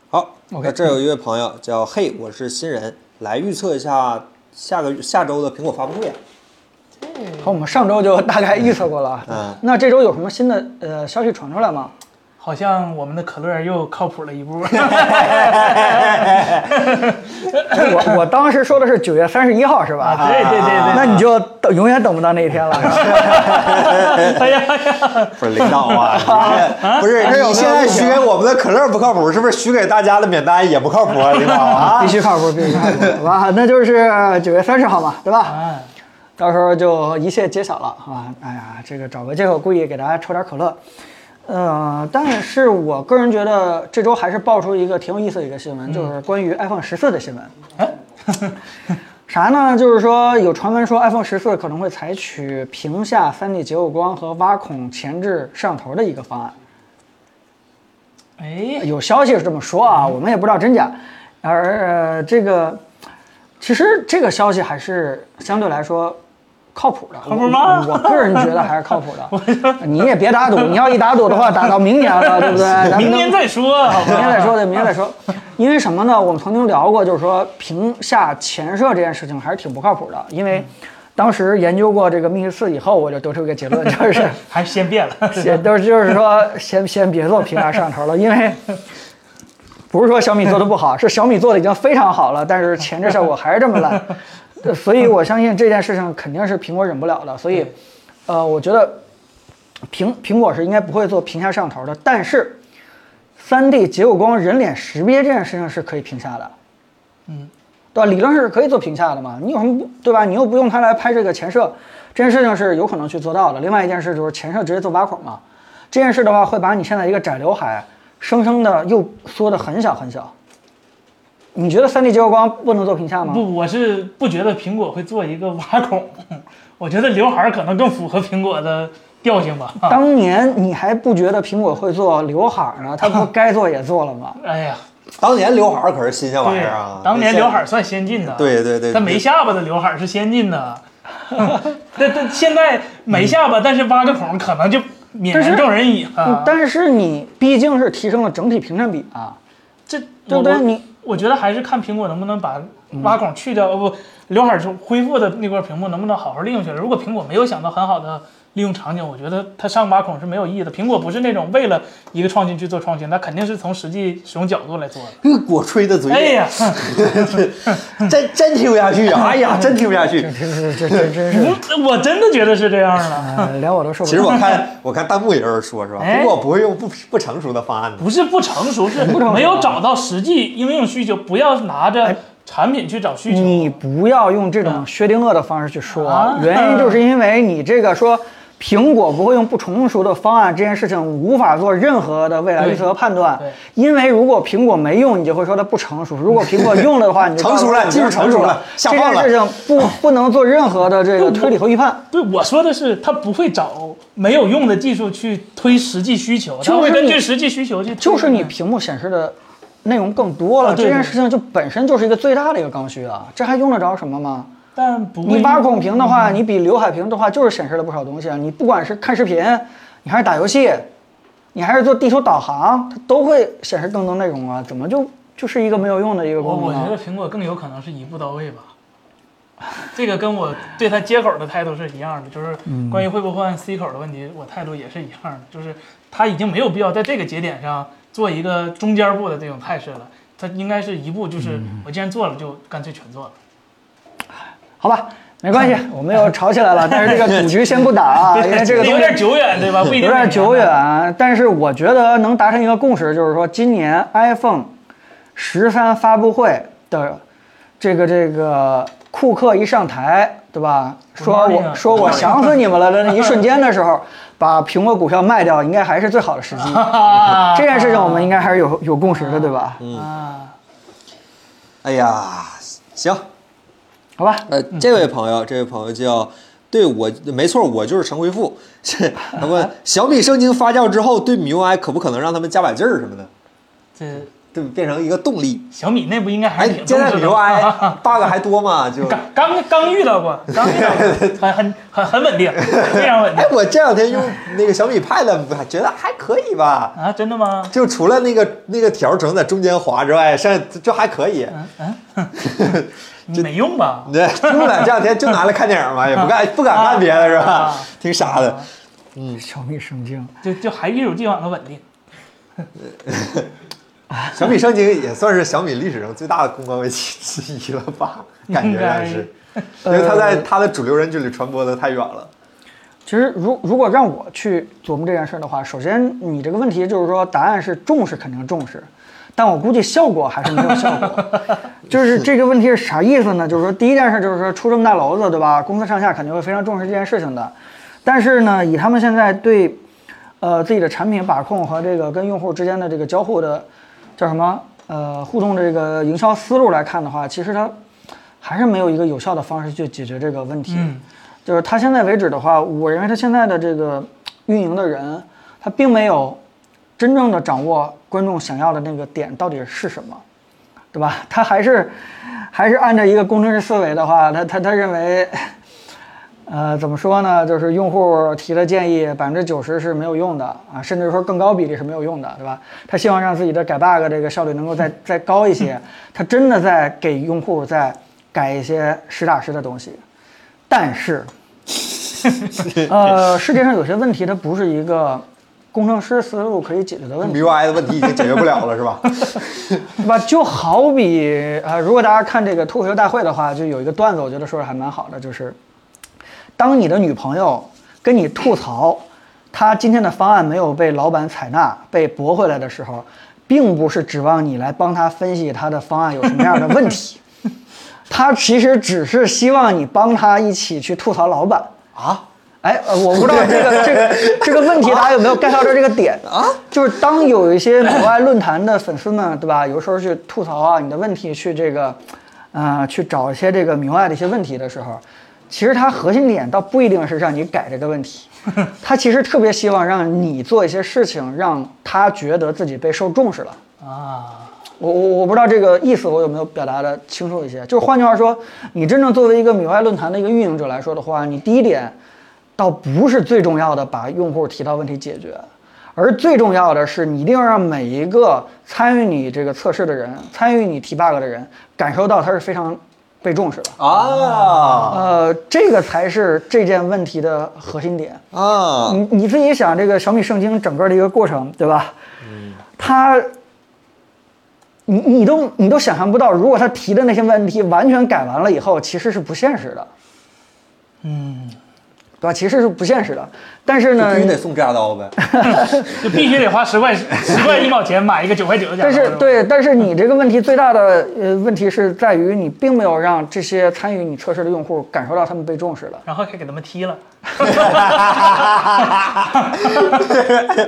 A: 好，
C: OK
A: 那这有一位朋友叫嘿，我是新人，来预测一下下个下周的苹果发布会啊。
C: 好，我们上周就大概预测过了啊。
A: 嗯
C: 那这周有什么新的呃消息传出来吗？
B: 好像我们的可乐又靠谱了一
C: (laughs)
B: 步。
C: 我我当时说的是九月三十一号是吧？
B: 啊对对对对 (laughs)
C: 那你就等永远等不到那一天了。
B: 哎呀哎呀，
A: 不是领导 (laughs) 啊，不是你现在许给我们的可乐不靠谱，是不是许给大家的免单也不靠谱啊，领导啊
B: (laughs)
C: 必？须靠谱，必须靠谱，好吧？那就是九月三十号嘛，对吧？
B: 哎，
C: 到时候就一切揭晓了啊！哎呀，这个找个借口故意给大家抽点可乐。呃，但是我个人觉得这周还是爆出一个挺有意思的一个新闻，就是关于 iPhone 十四的新闻。 (laughs) 啥呢？就是说有传闻说 iPhone 十四可能会采取屏下 3D 结构光和挖孔前置摄像头的一个方案。
B: 哎，
C: (laughs) 有消息是这么说啊，我们也不知道真假。而、呃、这个，其实这个消息还是相对来说靠谱的。靠
B: 谱吗
C: 我我个人觉得还是靠谱的。你也别打赌，你要一打赌的话，打到明年了，对不对？咱们
B: 明天
C: 能
B: 再说，好
C: 明天
B: 吧？
C: 再说，对，明天再说。因为什么呢？我们曾经聊过，就是说屏下前摄这件事情还是挺不靠谱的，因为当时研究过这个密室四以后，我就得出一个结论，就是。
B: 还是先变了。
C: (laughs) 先都是就是说先先别做平价摄像头了，因为不是说小米做的不好，是小米做的已经非常好了，但是前置效果还是这么烂。对所以我相信这件事情肯定是苹果忍不了的。所以，呃，我觉得苹苹果是应该不会做屏下摄像头的，但是三 D 结构光人脸识别这件事情是可以屏下的。
B: 嗯
C: 对吧？理论上是可以做屏下的嘛，你有什么不对吧？你又不用它来拍这个前摄，这件事情是有可能去做到的。另外一件事就是前摄直接做挖孔嘛，这件事的话会把你现在一个窄刘海生生的又缩得很小很小。你觉得 3D 结构光不能做屏下吗？
B: 不，我是不觉得苹果会做一个挖孔，我觉得刘海儿可能更符合苹果的调性吧。啊
C: 当年你还不觉得苹果会做刘海呢？它不该做也做了吗？
B: 哎呀，
A: (laughs) 当年刘海儿可是新鲜玩意
B: 对
A: 儿啊，
B: 当年刘海儿算先进的，
A: 对对对
B: 但没下巴的刘海儿是先进
C: (laughs)
B: 的，但但现在没下巴，但是挖个孔可能就泯
C: 但是
B: 然众人矣啊
C: 嗯。但是你毕竟是提升了整体屏占比啊，
B: 这
C: 对不
B: 我
C: 对？你
B: 我觉得还是看苹果能不能把挖孔去掉，呃、不，刘海儿中恢复的那块屏幕能不能好好利用起来。如果苹果没有想到很好的利用场景，我觉得它上挖孔是没有意义的。苹果不是那种为了一个创新去做创新，它肯定是从实际使用角度来做的。
A: 这果吹的嘴
B: 哎
A: 脸，
B: 呀，哼
A: 真真听不下去啊！哎呀，真听不下
B: (laughs)
A: 去。
C: 这这这这真是，
B: 不我真的觉得是这样的，
C: 哎聊我都受不了。
A: 其实我看我看弹幕也有人说是吧？
B: 哎
A: 苹果不会用不不成熟的方案的。
B: 不是不成熟，是
C: 成熟
B: 没有找到实际应用需求，不要拿着产品去找需求。
C: 你不要用这种薛定谔的方式去说，
B: 嗯啊
C: 原因就是因为你这个说苹果不会用不成熟的方案这件事情无法做任何的未来预测和判断
B: 对对。
C: 因为如果苹果没用，你就会说它不成熟；如果苹果用了的话，你就
A: 成熟了
C: 你就
A: 技术成熟了
C: 这
A: 下放
C: 件
A: 了
C: 事情不不能做任何的这个推理和预
B: (laughs)
C: 判。
B: 对，我说的是，他不会找没有用的技术去推实际需求，他
C: 就是
B: 会根
C: 你
B: 据实际需求去推。
C: 就是你屏幕显示的内容更多了，
B: 啊对
C: 这
B: 对
C: 件事情就本身就是一个最大的一个刚需啊，这还用得着什么吗？
B: 但不会
C: 你挖孔屏的话，
B: 嗯
C: 你比刘海屏的话就是显示了不少东西啊。你不管是看视频，你还是打游戏，你还是做地图导航，它都会显示更多内容啊。怎么就就是一个没有用的一个
B: 我
C: 功
B: 我
C: 能啊
B: 觉
C: 呢
B: 得？苹果更有可能是一步到位吧。这个跟我对它接口的态度是一样的，就是
C: 嗯
B: 关于会不会换 C 口的问题，我态度也是一样的，就是它已经没有必要在这个节点上做一个中间步的这种态势了，它应该是一步就是
C: 嗯
B: 我既然做了就干脆全做了。
C: 好吧，没
B: (laughs)
C: 关系，我们又吵起来了。但是这个赌局先不打啊，因为这个东
B: 有
C: 西
B: 点久远，对吧？不一定
C: 有点久
B: 哪年的。
C: 远，但是我觉得能达成一个共识，就是说今年 iPhone 十三发布会的这个这个库克一上台，对吧？说
B: Good morning
C: 我
B: 啊
C: 说我想死你们了的那一瞬间的时候， (laughs) 把苹果股票卖掉，应该还是最好的时
B: (laughs) (laughs)
C: 机。
B: 啊
C: 这件事情我们应该还是有有共识的，对吧？
B: 啊，
A: 哎呀，行，
C: 好吧，
A: 呃，这位朋友，这位朋友叫。对我没错，我就是陈恢 (laughs) 复。这他问小米升级发酵之后，对 MIUI 可不可能让他们加把劲儿什么的，
B: 这
A: 对，变成一个动力？
B: 小米内部应该还
A: 哎
B: 是
A: 现
B: 挺，重
A: 在
B: 视的。
A: MIUI bug 还多吗？就
B: 刚刚刚遇到过，刚遇到过，很很很很稳定，非常稳定
A: 哎，我这两天用那个小米 Pad，还觉得还可以吧。
B: 啊！真的吗？
A: 就除了那个那个条儿只能在中间滑之外，剩下就还可以。
B: 没用吧？
A: 对，用了这两天就拿来看电影嘛，也不干不敢看别的是吧
B: 啊？
A: 挺傻的。
C: 小米圣经。
B: 就就还一如既往的稳定。
A: 小米升级也算是小米历史上最大的公关危机之一了
B: (laughs)
A: 吧？感觉上是，因
C: 该
A: 为它在
B: 呃
A: 它的主流人群里传播的太远了。
C: 其实如如果让我去琢磨这件事儿的话，首先你这个问题就是说，答案是重视肯定重视，但我估计效果还是没有效果。就是这个问题是啥意思呢？就是说第一件事就是说出这么大篓子，对吧？公司上下肯定会非常重视这件事情的，但是呢，以他们现在对呃自己的产品把控和这个跟用户之间的这个交互的叫什么呃互动的这个营销思路来看的话，其实它还是没有一个有效的方式去解决这个问题。就是它现在为止的话，我认为它现在的这个运营的人，他并没有真正的掌握观众想要的那个点到底是什么。对吧？他还是还是按照一个工程师思维的话，他他他认为，呃，怎么说呢？就是用户提的建议百分之九十是没有用的啊，甚至说更高比例是没有用的，对吧？他希望让自己的改 bug 这个效率能够再再高一些，他真的在给用户在改一些实打实的东西，但是，呃，世界上有些问题它不是一个工程师思路可以解决的问题，
A: MIUI 的问题已经解决不了了，是
B: (laughs)
A: 吧？
C: (laughs) 对吧？就好比啊、呃如果大家看这个脱口秀大会的话，就有一个段子，我觉得说的还蛮好的，就是当你的女朋友跟你吐槽她今天的方案没有被老板采纳，被驳回来的时候，并不是指望你来帮她分析她的方案有什么样的问题，她其实只是希望你帮她一起去吐槽老板。
A: 啊，
C: 哎，呃我不知道这个这个这个问题大家有没有 get 到这个点啊？就是当有一些国外论坛的粉丝们，对吧？有时候去吐槽啊，你的问题去这个，呃，去找一些这个明外的一些问题的时候，其实它核心点倒不一定是让你改这个问题，他其实特别希望让你做一些事情，让他觉得自己被受重视了。
B: 啊，
C: 我我我不知道这个意思我有没有表达的清楚一些。就是换句话说，你真正作为一个米外论坛的一个运营者来说的话，你第一点倒不是最重要的把用户提到问题解决，而最重要的是你一定要让每一个参与你这个测试的人、参与你提 bug 的人感受到他是非常被重视的。
A: 啊
C: 呃，这个才是这件问题的核心点。
A: 啊，
C: 你你自己想这个小米圣经整个的一个过程，对吧？
A: 嗯
C: 他，你你都你都想象不到，如果他提的那些问题完全改完了以后，其实是不现实的，
B: 嗯，
C: 对吧？其实是不现实的。但是呢，
A: 必须得送炸刀
B: (laughs)
A: 呗。
B: 就必须得花十块十块一毛钱买一个九块九的假
C: 但
B: 发。
C: 是
B: 吧，
C: 对，但是你这个问题最大的呃问题是在于你并没有让这些参与你测试的用户感受到他们被重视了。
B: 然后还给他
A: (laughs)
B: 们踢了，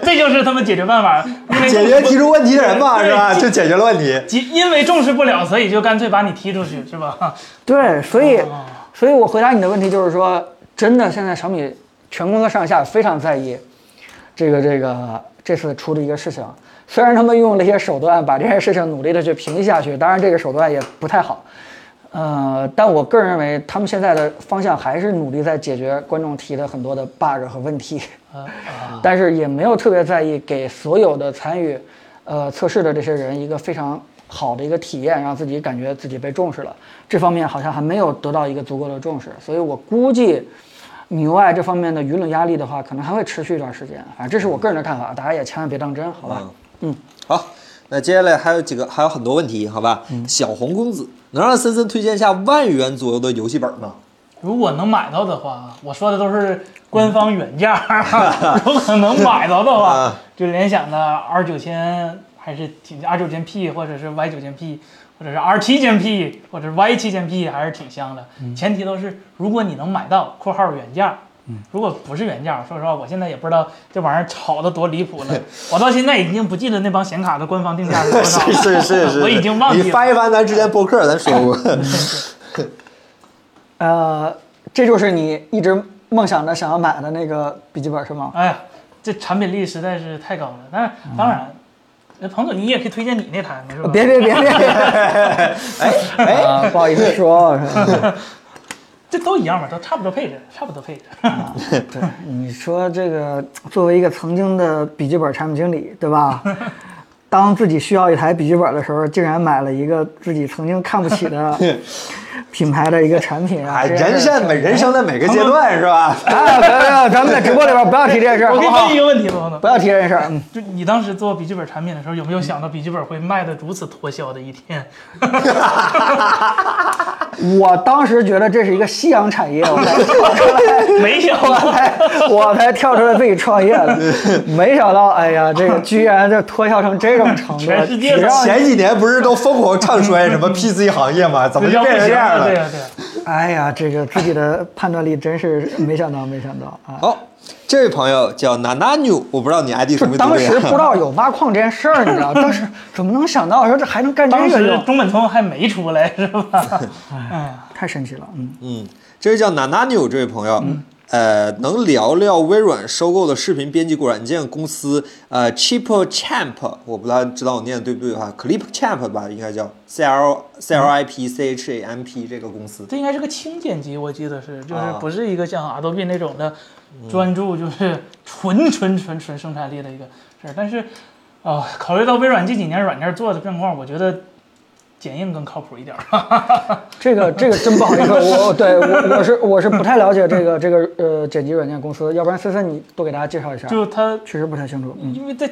B: 这就是他们解决办法，因为
A: 解决提出问题的人嘛，
B: (laughs) 对
A: 是吧？
B: 这
A: 就解决了问题。
B: 即因为重视不了，所以就干脆把你踢出去，是吧？
C: 对，所以
B: 哦，
C: 所以我回答你的问题就是说，真的现在小米全公司上下非常在意这个这个这次出的一个事情。虽然他们用了一些手段把这件事情努力的去平息下去，当然这个手段也不太好，呃，但我个人认为他们现在的方向还是努力在解决观众提的很多的 bug 和问题。
B: 啊
C: 但是也没有特别在意给所有的参与，呃，测试的这些人一个非常好的一个体验，让自己感觉自己被重视了。这方面好像还没有得到一个足够的重视，所以我估计。米 UI 这方面的舆论压力的话，可能还会持续一段时间。反正这是我个人的看法，大家也千万别当真，好吧？
A: 好，那接下来还有几个，还有很多问题，好吧？小红公子能让森森推荐一下万元左右的游戏本吗？
B: 如果能买到的话，我说的都是官方原价。
A: (laughs)
B: 如果能买到的话
A: 啊，
B: 就联想的 R 九千还是挺 R 九千 P 或者是 Y 九千 P，或者是 R 七千 P 或者是 Y 七千 P 还是挺香的。
A: 嗯
B: 前提都是如果你能买到（括号原价）。
A: 嗯
B: 如果不是原价，说实话，我现在也不知道这玩意儿炒的多离
A: (laughs)
B: 谱了。我到现在已经不记得那帮显卡的官方定价是多少了。
A: 是是是是，
B: (laughs) 我已经忘记
A: 你
B: 了。
A: 翻一翻咱之前博客，咱说 (laughs) 过。
C: 呃，这就是你一直梦想着想要买的那个笔记本是吗？
B: 哎呀，这产品力实在是太高了。但是当然，那、彭总你也可以推荐你那台嘛，是吧？
C: 别别别别别！
A: 哎，
C: 啊，不好意思说，是吧
B: 这都一样吧，都差不多配置，差不多
C: (laughs)
B: 配置。
C: 对，你说这个作为一个曾经的笔记本产品经理，
B: (laughs)
C: 对吧？当自己需要一台笔记本的时候，竟然买了一个自己曾经看不起
B: (laughs)
C: 的品牌的一个产品啊！
A: 哎，
C: 这样的
A: 人生每人生的每个阶段是吧？
C: 哎，不要不要，咱们在直播里边不要提这件事儿，
B: 我
C: 好
B: 给
C: 不
B: 你
C: 好
B: 问一？个问题吧，彭总
C: 不，要提这件事儿。嗯，
B: 就你当时做笔记本产品的时候，有没有想到笔记本会卖的如此脱销的一
C: (laughs)
B: 天？
C: 嗯我当时觉得这是一个夕阳产业，我
B: (laughs)
C: 才跳出来。
B: 没有
C: 我
B: 啊，
C: 才我才跳出来自己创
B: (laughs)
C: 业的，没想到，哎呀，这个居然就脱销成这种程度，
B: 全世界都
C: 只要
A: (laughs)
C: 你
A: 前几年不是都疯狂唱衰
B: (laughs)
A: 什么 PC 行业吗？怎么就变成这样
B: 对
A: 了？
B: 呀对呀。
C: 哎呀，这个自己的判断力真是没想到，没想到啊！
A: 好，这位朋友叫 Nananu，我不啊知道你 ID 什
C: 就
A: 么读
C: 当
A: 的呀
C: 时不知道有挖矿这件事儿，你知道？当时 (laughs) 怎么能想到说这还能干这
B: 当
C: 个
B: 时
C: 用？
B: 中本聪还没出来是
C: (laughs)
B: 吧？哎呀，
C: 太神奇了，嗯，
A: (laughs) 嗯，这位叫 Nananu 这位朋友，
B: 嗯
A: 呃，能聊聊微软收购的视频编辑软件公司呃 Cheap Champ，我不太知道我念的对不对哈，Clip Champ 吧，应该叫 C L C L I P C H A M P 这个公司。
B: 这应该是个轻剪辑，我记得是，就是
A: 啊
B: 不是一个像 Adobe 那种的专注，就是纯纯纯纯生产力的一个事儿。但是，啊、考虑到微软这几年软件做的状况，我觉得剪映更靠谱一点儿。 (laughs)
C: 这个这个真不好意思，我我对我我是我是不太了解这个这个呃剪辑软件公司，要不然森森你多给大家介绍一下，
B: 就它
C: 确实不太清楚。嗯，
B: 因为在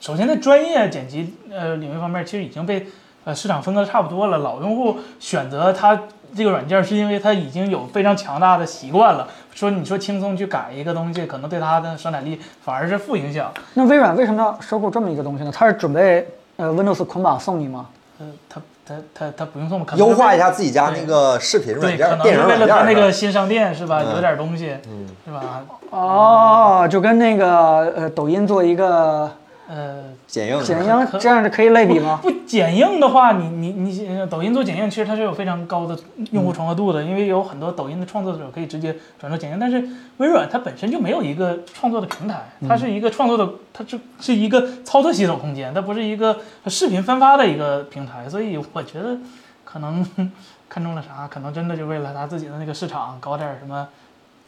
B: 首先在专业剪辑呃领域方面，其实已经被呃市场分割的差不多了。老用户选择它这个软件，是因为它已经有非常强大的习惯了。说你说轻松去改一个东西，可能对它的生产力反而是负影响。
C: 那微软为什么要收购这么一个东西呢？它是准备呃 Windows 捆绑送你吗？
B: 呃，它它它它不用送，可能
A: 优
B: 是
A: 化
B: 为
A: 一下自己家那个视频软
B: 对，可
A: 件、
B: 能
A: 电
B: 是
A: 影
B: 为
A: 软
B: 了
A: 件
B: 它
A: 儿
B: 那个
A: 的。
B: 新商店是吧，
A: 嗯
B: 有点东西，是吧？
C: 哦，就跟那个呃抖音做一个
B: 呃，
A: 剪映
C: 剪
A: 是吧
C: 映这样的可以类比吗？
B: 不剪映的话，你你你呃抖音做剪映，其实它是有非常高的用户重合度
A: 嗯
B: 的，因为有很多抖音的创作者可以直接转做剪映。但是微软它本身就没有一个创作的平台，
A: 嗯
B: 它是一个创作的，它是是一个操作系统空间，它不是一个视频分发的一个平台，所以我觉得可能 (laughs) 看中了啥，可能真的就为了他自己的那个市场搞点什么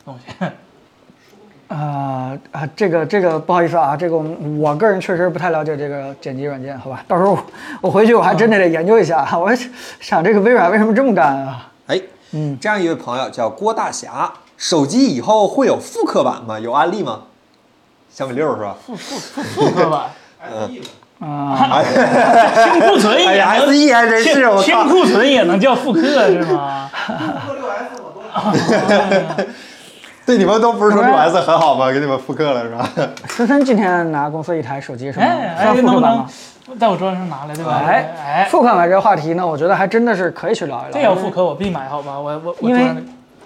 B: 东西。 (laughs)
C: 啊啊，这个这个不好意思啊，这个我们我个人确实不太了解这个剪辑软件，好吧？到时候我我回去我还真
B: 啊
C: 的得研究一下，我想这个微软为什么这么干啊？
A: 哎，嗯，这样一位朋友叫郭大侠，手机以后会有复刻版吗？有案例吗？小米六是吧？
B: 复复复复
A: (laughs)
B: 刻版，
A: 嗯
D: ，SE 嘛
C: 啊，
B: 清库存
A: 哎
B: 也
A: 呀
B: 能
A: ，SE 还真
B: 清
A: 是我
B: 清
A: 靠！
B: 库存也能叫复刻是吗？
D: ，Pro 哎六 S
B: (laughs)
D: 我都啊
A: 对你们都不是说六 S 很好吗？给你们复刻了是吧？
C: 森森今天拿公司一台手机是吗？
B: 哎哎，
C: 算
B: 能不
C: 复刻版
B: 能
C: 吗？
B: 在我桌上拿来，对吧？
C: 哎
B: 哎，
C: 复刻版这个话题呢，我觉得还真的是可以去聊一聊。
B: 这要复刻我必买，好吧？我我我
C: 因
B: 桌
C: 为
B: 上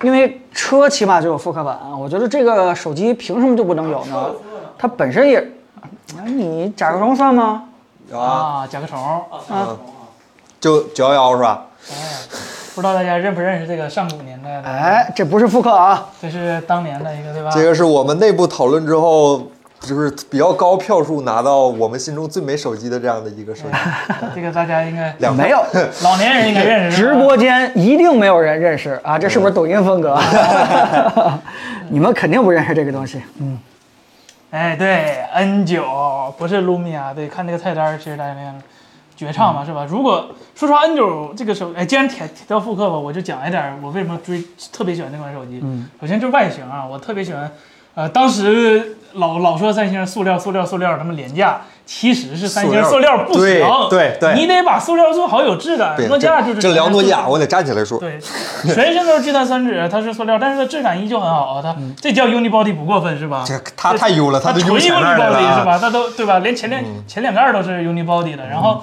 C: 因为车起码就有复刻版，啊我觉得这个手机凭什么就不能有
D: 说
B: 啊
C: 呢
D: 了？说了
C: 它本身也，哎你甲壳虫算吗？
A: 啊，
B: 啊，甲壳虫，
D: 啊，三十啊，
A: 就九幺幺是吧？
B: 哎，不知道大家认不认识这个上古年代的？，
C: 哎，这不是复刻啊，
B: 这是当年的一个，对吧？
A: 这个是我们内部讨论之后，就是比较高票数拿到我们心中最美手机的这样的一个手机。
B: 哎这个大家应该
A: 两
C: 没有。
B: 老年人应该认识。是
C: 直
B: 吧
C: 播间一定没有人认识啊，这是不是抖音风格？你们肯定不认识这个东西。嗯，
B: 哎，对，N 9不是 Lumia，对，看这个菜单儿，其实大家看绝唱嘛，是吧？如果说实话，N 9这个手，哎，既然提提到复刻吧，我就讲一点儿我为什么追特别喜欢这款手机。嗯，首先就是外形啊，我特别喜欢，呃，当时老老说三星塑料、塑料、塑料，他们廉价，其实是三
A: 塑
B: 星
A: 料
B: 塑料不行，
A: 对对对
B: 你得把塑料做好有质感。
A: 对
B: 诺，基亚就是
A: 这聊诺基
B: 全是塑
A: 亚，
B: 料
A: 啊我得站起来说。
B: 对，全身都是聚碳酸酯，它是塑料，但是它质感依旧很好啊。它
A: 嗯
B: 这叫 unibody 不过分是吧？
A: 这他太优了，他
B: 它
A: 都
B: 纯
A: 优前面来
B: unibody 是
A: 了啊。嗯
B: 吧？它都对吧？连前两前两盖儿都是 unibody 的，然后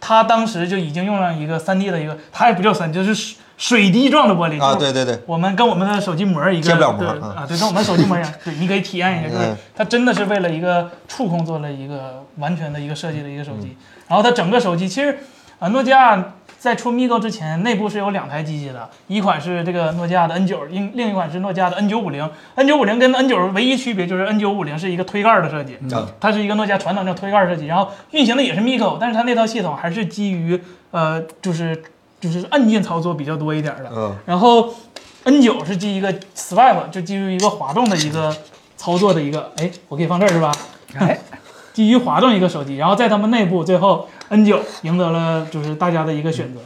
B: 它当时就已经用上一个3 D 的一个，它也不叫3，就是水水滴状的玻璃
A: 啊，。对对对，
B: 我们跟我们的手机膜儿一个
A: 贴不了膜儿
B: 对
A: 嗯
B: 啊，对，跟我们手机膜儿一样，对，你可以体验一下，就是
A: 嗯
B: 它真的是为了一个触控做了一个完全的一个设计的一个手
A: 嗯
B: 机，然后它整个手机其实啊，诺基亚在出 Migo 之前，内部是有两台机器的，一款是这个诺基亚的 N 9另另一款是诺基亚的 N 9 5 0 N 9 5 0跟 N 9唯一区别就是 N 9 5 0是一个推盖儿的设计，
A: 啊
B: 它是一个诺基亚传统的推盖儿设计，然后运行的也是 Migo，但是它那套系统还是基于呃，就是就是按键操作比较多一点儿的。
A: 嗯，
B: 然后 N 9是基于一个 Swipe，就基于一个滑动的一个操作的一个，哎，我可以放这儿是吧？
C: 哎，
B: 基于滑动一个手机，然后在他们内部，最后 N 9赢得了就是大家的一个选择，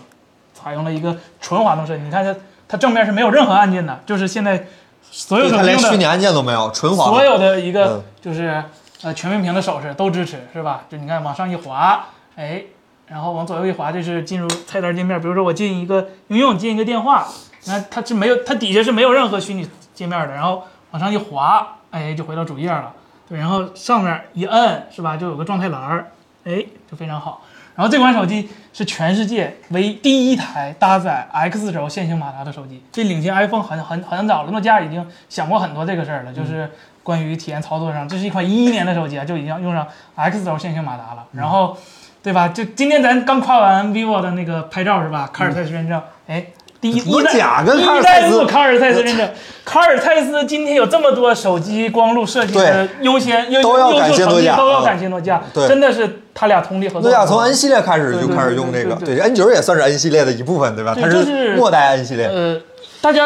B: 采用了一个纯滑动设计。你看它，它正面是没有任何按键的，就是现在所有
A: 对
B: 手
A: 他
B: 机
A: 连
B: 用的
A: 虚拟按键都没有，纯滑
B: 所
A: 的。
B: 有的一
A: 嗯
B: 个就是呃全面屏的手势都支持，是吧？就你看往上一滑，哎，然后往左右一滑，这是进入菜单界面。比如说我进一个应用，进一个电话，那它是没有，它底下是没有任何虚拟界面的。然后往上一滑，哎，就回到主页了。对，然后上面一摁，是吧？就有个状态栏儿，哎，就非常好。然后这款手机是全世界唯第一台搭载 X 轴线性马达的手机，这领先 iPhone 很很很早了。诺基亚已经想过很多这个事儿了，
A: 嗯
B: 就是关于体验操作上，这是一款一一年的手机啊，就已经用上 X 轴线性马达了。然
A: 嗯
B: 后，对吧？就今天咱刚夸完 vivo 的那个拍照是吧？
A: 嗯
B: 卡尔蔡司认证，哎，第一
A: 诺基亚跟
B: 一代
A: 卡尔蔡
B: 一代
A: 司
B: 路卡尔蔡司认证，卡尔蔡司今天有这么多手机光路设计的优先优
A: 都要感谢诺基亚
B: 优秀成绩都要
A: 嗯
B: 感谢诺基亚，
A: 对
B: 真的是他俩通力合作。
A: 诺基亚啊从 N 系列开始
B: 对
A: 就
B: 对
A: 开始
B: 对
A: 用
B: 对
A: 这个，
B: 对
A: 对 N 9也算是 N 系列的一部分，对吧？
B: 对
A: 它
B: 就是
A: 末代 N 系列。
B: 呃呃，大家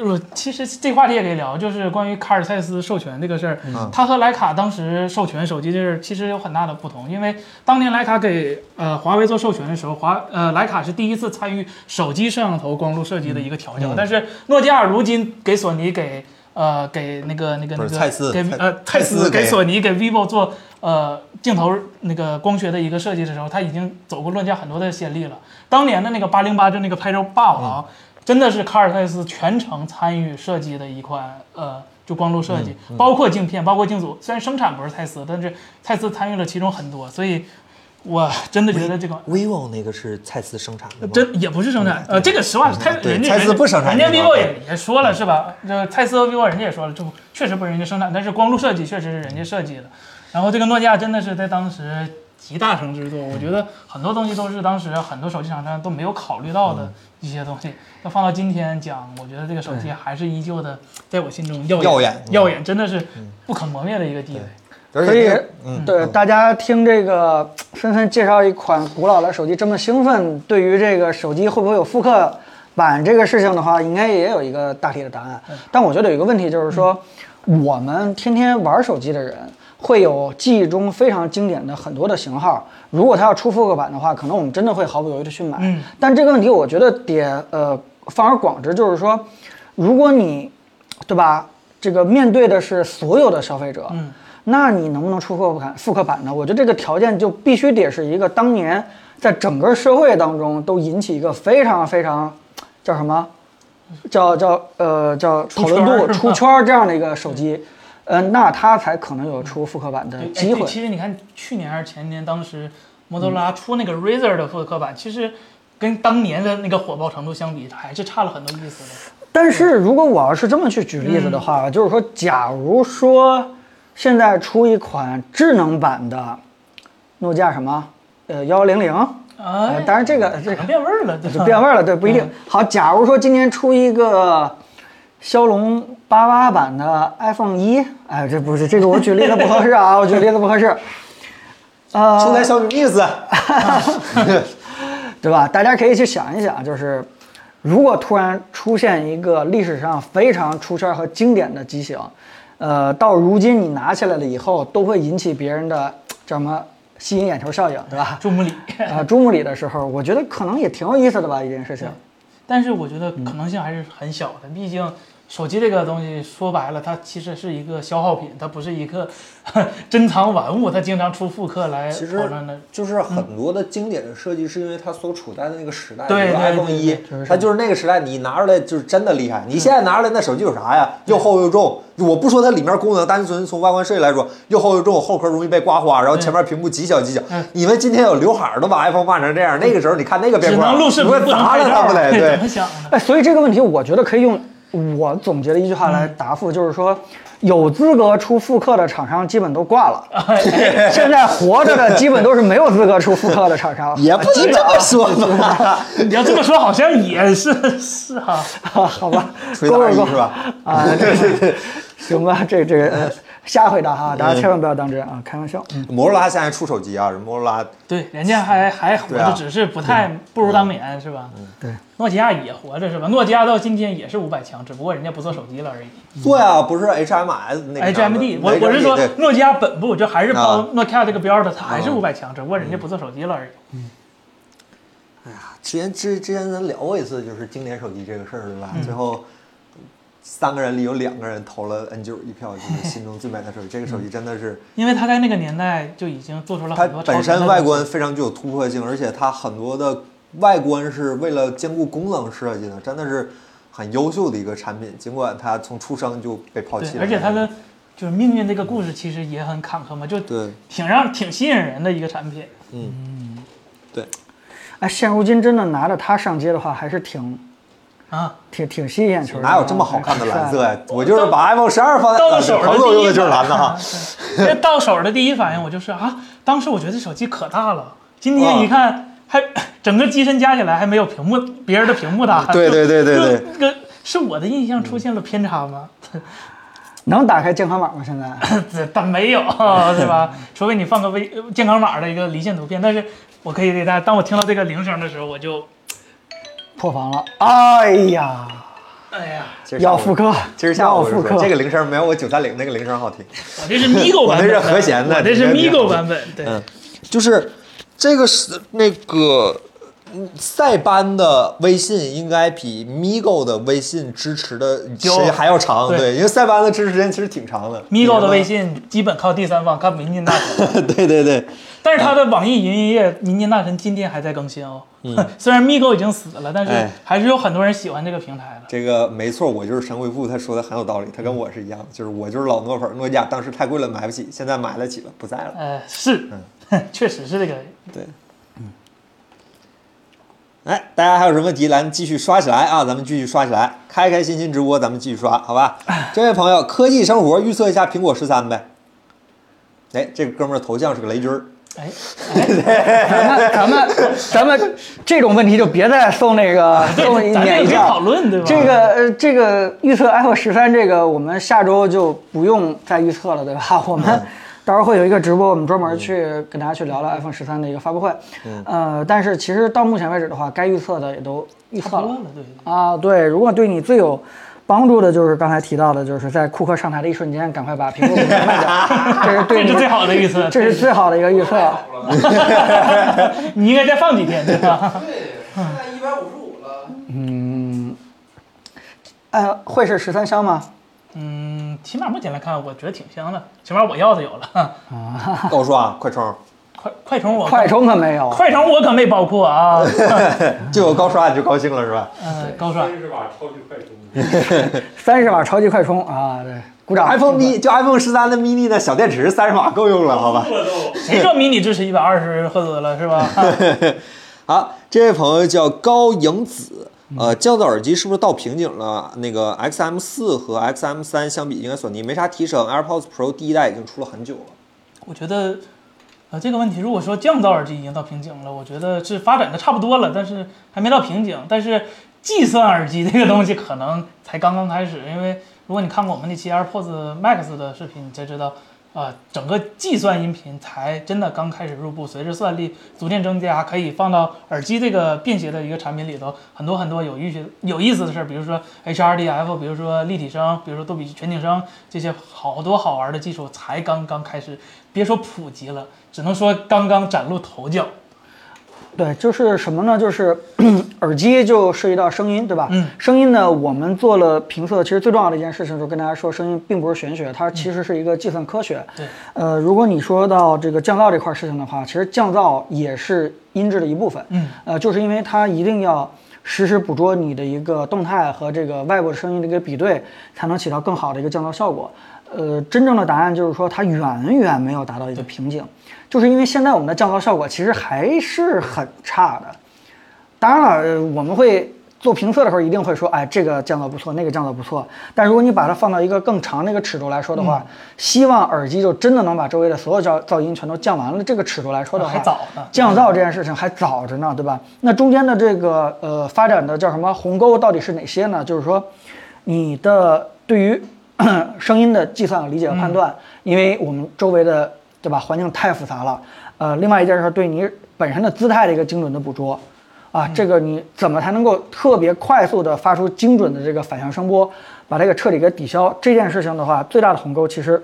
B: 我其实这话题也可以聊，就是关于卡尔蔡司授权这个事儿，
A: 嗯
B: 他和徕卡当时授权手机这事儿其实有很大的不同，因为当年徕卡给呃华为做授权的时候，华呃徕卡是第一次参与手机摄像头光路设计的一个调教，
A: 嗯
B: 但是诺基亚如今给索尼给呃给那个那个
A: 不
B: 那
A: 是
B: 个
A: 蔡司
B: 给
A: 蔡
B: 呃
A: 蔡司给
B: 给索尼给 vivo 做呃镜头那个光学的一个设计的时候，他已经走过论价很多的先例了。当年的那个八零八就那个拍啊照霸王，
A: 嗯
B: 真的是卡尔蔡司全程参与设计的一款呃。就光路设计，包括镜片，包括镜组，虽然生产不是蔡司，但是蔡司参与了其中很多，所以我真的觉得这个
A: vivo 那个是蔡司生产的吗？
B: 真也不是生产，呃，这个实话是蔡
A: 嗯对
B: 人家
A: 蔡司不生产
B: 人家
A: 这个嗯
B: vivo 也也说了是吧？这蔡司和 vivo 人家也说了，这不确实不是人家生产，但是光路设计确实是人家设计的。然后这个诺基亚真的是在当时集大成之作，我觉得很多东西都是当时很多手机厂商都没有考虑到
A: 嗯
B: 的一些东西。那放到今天讲，我觉得这个手机还是依旧的，在我心中耀
A: 耀眼
B: 眼
A: 嗯
B: 耀眼，真的是不可磨灭的一个地位。
A: 而
C: 所以
A: 且嗯，
C: 对大家听这个纷纷介绍一款古老的手机这么兴奋，对于这个手机会不会有复刻版这个事情的话，应该也有一个大体的答案。
A: 嗯
C: 但我觉得有一个问题就是说，我们天天玩手机的人。会有记忆中非常经典的很多的型号，如果它要出复刻版的话，可能我们真的会毫不犹豫的去买。
B: 嗯
C: 但这个问题我觉得得呃放而广之，就是说，如果你对吧，这个面对的是所有的消费者，
B: 嗯，
C: 那你能不能出复刻版复刻版呢？我觉得这个条件就必须得是一个当年在整个社会当中都引起一个非常非常叫什么，叫叫呃叫讨论
B: 出圈 (laughs) 儿
C: 度
B: 是吧
C: 出圈儿这样的一个手机，呃，那它才可能有出复刻版的
B: 对，哎
C: 机
B: 对
C: 会。
B: 其实你看去年还是前年，当时摩托罗
A: 嗯
B: 拉出那个 Razer 的复刻版，其实跟当年的那个火爆程度相比，还是差了很多意思的。
C: 但是如果我要是这么去举例子的
B: 嗯
C: 话，就是说，假如说现在出一款智能版的诺基亚什么呃幺零零，
A: 啊
C: 呃，
B: 哎，
C: 当然这个这
B: 可
C: 个
B: 能变味儿了，对
C: 就
B: 吧？
C: 变味儿了，对，不一定。好，假如说今年出一个骁龙八八版的 iPhone 一，哎，这不是这个，我举例子不合适啊，我举例子不合适。
A: 出
C: 呃，
A: 台小米 mix，
B: (laughs)
C: 对吧？大家可以去想一想，就是如果突然出现一个历史上非常出圈和经典的机型，呃，到如今你拿起来了以后，都会引起别人的叫什么吸引眼球效应，对吧？ (laughs)
B: 注目礼。
C: 啊、注目礼的时候，我觉得可能也挺有意思的吧，一件事情。
B: 但是我觉得
A: 嗯
B: 可能性还是很小的，毕竟手机这个东西说白了，它其实是一个消耗品，它不是一个 (laughs) 珍藏玩物，它经常出复刻来
A: 其实
B: 讨论的。
A: 就是很多的经典的设计是因为它所处在的那个时代，
B: 嗯对
A: 比如
B: 对
A: iPhone
B: 对
A: 一
C: 确实，是
A: 它就是那个时代，你拿出来就是真的厉害。
B: 嗯
A: 你现在拿出来那手机有啥呀？又厚又重。我不说它里面功能，单纯从外观设计来说，又厚又重，后壳容易被刮花，然后前面屏幕极小极小
B: 嗯。
A: 你们今天有刘海儿都把 iPhone 办成这样，那个时候你看那个
B: 只
A: 边
B: 能
A: 框，
B: 录视
A: 你
B: 频，
A: 会
B: 不能
A: 砸
B: 拍
A: 了
B: 照
A: 它
B: 儿
A: 不得？
B: 怎
A: 对
B: (laughs) 么，想的？
C: (laughs) 哎，所以这个问题，我觉得可以用我总结的一句话
A: 嗯
C: 来答复，就是说，有资格出复刻的厂商基本都挂
A: (laughs)
C: 了，
A: 哎
C: 现在活着的基本都是没有资格出复刻的厂商。
A: 也不能这么说吧。
B: 你要这么说，好像也是 (laughs) 是哈、
C: (laughs)
A: (laughs)
C: 好吧，
A: 锤
C: 够
A: 打
C: 了
A: 一
C: 够
A: 是
C: 了
A: 吧？
C: (laughs)
A: 嗯
C: 啊，对
A: (laughs)
C: 对对，行吧，这这呃瞎回答哈，大家千万不要当真啊，开玩笑。嗯，
A: (laughs) 摩托罗拉现在出手机啊，摩托罗拉
B: 对，人家还还活
A: 对
B: 着，
A: 啊嗯
B: 只是不太不如当年是吧？
C: 对，
B: 诺基亚也活着是吧？诺基亚到今天也是五百强，只不过人家不做手机了而已。
A: 做呀，啊不是 HMS 那个啥吗
B: HMD，我我是说
A: 对
B: 诺基亚本部就还是包
A: 啊嗯
B: 诺基亚这个标的，它还是五百强，只不过人家不做手机了而已。
A: 之前之之前咱聊过一次，就是经典手机这个事儿，对吧？
B: 嗯
A: 最后三个人里有两个人投了 N 九一票，就是心中最美的手机。这个手机真的是
B: 因为它在那个年代就已经做出了
A: 它
B: 嗯很多
A: 本
B: 超前的
A: 身外观
B: 东西，
A: 非常具有突破性，而且它很多的外观是为了兼顾功能设计的，真的是很优秀的一个产品。尽管它从出生就被抛弃
B: 对，
A: 了，
B: 而且它的就是命运这个故事其实也很坎坷嘛，就
A: 对，
B: 挺让挺吸引人的一个产品。
A: 嗯，对，
C: 哎，现如今真的拿着它上街的话，还是挺
B: 啊，
C: 挺挺吸引眼球的啊。
A: 哪有这么好看的蓝色
C: 呀？
A: 呀？我就是把 iPhone 十二放在
B: 嗯到
A: (laughs)
B: 手
A: 彭
B: 的
A: 总
B: 第
A: 用
B: 一
A: 的就是蓝的
B: (laughs)
A: 哈
B: 反。应，对到手的第一反应我就是啊，当时我觉得这手机可大了，今天一
A: 啊
B: 看还整个机身加起来还没有屏幕别人的屏幕大。
A: 对对对对对
B: 就， (laughs) 这个是我的印象出现了偏差吗？ (laughs)
C: 能打开健康码吗？现在？
B: 这但没
A: (laughs)
B: 有，是吧？除非你放个微呃健康码的一个离线图片，但是我可以给大家，当我听到这个铃声的时候，我就
C: 破防了！哎呀，
B: 哎
A: (laughs)
B: 呀，
A: 今儿下午
C: 要复刻，
A: 今儿下午我就
C: 要复
A: 说
C: 刻
A: 这个铃声没有我九三零那个铃声好听。
B: 我这是 Migo 版本的，
A: 我那是和弦的
B: 我这是
A: 你别
B: Migo 版本，对，
A: 嗯，就是这个是那个嗯塞班的微信应该比 Migo 的微信支持的时间还要长，
B: 对
A: 对，因为塞班的支持时间其实挺长的。
B: Migo 的微信基本靠第三方，靠民进大神，
A: 信， (laughs) 对对对，
B: 但是它的网易云音乐《民进大神》今天还在更新哦。
C: 嗯
B: (laughs) 虽然 Migo 已经死了，但是
A: 哎
B: 还是有很多人喜欢这个平台的。
A: 这个没错，我就是神回复，他说的很有道理，他跟我是一样的，就是我就是老诺粉儿，诺基亚当时太贵了买不起，现在买得起了，不在了。
B: 呃，是，
C: 嗯
B: (laughs) 确实是这个。
A: 对，哎，大家还有什么问题，咱们继续刷起来啊！咱们继续刷起来，开开心心直播，咱们继续刷，好吧？
C: 哎
A: 这位朋友，科技生活预测一下苹果十三呗。哎，这个哥们儿头像是个雷军
C: (laughs)
A: 儿，
B: 哎，
C: 咱们咱们咱们这种问题就别再送那个送
B: 对，咱这
C: 免
B: 个
C: 疫
B: 可以
C: 票
B: 讨。论，对吧？
C: 啊
B: (laughs)
C: 这个呃，这个预测 iPhone 十三这个，我们下周就不用再预测了，对吧？我们到时候会有一个直播，我们专门去跟大家去聊聊 iPhone 十三的一个发布会。呃，但是其实到目前为止的话，该预测的也都预测
B: 讨
C: 了
B: 论了，对。
C: 啊。对，如果对你最有帮助的就是刚才提到的，就是在库克上台的一瞬间，赶快把苹果给卖掉，这是
B: 这
C: 对你
B: 是最好的预测，
C: 这是最好的一个预测。
B: (laughs) 你应该再放几天，对吧？ (laughs)
D: 对，现在一百五十五了，
C: 呃，会是十三香
B: 哦
C: 吗？
B: 嗯，起码目前来看，我觉得挺香的，起码我要的有了。 (laughs)
A: 高刷啊快充，
B: 快快充我
C: 快充可啊没有。
B: 快充我可没包括
C: (laughs)
B: 啊，
A: 就有高刷你就高兴了是吧？
B: 呃，高刷
E: 真是把超级快充。
C: 三十瓦超级快充啊，对，鼓掌。
A: iPhone mini 就 iPhone 十三的 mini 的小电池三十瓦够用了，好吧？
B: 谁说迷你支持一百二十赫兹了是吧？
A: 好，这位朋友叫高颖子，呃，降噪耳机是不是到瓶颈了？那个 XM 四和 XM 三相比，应该索尼没啥提升，AirPods Pro 第一代已经出了很久了。
B: 我觉得，呃，这个问题如果说降噪耳机已经到瓶颈了，我觉得是发展的差不多了，但是还没到瓶颈。但是计算耳机这个东西可能才刚刚开始，因为如果你看过我们那期 AirPods Max 的视频，你才知道。啊、整个计算音频才真的刚开始入步，随着算力逐渐增加，可以放到耳机这个便携的一个产品里头，很多很多有意思有意思的事儿，比如说 HRDF，比如说立体声，比如说杜比全景声，这些好多好玩的技术才刚刚开始，别说普及了，只能说刚刚崭露头角。
C: 对，就是什么呢？就是 (clears throat) 耳机就涉及到声音，对吧？
B: 嗯
C: 声音呢，我们做了评测，其实最重要的一件事情就是跟大家说，声音并不是玄学，它
B: 嗯
C: 其实是一个计算科学。
B: 对，
C: 呃，如果你说到这个降噪这块事情的话，其实降噪也是音质的一部分。
B: 嗯，
C: 呃，就是因为它一定要实时捕捉你的一个动态和这个外部的声音的一个比对，才能起到更好的一个降噪效果。呃，真正的答案就是说，它远远没有达到一个瓶颈，就是因为现在我们的降噪效果其实还是很差的。当然了，呃我们会做评测的时候一定会说，哎，这个降噪不错，那个降噪不错。但如果你把它放到一个更长的一个尺度来说的
B: 嗯
C: 话，希望耳机就真的能把周围的所有噪噪音全都降完了。这个尺度来说的话，
B: 啊还早呢
C: 降噪这件事情还早着呢，对吧？那中间的这个呃发展的叫什么鸿沟到底是哪些呢？就是说，你的对于 (coughs) 声音的计算和理解和判断，因为我们周围的对吧环境太复杂了，呃，另外一件事对你本身的姿态的一个精准的捕捉。啊，这个你怎么才能够特别快速的发出精准的这个反向声波，把这个彻底给抵消？这件事情的话，最大的鸿沟其实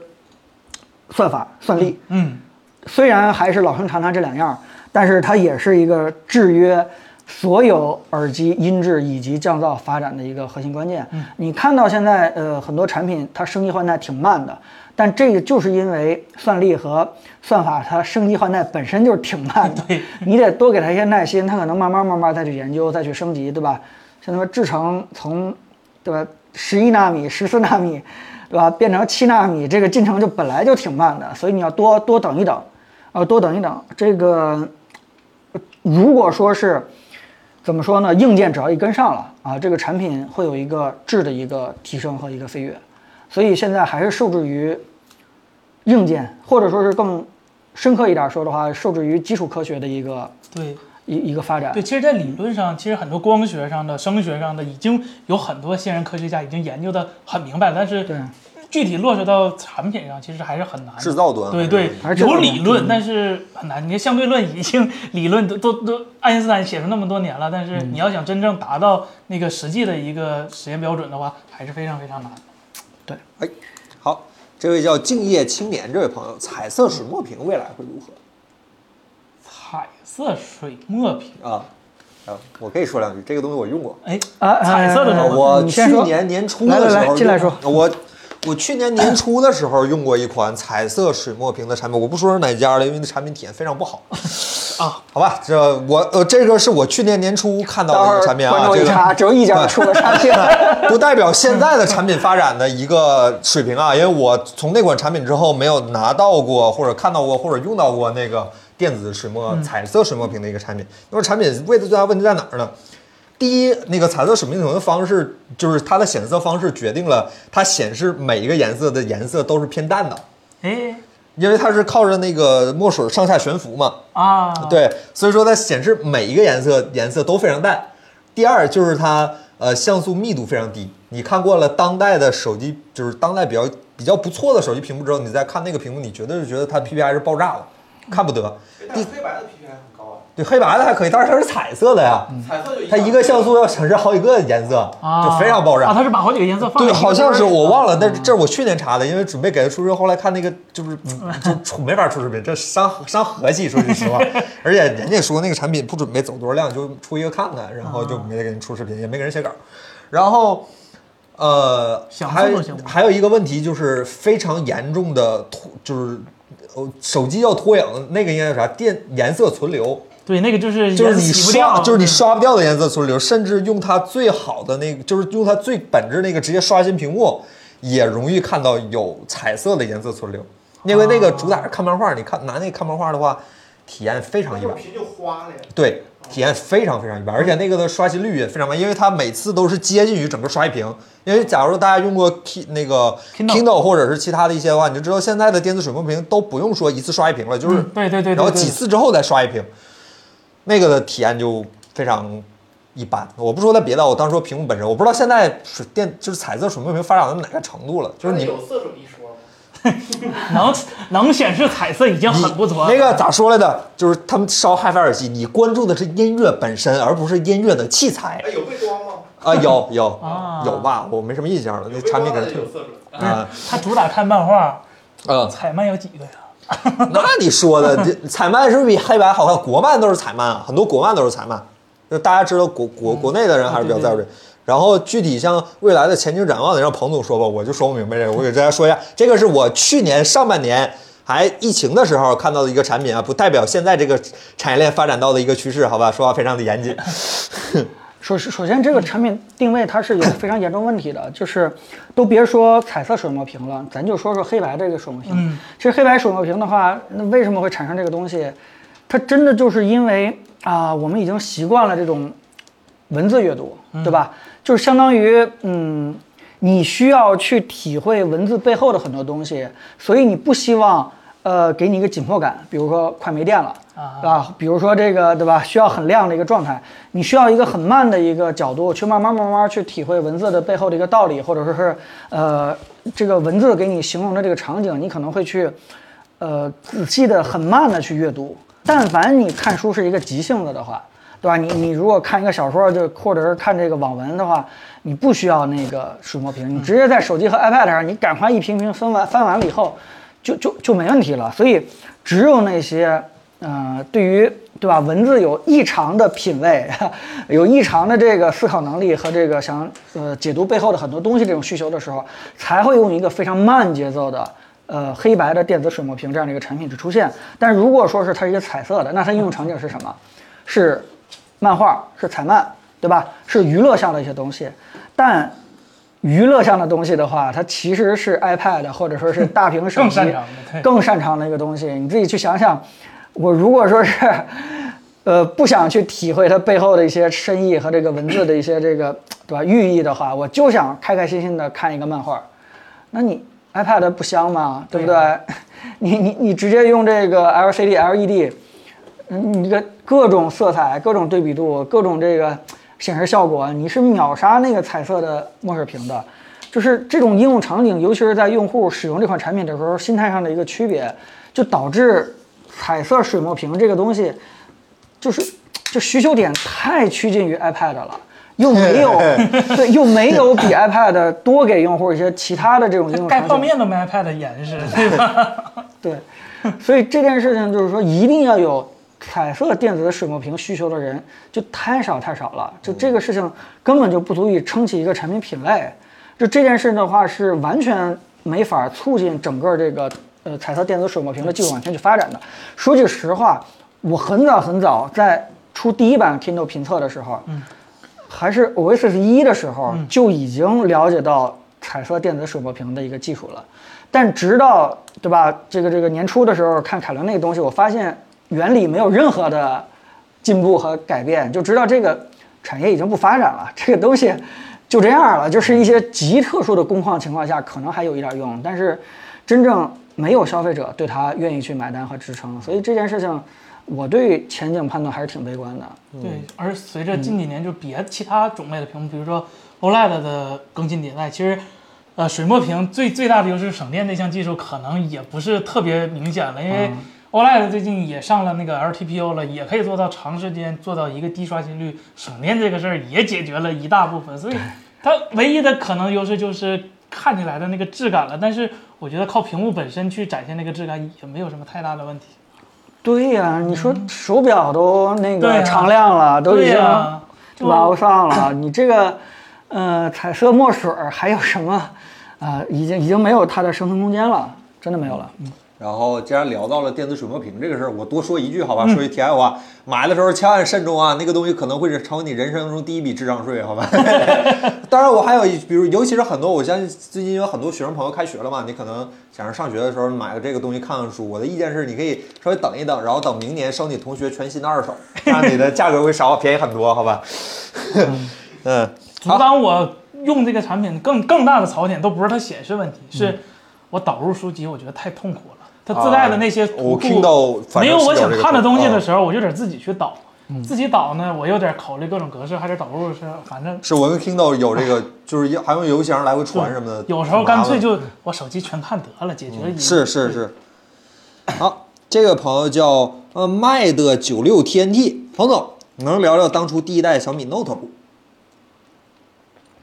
C: 算法算力，
B: 嗯，
C: 虽然还是老生常谈这两样儿，但是它也是一个制约所有耳机音质以及降噪发展的一个核心关键。你看到现在呃很多产品它升级换代挺慢的，但这个就是因为算力和算法它升级换代本身就是挺慢的，你得多给它一些耐心，它可能慢慢慢慢再去研究再去升级，对吧？像他们制程从对吧？十一纳米、十四纳米，对吧？变成七纳米，这个进程就本来就挺慢的，所以你要多多等一等，呃，多等一等。这个呃如果说是怎么说呢？硬件只要一跟上了啊，这个产品会有一个质的一个提升和一个飞跃，所以现在还是受制于硬件，或者说是更深刻一点说的话，受制于基础科学的一个
B: 对。
C: 一一个发展
B: 对，。其实，在理论上，其实很多光学上的、声学上的，已经有很多现任科学家已经研究的很明白了，但是
C: 对
B: 具体落实到产品上，其实还是很难的。
A: 制造端
B: 哎对对
C: 还，是
B: 有理
C: 嗯
B: 论，但是很难。你看相对论已经理论都都都爱因斯坦写出那么多年了，但
C: 嗯
B: 是你要想真正达到那个实际的一个实验标准的话，还是非常非常难。
A: 哎，好，这位叫敬业青年这位朋友，彩色水墨屏未来会如何
B: 彩色水墨屏，
A: 啊？啊，我可以说两句，这个东西我用过。
B: 哎，
C: 啊
B: 彩色的
C: 哎
B: 什
C: 哎哎
B: 么？
A: 呃我
C: 你
A: 去
C: 先说
A: 年年初
C: 来
A: 的
C: 来
A: 时
C: 来
A: 候用，
C: 进来说
A: 我我去年年初的时候用过一款彩色水墨屏的产品，我不说是哪家了，因为那产品体验非常不好
B: 啊。
A: 好吧，这我呃，这个是我去年年初看到
C: 待会
A: 的一
C: 儿
A: 个产品
C: 观
A: 啊，
C: 众
A: 这
C: 一
A: 个
C: 查，只有一家出了差评。
A: 不代表现在的产品发展的一个水平啊，因为我从那款产品之后没有拿到过或者看到过或者用到过那个电子水墨彩色水墨屏的一个产品。那么产品为的最大问题在哪儿呢？第一，那个彩色水墨屏的方式就是它的显示方式决定了它显示每一个颜色的颜色都是偏淡的，
B: 哎
A: 因为它是靠着那个墨水上下悬浮嘛。
B: 啊，，
A: 对，所以说它显示每一个颜色颜色都非常淡。第二就是它呃像素密度非常低。你看过了当代的手机，就是当代比较比较不错的手机屏幕之后，你再看那个屏幕，你绝对是觉得它 PPI 是爆炸了，看不得。
B: 嗯
D: 但是黑白的 PPI 很高啊，
A: 对，黑白的还可以，但是它是彩色的呀，
D: 彩色就
A: 它一个像素要显示好几个颜色，
B: 嗯啊，
A: 就非常爆炸。
B: 啊，它是把好几个颜色放嗯在
A: 对，
B: 一个
A: 好像是
B: 里面
A: 我忘了，但是这是我去年查的，因为准备给他出视后来看那个
B: (laughs)
A: 就是嗯就出没法出视频，这伤伤和气，说句
B: (laughs)
A: 实话。而且人家说那个产品不准备走多少量，就出一个看看，然后就
B: 啊
A: 没给人出视频，也没给人写稿。然后，呃，
B: 想
A: 还
B: 做就行
A: 还有一个问题就是非常严重的脱，就是呃手机要脱影，那个应该叫啥？电颜色存留。
B: 对那个就是
A: 就是
B: 颜
A: 你
B: 色洗不
A: 刷，
B: 掉，
A: 就是你刷不掉的颜色存留，甚至用它最好的那个，就是用它最本质那个直接刷新屏幕，也容易看到有彩色的颜色存留，因为那个主打是看漫画，你看拿那个看漫画的话，体验非常一般
D: 就是，屏就花了呀。
A: 对，体验非常非常一般，而且那个的刷新率也非常慢，因为它每次都是接近于整个刷一屏。因为假如大家用过 K 那个
B: Kindle
A: 或者是其他的一些的话，你就知道现在的电子水墨屏都不用说一次刷一屏了，就是、
B: 嗯对对对对
A: 然后
B: 对
A: 几次之后再刷一屏，那个的体验就非常一般。我不说它别的，我当时说屏幕本身，我不知道现在水电就是彩色水墨屏发展到哪个程度了，就是
B: 哎
A: 你
D: 有色准一说吗？
B: 能能显示彩色已经很不错了。
A: 那个咋说来的？就是他们烧 HiFi 耳机，你关注的是音乐本身，而不是音乐的器材
D: 哎，有背光吗？
A: 啊。有有
B: 啊
A: 有吧？我没什么印象了，那
D: 有背
A: 产品
D: 光
A: 可
D: 的
A: 能退
D: 有
A: 了
D: 色准。
A: 啊。
B: 它主打看漫画，
A: 嗯，
B: 彩漫有几个呀？
A: (laughs) 那你说的这彩漫是不是比黑白好看？国漫都是彩漫啊，很多国漫都是彩漫。就大家知道国国国内的人还是比较在乎这。然后具体像未来的前景展望得让彭总说吧，我就说不明白这个。我给大家说一下，这个是我去年上半年还疫情的时候看到的一个产品啊，不代表现在这个产业链发展到的一个趋势，好吧？说话非常的严谨。
C: 首首先，这个产品定位它是有非常严重问题的，就是都别说彩色水墨屏了，咱就说说黑白这个水墨屏。
B: 嗯
C: 其实黑白水墨屏的话，那为什么会产生这个东西？它真的就是因为啊、我们已经习惯了这种文字阅读，对吧？就是相当于嗯，你需要去体会文字背后的很多东西，所以你不希望呃给你一个紧迫感，比如说快没电了
B: 啊
C: 啊，比如说这个对吧，需要很亮的一个状态，你需要一个很慢的一个角度去慢慢慢慢去体会文字的背后的一个道理，或者说是呃这个文字给你形容的这个场景，你可能会去呃仔细的、很慢的去阅读。但凡你看书是一个急性子的话，对吧？你你如果看一个小说，就或者是看这个网文的话，你不需要那个水墨屏，你直接在手机和 iPad 上，你赶快一屏屏分完翻完了以后，就就就没问题了。所以只有那些呃，对于对吧文字有异常的品味， (laughs) 有异常的这个思考能力和这个想呃解读背后的很多东西这种需求的时候，才会用一个非常慢节奏的。呃，黑白的电子水墨屏这样的一个产品去出现，但如果说是它是一个彩色的，那它应用场景是什么？是漫画，是彩漫，对吧？是娱乐向的一些东西，但娱乐向的东西的话，它其实是 iPad 或者说是大屏手
B: 更
C: 机
B: 擅长的对
C: 更擅长的一个东西。你自己去想想，我如果说是，呃，不想去体会它背后的一些深意和这个文字的一些这个对吧寓意的话，我就想开开心心的看一个漫画，那你 iPad 不香吗？对不对？ (laughs) 你你你直接用这个 LCD、LED，嗯，你这个各种色彩、各种对比度、各种这个显示效果，你是秒杀那个彩色的墨水屏的。就是这种应用场景，尤其是在用户使用这款产品的时候，心态上的一个区别，就导致彩色水墨屏这个东西，就是就需求点太趋近于 iPad 了。又没有，对，又没有比 iPad 多给用户一些其他的这种应用场
B: 盖
C: 景。
B: 泡面都没 iPad 严实，对吧？
C: 对，所以这件事情就是说，一定要有彩色电子水墨屏需求的人就太少太少了，就这个事情根本就不足以撑起一个产品品类。就这件事的话，是完全没法促进整个这个呃彩色电子水墨屏的技术往前去发展的。说句实话，我很早很早在出第一版 Kindle 评测的时候，还是 Oasis 一的时候就已经了解到彩色电子水墨屏的一个技术了，但直到对吧，这个这个年初的时候看凯伦那个东西，我发现原理没有任何的进步和改变，就知道这个产业已经不发展了，这个东西就这样了，就是一些极特殊的工况情况下可能还有一点用，但是真正没有消费者对它愿意去买单和支撑，所以这件事情我对前景判断还是挺悲观的。
B: 对，而随着近几年就别其他种类的屏幕，比如说 OLED 的更新迭代，其实，呃，水墨屏最最大的优势是省电这项技术可能也不是特别明显了，因为 OLED 最近也上了那个 LTPO 了，也可以做到长时间做到一个低刷新率，省电这个事儿也解决了一大部分，所以它唯一的可能优势就是看起来的那个质感了，但是我觉得靠屏幕本身去展现那个质感也没有什么太大的问题。
C: 对呀、你说手表都那
B: 嗯对
C: 个
B: 呀
C: 常亮了，都啊已
B: 对
C: 经
B: 呀、就
C: 捞上了，你这个呃彩色墨水儿还有什么啊、已经已经没有它的生存空间了，真的没有了。
B: 嗯
A: 然后既然聊到了电子水墨屏这个事儿，我多说一句好吧，
B: 嗯
A: 说一题外话，买的时候千万慎重啊，那个东西可能会是成为你人生中第一笔智商税，
B: (laughs)
A: 好吧？当然，我还有一，比如尤其是很多，我相信最近有很多学生朋友开学了嘛，你可能想着上学的时候买个这个东西看看书。我的意见是，你可以稍微等一等，然后等明年收你同学全新的二手，
B: 嗯
A: 这样你的价格会少便宜很多，好吧？ (laughs) 嗯，
B: 阻挡我用这个产品更更大的槽点都不是它显示问题，是
A: 嗯
B: 我导入书籍我觉得太痛苦了。它自带的那些
A: 啊我
B: 图
A: 听
B: 库，
A: 到反正
B: 没有我
A: 是
B: 想
A: 这个
B: 看的东西
A: 啊嗯
B: 的时候，我就得自己去导。自己导呢，我又得考虑各种格式，还得导入是，反正
A: 是我跟 Kindle 有这个，就是还用邮箱来回传什么的，
B: 有时候干脆
A: 就。
B: 就我手机全看得了，解决一。
A: 嗯是是是。好，这个朋友叫呃麦的九六 TNT，彭总，能聊聊当初第一代小米 Note 不？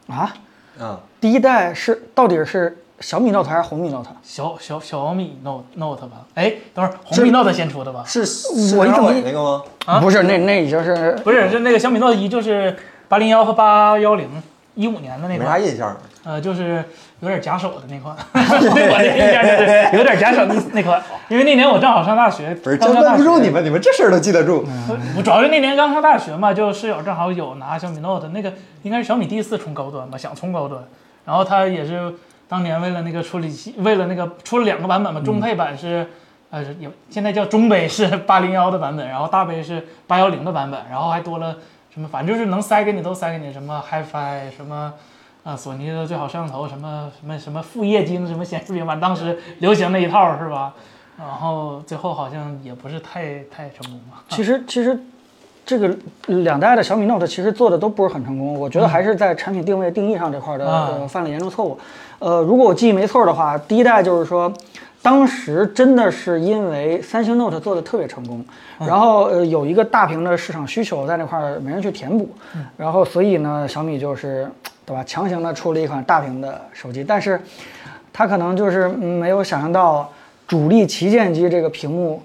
C: 啊，
A: 啊，
C: 第一代是到底是小米 Note 还是红米 Note？
B: 小小小米 Note Note 吧？哎，等会儿红米 Note 先出的吧？
A: 是是
C: 我
A: 梁
C: 怎么
A: 伟那个吗？
B: 啊
C: 不是，那那已经是
B: 不是，是那个小米 Note 一，就是八零幺和八幺零，一五年的那
A: 没
B: 款。
A: 啥印象。
B: 呃，就是有点假手的那款，对我的印象就是有点假手的那款，因为那年我正好上大学，
A: 不是，
B: 刚
A: 真
B: 上大
A: 问不住
B: 学
A: 你。们，你们这事儿都记得住。
B: 呃我 (laughs) 主要是那年刚上大学嘛，就室友正好有拿小米 Note，那个应该是小米第一次冲高端吧，想冲高端，然后他也是当年为了那个处理器，为了那个出了两个版本嘛，中配版是。呃，也现在叫中杯是 (laughs) 八零幺的版本，然后大杯是八幺零的版本，然后还多了什么，反正就是能塞给你都塞给你，什么 HiFi 什么。啊，索尼的最好摄像头，什么什么什么副液晶，什么显示平板，当时流行那一套是吧？然后最后好像也不是太太成功吧。
C: 其实其实这个两代的小米 Note 其实做的都不是很成功，我觉得还是在产品定位定义上这块儿的、
B: 嗯啊
C: 呃、犯了严重错误。呃，如果我记忆没错的话，第一代就是说。当时真的是因为三星 Note 做的特别成功，然后呃有一个大屏的市场需求在那块儿没人去填补，然后所以呢小米就是对吧强行的出了一款大屏的手机，但是它可能就是嗯没有想象到主力旗舰机这个屏幕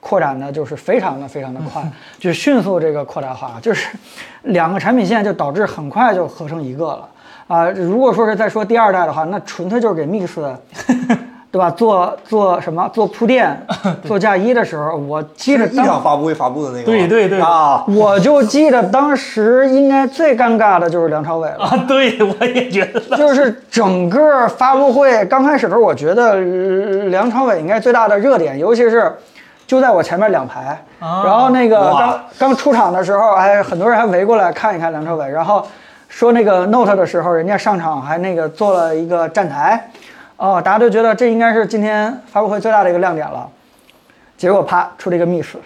C: 扩展的就是非常的非常的快，就迅速这个扩大化，就是两个产品线就导致很快就合成一个了啊、如果说是再说第二代的话，那纯粹就是给 Mix，对吧？做做什么做
A: (laughs)
C: 铺垫，做嫁衣的时候，我记得
A: 是一
C: 当
A: 场发布会发布的那个吗。
B: 对对对
A: 啊，
C: 我就记得当时应该最尴尬的就是梁朝伟
A: (laughs)
C: 了。
B: 啊，对，我也觉得。
C: 就是整个发布会刚开始的时候，我觉得呃梁朝伟应该最大的热点，尤其是就在我前面两排。
B: 啊
C: 然后那个
A: 哇
C: 刚刚出场的时候，哎，很多人还围过来看一看梁朝伟。然后说那个 Note 的时候，人家上场还那个做了一个站台，哦，大家都觉得这应该是今天发布会最大的一个亮点了。结果啪出了一个 miss，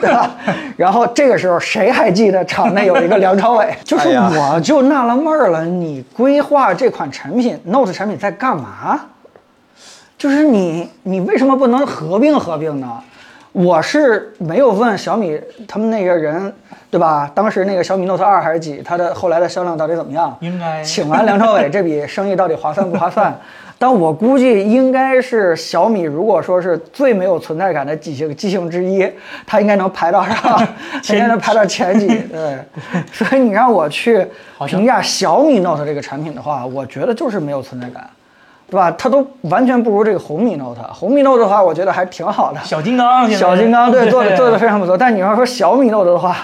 C: 对 (laughs) 吧？然后这个时候谁还记得场内有一个梁朝伟？就是
A: (laughs) 哎呀
C: 我就纳了闷儿了，你规划这款产品 Note 产品在干嘛？就是你你为什么不能合并合并呢？我是没有问小米他们那个人，对吧？当时那个小米 Note 二还是几，它的后来的销量到底怎么样？
B: 应该
C: 请完梁朝伟，这笔生意到底划算不
B: (laughs)
C: 划算？但我估计应该是小米，如果说是最没有存在感的几星机型之一，它应该能排
B: (laughs)
C: 到上，它应该能排到前几。对，所以你让我去评价小米 Note 这个产品的话，我觉得就是没有存在感，对吧？它都完全不如这个红米 Note。红米 Note 的话，我觉得还挺好的，
B: 小金刚现在，
C: 小金刚对做的做的非常不错。但你要说小米 Note 的话，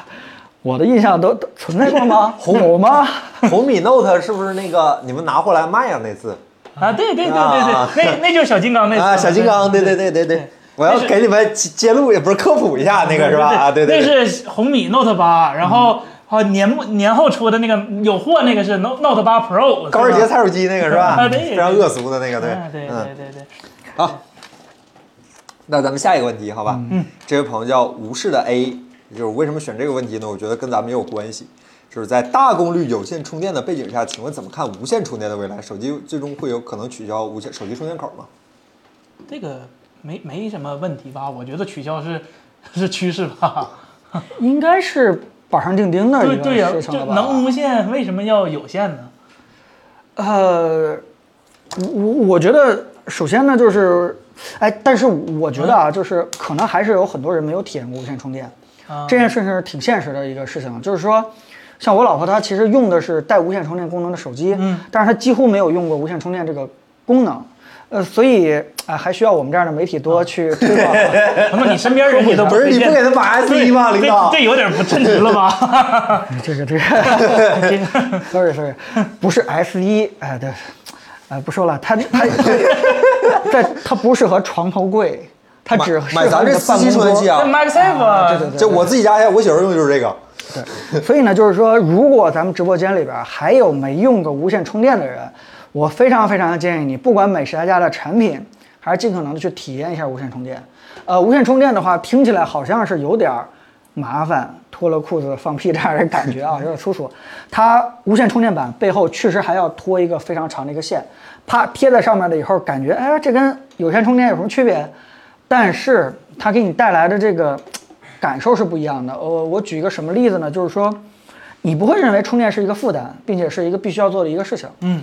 C: 我的印象都都存在
B: (laughs)
C: 过吗？有吗？
A: 红米 Note 是不是那个你们拿回来卖啊？那次
B: 啊，对对对对
A: 啊
B: 对，那那就是小金刚那次
A: 啊，小金刚，对对对对对，我要给你们揭揭露，也不是科普一下那个是吧？啊，对对，对嗯
B: 那是红米 Note 八，然后啊年末年后出的那个有货那个是 Note Note 八 Pro，
A: 高尔杰菜手机那个是吧？
B: 啊对对
A: 非常恶俗的那个，对
B: 啊，对
A: 嗯
B: 对，对对，
A: 好，那咱们下一个问题，好吧？嗯，这位朋友叫无视的 A，就是为什么选这个问题呢？我觉得跟咱们也有关系，就是在大功率有线充电的背景下，请问怎么看无线充电的未来？手机最终会有可能取消无线手机充电口吗？
B: 这个没没什么问题吧？我觉得取消是是趋势吧？
C: 应该是板上钉钉的
B: 对
C: 一
B: 对呀、
C: 个事情
B: 就
C: 了吧？
B: 能无线为什么要有线呢？
C: 呃，我我我觉得首先呢就是，哎，但是我觉得
B: 嗯
C: 啊，就是可能还是有很多人没有体验过无线充电，
B: 啊，
C: 这件事情是挺现实的一个事情，就是说。像我老婆，她其实用的是带无线充电功能的手机，
B: 嗯
C: 但是她几乎没有用过无线充电这个功能，呃，所以啊、还需要我们这样的媒体
B: 啊
C: 多去推 (laughs) 广。
B: 那么你身边人也都
A: 不是你不给他买 S 一吗，
B: 这
A: 领导
B: 这？有点不称职了吧？
C: (laughs) 这个这个，
B: 这个
C: sorry sorry，不是 S 一，哎对，哎不说了，它
A: (laughs)
C: 它在它不适合床头柜，它只
A: 买
C: 适合
A: 买咱
C: 你
A: 这
C: 的
A: 司
C: 办
A: 机
C: 公
A: 充
C: 桌
A: 电器啊
B: 那，MagSafe 啊
C: 对对对
A: 这我自己家我媳妇用的就是这个。
C: 对， (laughs) 所以呢，就是说，如果咱们直播间里边还有没用过无线充电的人，我非常非常建议你，不管美食家的产品，还是尽可能的去体验一下无线充电。呃，无线充电的话，听起来好像是有点儿麻烦，脱了裤子放屁这样的感觉啊，有点粗俗。它无线充电板背后确实还要拖一个非常长的一个线，啪贴在上面了以后，感觉哎，这跟有线充电有什么区别？但是它给你带来的这个感受是不一样的。我我举一个什么例子呢？就是说，你不会认为充电是一个负担，并且是一个必须要做的一个事情。
B: 嗯，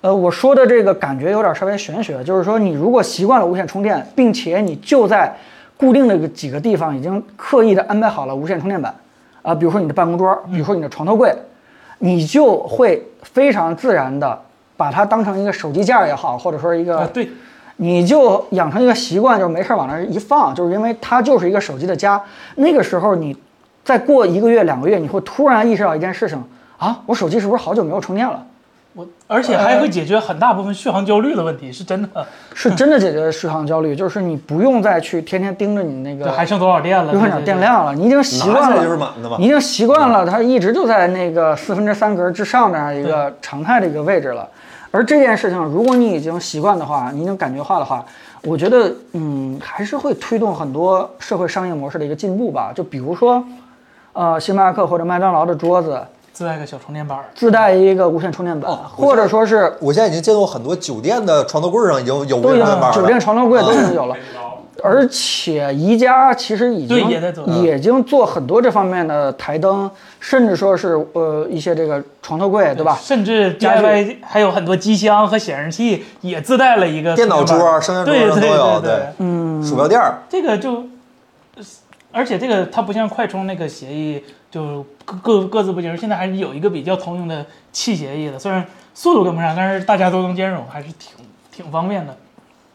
C: 呃，我说的这个感觉有点稍微玄学，就是说你如果习惯了无线充电，并且你就在固定的几个地方已经刻意的安排好了无线充电板，啊、比如说你的办公桌，比如说你的床头柜，你就会非常自然的把它当成一个手机架也好，或者说一个、
B: 啊对，
C: 你就养成一个习惯，就是没事儿往那儿一放，就是因为它就是一个手机的家。那个时候你再过一个月、两个月，你会突然意识到一件事情啊，我手机是不是好久没有充电了？
B: 我而且还会解决很大部分续航焦虑的问题，是真的。
C: 是真的解决了续航焦虑，就是你不用再去天天盯着你那
B: 对，
C: 个
B: 还剩多少电了？
C: 有点电量了，你已经习惯
A: 拿起
C: 了，
A: 来就是满的嘛嗯
C: 你已经习惯了，它一直就在那个四分之三格之上那样一个常态的一个位置了。而这件事情，如果你已经习惯的话，你已经感觉化的话，我觉得，嗯，还是会推动很多社会商业模式的一个进步吧。就比如说，呃，星巴克或者麦当劳的桌子
B: 对，自带个小充电板儿。
C: 自带一个无线充电板，
A: 哦我
C: 或者说是
A: 我现在已经见到很多酒店的床头柜上已经有无
C: 都
A: 线
C: 已
A: 充电板
C: 经
A: 了，
C: 啊
A: 哦
C: 酒店床头柜都已经有了，而且宜家其实已
B: 对
C: 经
B: 也在做
C: 已经做很多这方面的台灯，甚至说是呃一些这个床头柜，对吧？
B: 甚至
C: 家具
B: DIY 还有很多机箱和显示器也自带了一个
A: 电脑
B: 充电板
A: 桌
B: 儿
A: 升降桌
B: 对
A: 上都
B: 对
A: 有
B: 对对，
C: 嗯
A: 鼠标垫儿，
B: 这个就，而且这个它不像快充那个协议，就各各各自不兼容。现在还是有一个比较通用的气协议的，虽然速度跟不上，但是大家都能兼容，还是挺挺方便的。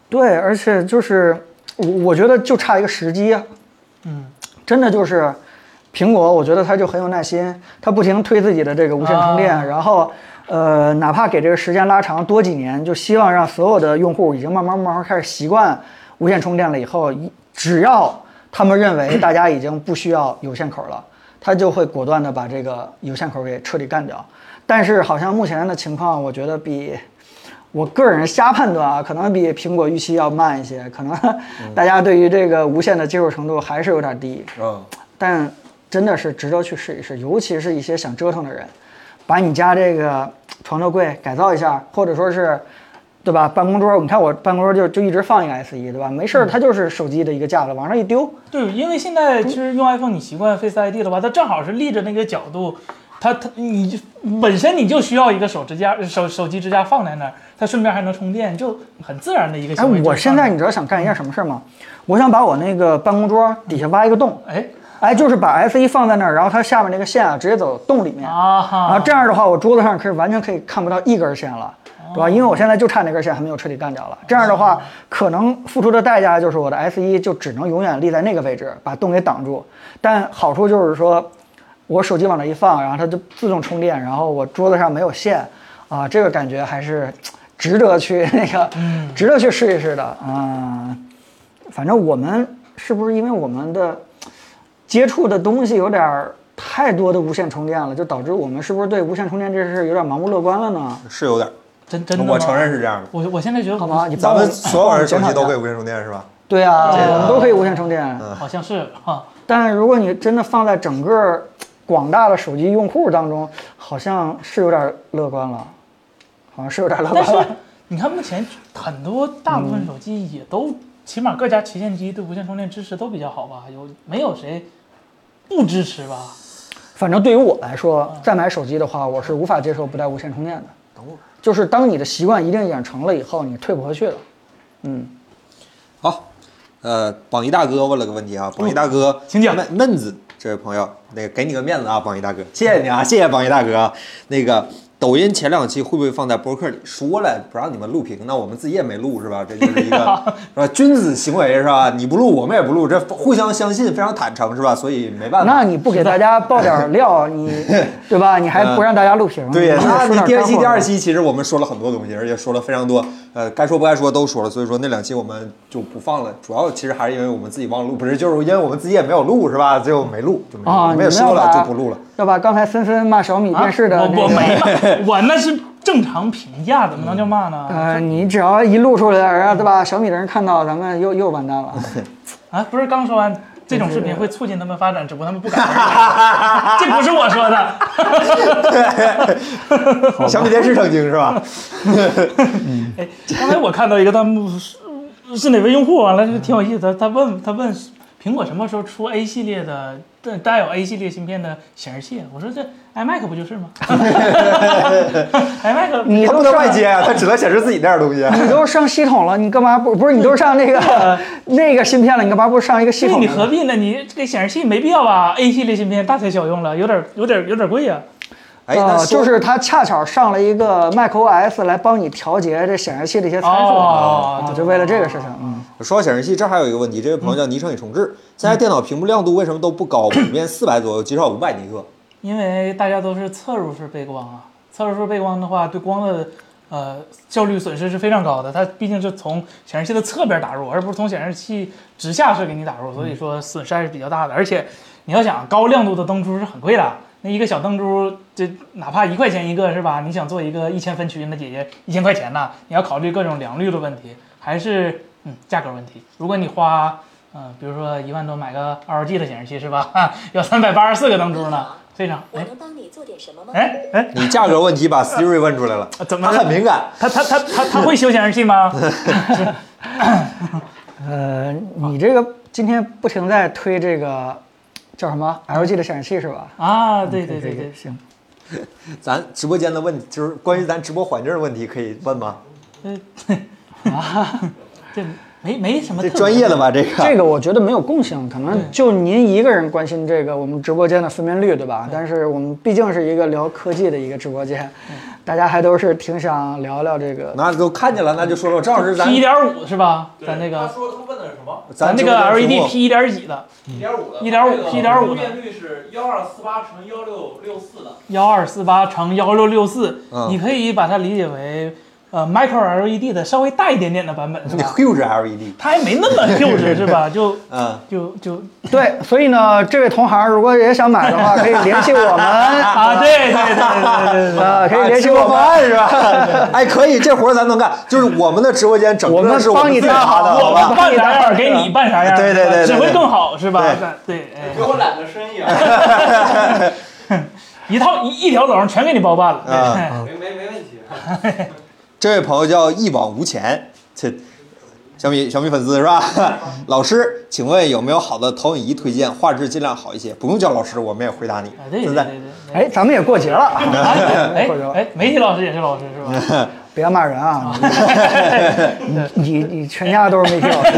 C: 对，而且就是我我觉得就差一个时机啊，
B: 嗯，
C: 真的就是苹果，我觉得它就很有耐心，它不停推自己的这个无线充电，
B: 啊
C: 然后呃，哪怕给这个时间拉长多几年，就希望让所有的用户已经慢慢慢慢开始习惯无线充电了以后，一只要他们认为大家已经不需要有线口了，它就会果断的把这个有线口给彻底干掉。但是好像目前的情况，我觉得比我个人瞎判断啊，可能比苹果预期要慢一些，可能大家对于这个无线的接受程度还是有点低。
A: 嗯，
C: 但真的是值得去试一试，尤其是一些想折腾的人，把你家这个床头柜改造一下，或者说是，对吧？办公桌，你看我办公桌就就一直放一个 S E，1对吧？没事儿，它就是手机的一个架子，往上一丢，
B: 对，因为现在其实用 iPhone 你习惯 Face ID 的话，它正好是立着那个角度，它它你本身你就需要一个手支架手手机支架放在那儿，它顺便还能充电，就很自然的一个
C: 哎
B: 行为。，
C: 我现在你知道想干一件什么事儿吗？我想把我那个办公桌底下挖一个洞，
B: 哎
C: 哎，就是把 S 1放在那儿，然后它下面那个线啊直接走洞里面，
B: 啊哈，
C: 然后这样的话，我桌子上可以完全可以看不到一根线了，对吧？因为我现在就差那根线还没有彻底干掉了。这样的话，可能付出的代价就是我的 S 1就只能永远立在那个位置，把洞给挡住。但好处就是说，我手机往那一放，然后它就自动充电，然后我桌子上没有线，啊，这个感觉还是值得去那个，值得去试一试的啊、反正我们是不是因为我们的接触的东西有点儿太多的无线充电了，就导致我们是不是对无线充电这事儿有点盲目乐观了呢？
A: 是有点儿，
B: 真真的吗
A: 我承认是这样的。
B: 我我现在觉得
C: 好吗？你帮
A: 咱
C: 我
A: 们所有人手机都可以嗯
C: 以。
A: 无线充电是吧？
C: 对啊，
B: 这个
C: 我们都可以无线充电。
B: 好像是哈，
C: 但如果你真的放在整个广大的手机用户当中，好像是有点乐观了，好像是有点乐
B: 但是
C: 观了。
B: (laughs) 你看目前很多大部分手机也都，起码各家旗舰机对无线充电支持都比较好吧？有没有谁不支持吧？
C: (laughs) 反正对于我来说，再买手机的话，我是无法接受不带无线充电的。
A: 等会儿。
C: 就是当你的习惯一定养成了以后，你退不回去了。
A: 好，呃，榜一大哥问了个问题啊，榜一大哥，
B: 嗯请讲
A: 闷闷子这位朋友，那个给你个面子啊，榜一大哥，谢谢你啊，谢谢榜一大哥啊。那个抖音前两期会不会放在博客里？说了不让你们录屏，那我们自己也没录是吧？这就是一个
B: (laughs)
A: 是吧？君子行为是吧？你不录我们也不录，这互相相信，非常坦诚是吧？所以没办法。
C: (laughs) 那你不给大家爆点料，你对吧？你还不让大家录屏？
A: 嗯对呀，
C: 你
A: 那
C: 说
A: 你第
C: 点
A: 二期、
C: 干货
A: 第二期，其实我们说了很多东西，而且说了非常多，呃，该说不该说都说了，所以说那两期我们就不放了。主要其实还是因为我们自己忘了录，不是，就是因为我们自己也没有录，是吧？就没录，就没录，
C: 啊，
A: 我
C: 你
A: 们也
C: 们
A: 说
C: 要
A: 了
C: 把
A: 就不录了。，
C: 要把刚才森森骂小米
B: 啊
C: 电视的那
B: 我我
C: 个
B: 没骂， (laughs) 我那是正常评价，怎么能叫骂呢？
C: 呃，你只要一录出来，然后对吧？小米的人看到，咱们又又完蛋
A: (laughs)
C: 了。
B: 啊，不是刚说完。这种视频会促进他们发展，只不过他们不敢而已。这不是我说的，
A: 小米电视成精是吧？
B: 哎， (laughs) 刚才我看到一个弹幕是是哪位用户完了，这个挺有意思的，他问他问苹果什么时候出 A 系列的带带有 A 系列芯片的显示器？我说这 iMac 不就是吗 (laughs) ？iMac
C: 你
A: 它
C: 都
A: 不能
C: 上
A: 外接啊，它只能显示自己那点东西。
C: 你都上系统了，你干嘛不不是？你都上
B: (laughs)
C: 那个那个芯片了，你干嘛不上一个系
B: 对
C: 统
B: 你
C: 呢？
B: 何必呢？你这个显示器没必要吧？A 系列芯片大材小用了，有点有点有点贵呀、
A: 哎，
C: 啊
A: 那说
C: 就是它恰巧上了一个 macOS 来帮你调节这显示器的一些参数
B: 哦
C: 啊，
B: 对
C: 就为了这个事情，嗯。
A: 说到显示器，这还有一个问题，这位朋友叫昵称已重置，现在电脑屏幕亮度为什么都不高，普遍四百左右，极少五百尼克？
B: 因为大家都是侧入式背光啊，侧入式背光的话，对光的呃效率损失是非常高的。它毕竟是从显示器的侧边打入，而不是从显示器直下式给你打入，所以说损失还是比较大的。而且你要想高亮度的灯珠是很贵的，那一个小灯珠这哪怕一块钱一个是吧？你想做一个一千分区，那姐姐一千块钱呐，你要考虑各种良率的问题，还是嗯价格问题。如果你花嗯、比如说一万多买个 LG 的显示器是吧？ (laughs) 要三百八十四个灯珠呢，非常
E: 我
B: 哎
E: 能帮你做点什么吗？
B: 哎哎，
A: 你价格问题把 Siri 问出来了，
B: 怎么
A: 它很敏感。
B: 他他他他他会修显示器吗？
C: 呃，你这个今天不停在推这个叫什么 LG 的显示器是吧？
B: 啊，对对对对，
C: 行。
A: 咱直播间的问题就是关于咱直播环境的问题，可以问吗？
B: 呃，这没没什么
A: 这
B: 特别
A: 专业的吧？
B: (laughs)
A: 这个
C: 这个我觉得没有共性，可能就您一个人关心这个我们直播间的分辨率，对吧？但是我们毕竟是一个聊科技的一个直播间，大家还都是挺想聊聊这个。
A: 那都看见了，那就说说。正好是咱
B: P 一点五是吧？咱那个
D: 他说他们问的是什么？
A: 咱
B: 那
A: 直播
B: 个
A: 间屏
B: LED
A: 幕
B: P 一点几的，
D: 一点五的，
B: 1.5
D: 这个
B: 1.5的
D: 分辨率是幺二四八乘幺六六四的。
B: 幺二四八乘幺六六四
A: 嗯，
B: 你可以把它理解为呃 micro LED 的稍微大一点点的版本，是吧？
A: huge LED，
B: 它还没那么幼稚，是吧？就
A: 嗯，
B: 就就
C: 对，所以呢，这位同行如果也想买的话，可以联系我们 (laughs) 啊、
B: 啊，对对对对对对对，
C: 可以联系
A: 吃过
C: 我们。
A: 饭是吧？ (laughs) 哎，可以，这活儿咱能干，就是我们的直播间整
C: 我
A: 个
C: 们
A: 是我
C: 帮你
A: 自己搭
C: 搭
A: 的，
C: 好
A: 好
B: 我们
A: 吧？
B: 办啥样给你办啥样，
A: 对对对对对
B: 只会更好，是吧
A: 对？
B: 对，哎
D: 给我揽个生意啊，
B: 一套一一条龙全给你包办了，
A: 啊
B: 对 (laughs)
D: 没没没问题。
A: 这位朋友叫一往无前，这小米小米粉丝是吧？ (laughs) 老师，请问有没有好的投影仪推荐？画质尽量好一些。不用叫老师，我们也回答你
B: 啊，。对
A: 现
B: 对对 (laughs)
A: 在
B: 对。对
C: 哎，咱们也过节 (laughs) 了，
B: 哎
C: 或者
B: 哎，媒体老师也是老师是吧？
C: 别骂人 (laughs) 啊！你你你全家都是媒体老师，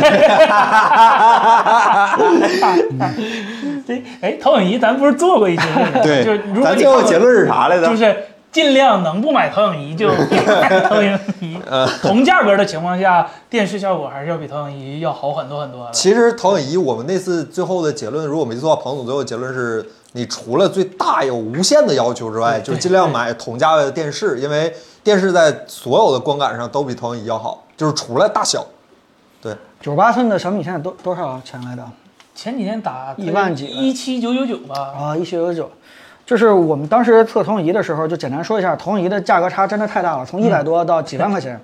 C: 嗯
B: (laughs) 对，哎，投影仪咱不是做过一节
C: (laughs)
B: 目吗？
A: (laughs) 对
B: 就是如，果
A: 咱
B: 你
A: 最后
B: 看过
A: 结论是啥来着？
B: 就是尽量能不买投影仪就别买投影
C: (laughs)
B: 仪。
C: 嗯
B: (laughs) 同价格的情况下，电视效果还是要比投影仪要好很多很多的。
A: 其实投影仪，我们那次最后的结论，如果没记错，彭总最后结论是，你除了对大有无限的要求之外，就是尽量买同价位的电视，因为电视在所有的观感上都比投影仪要好，就是除了大小。对，
C: 九十八寸的小米现在多多少钱来着？
B: 前几天打
C: 一万几
B: 一七九九九吧，
C: 啊，一九九九，就是我们当时测投影仪的时候，就简单说一下，投影仪的价格差真的太大了，从一
B: 嗯
C: 百多到几万块钱，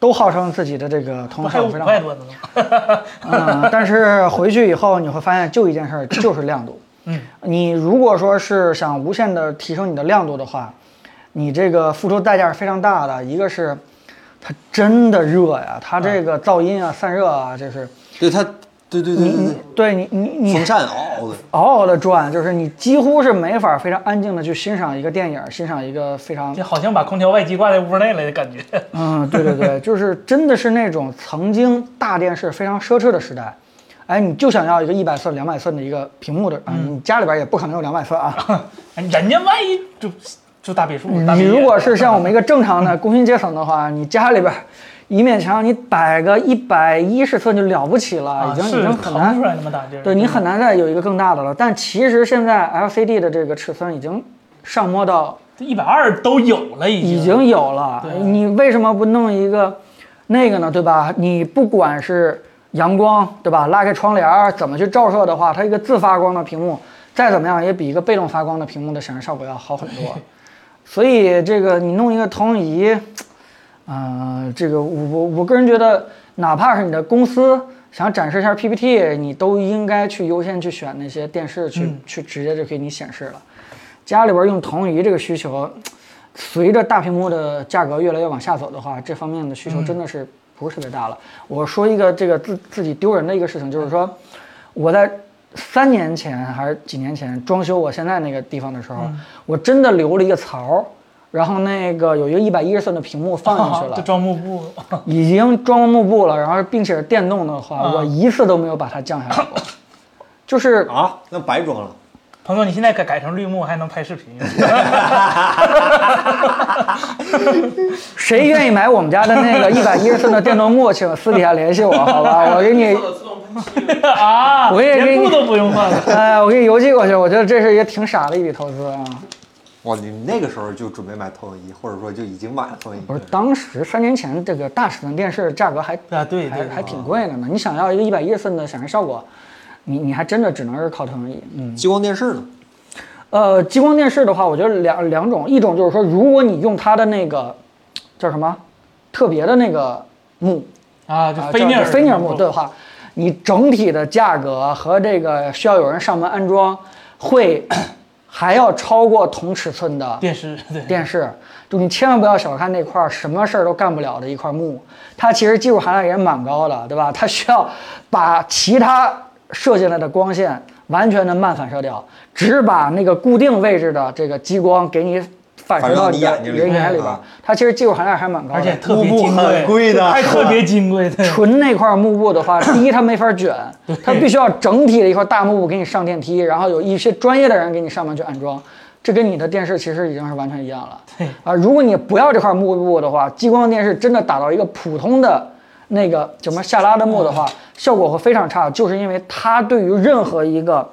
C: 都号称自己的这个
B: 不
C: 投影
B: 还
C: 效
B: 有五
C: 果非常
B: 块
C: 好。
B: 多的呢吗？ (laughs)
C: 嗯，但是回去以后你会发现，就一件事儿，就是亮度。
B: 嗯，
C: 你如果说是想无限的提升你的亮度的话，你这个付出的代价是非常大的。一个是它真的热呀，它
B: 嗯
C: 这个噪音啊、散热啊，这是
A: 对它，对对对对
C: 你对你你
A: 对，
C: 你
A: 风扇嗷嗷的。
C: 嗷嗷的转，就是你几乎是没法非常安静的去欣赏一个电影，欣赏一个非常
B: 这好像把空调外机挂在屋内了的感觉。 (laughs)
C: 嗯，对对对，就是真的是那种曾经大电视非常奢侈的时代。哎，你就想要一个一百寸、两百寸的一个屏幕的啊，
B: 嗯
C: 你家里边也不可能有两百
B: (laughs)
C: 寸啊。
B: 人家万一就就大别墅，大别
C: 你
B: 野
C: 如果是像我们一个
B: (laughs)
C: 正常的工薪阶层的话，你家里边一面墙你摆个一百一十寸就了不起了，
B: 啊，
C: 已经已
B: 是
C: 经很
B: 腾
C: 难
B: 出来那么大劲儿，
C: 对你很难再有一个更大的了。但其实现在 LCD 的这个尺寸已经上摸到
B: 一百二都有了，已经
C: 已经有了
B: 对，
C: 你为什么不弄一个那个呢？对吧？你不管是阳光，对吧？拉开窗帘儿怎么去照射的话，它一个自发光的屏幕，再怎么样也比一个被动发光的屏幕的显示效果要好很
B: (laughs)
C: 多。所以这个你弄一个投影仪，呃，这个我我我个人觉得，哪怕是你的公司想展示一下 PPT，你都应该去优先去选那些电视去、
B: 嗯
C: 去直接就给你显示了。家里边用投影仪这个需求，随着大屏幕的价格越来越往下走的话，这方面的需求真的是不是特别大了。我说一个这个自自己丢人的一个事情，就是说我在三年前还是几年前装修我现在那个地方的时候，
B: 嗯
C: 我真的留了一个槽儿，然后那个有一个一百一十寸的屏幕放进去了，
B: (laughs) 就装幕布。
C: 已经装幕布了，然后并且是电动的话，
B: 啊
C: 我一次都没有把它降下来过。就是
A: (laughs) 啊，那白装了。
B: 彭总，你现在改改成绿幕还能拍视
C: (laughs)
B: 频，
C: 谁愿意买我们家的
B: (laughs)
C: 那个一百一十寸的电动幕，请私底下联系我，好吧？我给你
D: 厕，所自动喷漆，
B: 啊，
C: 我也给
B: 连
C: 你
B: 布都不用换
C: (laughs)
B: 了。
C: 哎，我给你邮寄过去。我觉得这是一个挺傻的一笔投资啊。
A: 哇，你那个时候就准备买投影仪，或者说就已经买了投影仪
C: 不
A: 了
C: 是，当时三年前这个大尺寸电视价格还
B: 啊，对
C: 还
B: 对，
C: 还挺贵的呢。你想要一个一百一十寸的显示效果，你你还真的只能是靠投影仪。嗯，
A: 激光电视呢？
C: 呃，激光电视的话，我觉得两两种，一种就是说，如果你用它的那个叫什么特别的那个幕，
B: 啊，就
C: 啊，
B: 菲涅尔
C: 叫菲涅尔
B: 幕
C: 幕对的话，你整体的价格和这个需要有人上门安装会 (coughs) 还要超过同尺寸的
B: 电视对
C: 电视，就你千万不要小看那块儿什么事儿都干不了的一块幕，它其实技术含量也蛮高的，对吧？它需要把其他射进来的光线完全的慢反射掉，只把那个固定位置的这个激光给你反射到你的
A: 反射到你眼睛里
C: 人眼里边
A: 啊
C: 儿，它其实技术含量还蛮高的，
B: 而且特别金
A: 幕布很贵的
B: (laughs) 还特别金贵，对，
C: 纯那块幕布的话， (coughs) 第一它没法卷，它必须要整体的一块大幕布给你上电梯，然后有一些专业的人给你上门去安装。这跟你的电视其实已经是完全一样了。
B: 对
C: 啊，如果你不要这块幕布的话，激光电视真的打到一个普通的那个什么下拉的幕的
B: 嗯
C: 话，效果会非常差，就是因为它对于任何一个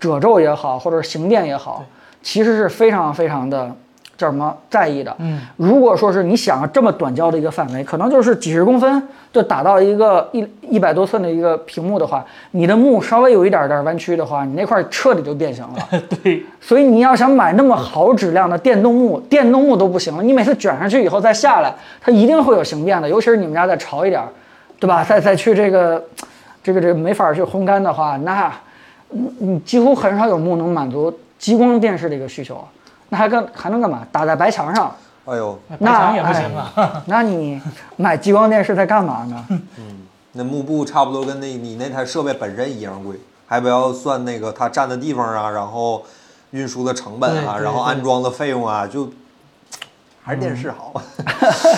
C: 褶皱也好，或者是形变也好，其实是非常非常的怎么在意的。
B: 嗯，
C: 如果说是你想要这么短焦的一个范围，可能就是几十公分就打到一个一一百多寸的一个屏幕的话，你的幕稍微有一点点弯曲的话，你那块彻底就变形了。 (laughs)
B: 对，
C: 所以你要想买那么好质量的电动幕，电动幕都不行了，你每次卷上去以后再下来，它一定会有形变的。尤其是你们家再潮一点儿，对吧？再再去这个，这个这个没法儿去烘干的话，那你你几乎很少有幕能满足激光电视的一个需求。啊那还干还能干嘛？打在白墙上，
A: 哎呦，
B: 白墙也不行啊。
C: 哎那你买激光电视在干嘛
A: (laughs)
C: 呢？
A: 那幕布差不多跟那你那台设备本身一样贵，还不要算那个它占的地方啊，然后运输的成本啊，
B: 对对
A: 然后
B: 对
A: 安装的费用啊，就
C: 嗯
A: 还是电视好。 (laughs)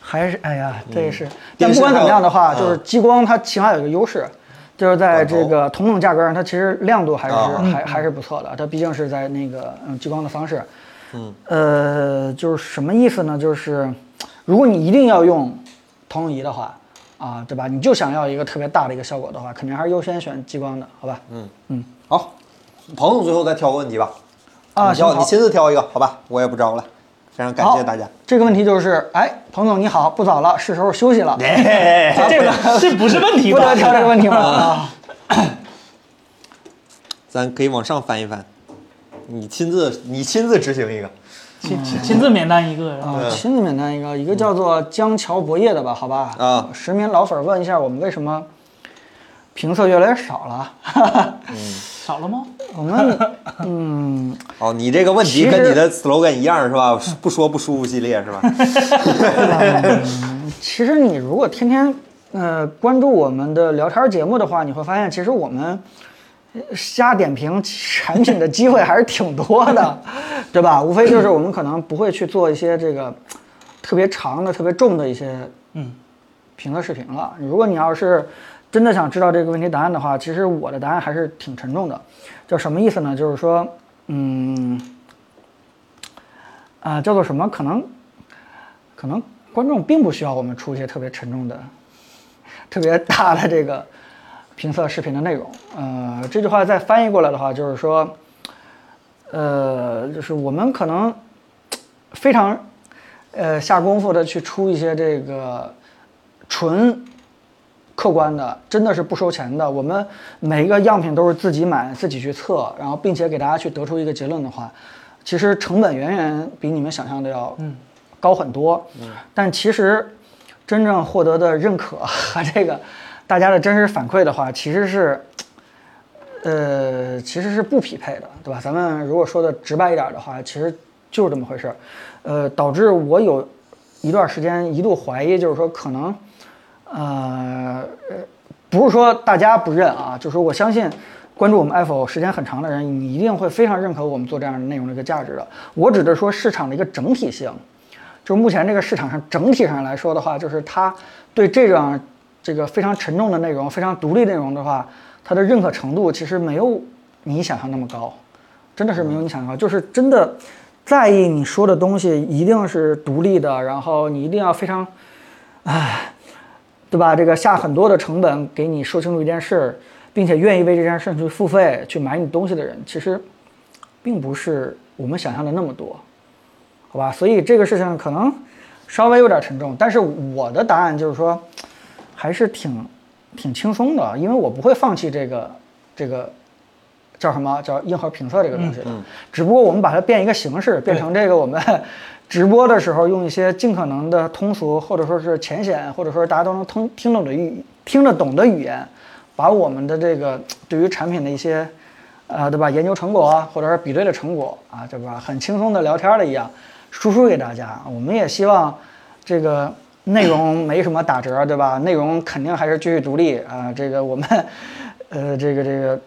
C: 还是哎呀，这也是。但
A: 嗯电视
C: 不管怎么样的话，
A: 还有
C: 就是
A: 嗯
C: 激光它起码有一个优势，就是在这
A: 光
C: 个同等价格上，它其实亮度还是
A: 啊
C: 还还是不错的。它毕竟是在那个嗯激光的方式。
A: 嗯。
C: 呃，就是什么意思呢？就是如果你一定要用投影仪的话，啊，对吧？你就想要一个特别大的一个效果的话，肯定还是优先选激光的，好吧？嗯嗯。
A: 好，彭总最后再挑个问题吧。
C: 啊，
A: 你
C: 行
A: 挑你
C: 好。
A: 亲自挑一个，好吧？我也不招了，非常感
C: 好
A: 谢
C: (laughs)
A: 大家。。
C: 这个问题就是，哎，彭总你好，不早了，是时候休息了。
A: 哎
B: 这个这不是问题
C: 不
B: 吧
C: 得？挑这个问题吗？啊。
A: 咱可以往上翻一翻，你亲自你亲自执行一个。
B: 亲亲亲自免单一个，然后
C: 啊，亲自免单一个，一个叫做江桥博业的吧，好吧？
A: 啊
C: 十名老粉儿问一下，我们为什么评测越来越少了？ (laughs)
B: 少了吗？
C: 我们
A: 哦，你这个问
C: 其
A: 题
C: 实
A: 跟你的 slogan 一样是吧？不说不舒服系列是
C: (laughs)
A: 吧？
C: 其实你如果天天呃关注我们的聊天儿节目的话，你会发现其实我们呃瞎点评产品的机会还是挺多的，对吧？无非就是我们可能不会去做一些这个特别长的、特别重的一些嗯评测视频了。如果你要是真的想知道这个问题答案的话，其实我的答案还是挺沉重的。就什么意思呢？就是说，嗯，啊、叫做什么？可能可能观众并不需要我们出一些特别沉重的、 (laughs) 特别大的这个评测视频的内容。呃，这句话再翻译过来的话，就是说，呃，就是我们可能非常呃下功夫的去出一些这个纯客观的，真的是不收钱的。我们每一个样品都是自己买、自己去测，然后并且给大家去得出一个结论的话，其实成本远远比你们想象的要高很多。嗯，但其实真正获得的认可和这个大家的真实反馈的话，其实是。呃，其实是不匹配的，对吧？咱们如果说的直白一点的话，其实就是这么回事儿。呃，导致我有一段时间一度怀疑，就是说可能，呃，呃不是说大家不认啊，就是我相信关注我们 Apple 时间很长的人，你一定会非常认可我们做这样的内容的一个价值的。我指的说市场的一个整体性，就是目前这个市场上整体上来说的话，就是它对这样这个非常沉重的内容、非常独立内容的话，它的认可程度其实没有你想象那么高，真的是没有你想象高，就是真的在意你说的东西一定是独立的，然后你一定要非常，唉，对吧？这个下很多的成本给你说清楚一件事儿，并且愿意为这件事情去付费去买你东西的人，其实并不是我们想象的那么多。好吧？所以这个事情可能稍微有点沉重，但是我的答案就是说，还是挺挺轻松的，因为我不会放弃这个这个叫什么叫硬核评测这个东西的，只不过我们把它变一个形式，变成这个我们 (laughs) 直播的时候用一些尽可能的通俗或者说是浅显，或者说大家都能通听懂的语听得懂的语言，把我们的这个对于产品的一些。啊，对吧？研究成果啊，或者是比对的成果啊，对吧？很轻松的聊天儿的一样，输出给大家。我们也希望这个内容没什么打折，对吧？内容肯定还是继续独立啊。这个我们，呃，这个这个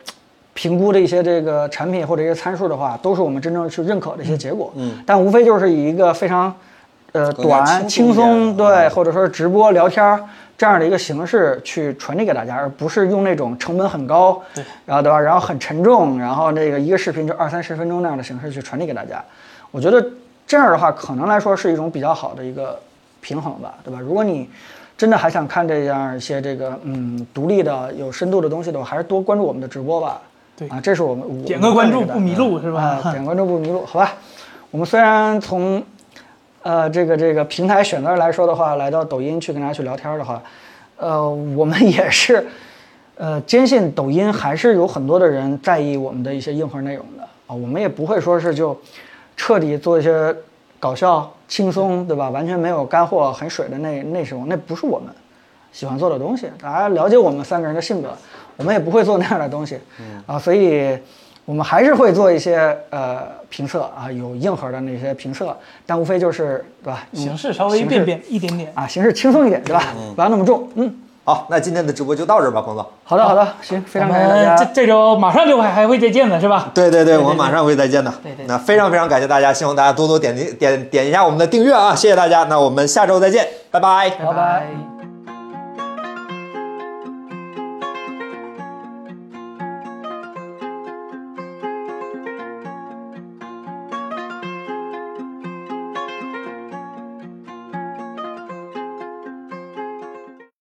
C: 评估的一些这个产品或者一些参数的话，都是我们真正去认可的一些结果。
A: 嗯嗯
C: 但无非就是以一个非常呃
A: 更加
C: 短、
A: 轻松
C: 轻
A: 一
C: 松
A: 点
C: 对
A: 嗯，
C: 或者说是直播聊天儿这样的一个形式去传递给大家，而不是用那种成本很高，然后对吧，然后很沉重，然后那个一个视频就二三十分钟那样的形式去传递给大家。我觉得这样的话，可能来说是一种比较好的一个平衡吧，对吧？如果你真的还想看这样一些这个嗯独立的有深度的东西的话，还是多关注我们的直播吧。
B: 对
C: 啊，这是我们我
B: 点个关注
C: 我们
B: 不迷路是吧
C: 啊点关注不迷路，好吧？我们虽然从呃这个这个平台选择来说的话，来到抖音去跟大家去聊天的话，呃，我们也是呃坚信抖音还是有很多的人在意我们的一些硬核内容的啊，我们也不会说是就彻底做一些搞笑、轻松，
B: 嗯
C: 对吧？完全没有干货、很水的那那种，那不是我们。喜欢做的东西。大家了解我们三个人的性格，我们也不会做那样的东西，
B: 嗯
C: 啊，所以我们还是会做一些呃评测啊，有硬核的那些评测，但无非就是对吧？嗯
B: 形式稍微
C: 形式
B: 变变一点点。
C: 啊，形式轻松一点，对吧？不要那么重。嗯，
A: 好，那今天的直播就到这儿吧，彭总。
C: 好的好的，行，非常
B: 我
C: 感谢
B: 们
C: 大
B: 这
C: 家。
B: 这周马上就还还会再见的是吧？
A: 对对对，我们马上会再见的。
B: 对对对
A: 那非常非常感谢大家，希望大家多多点击点点一下我们的订阅啊，谢谢大家。那我们下周再见，拜拜
C: 拜拜
B: 拜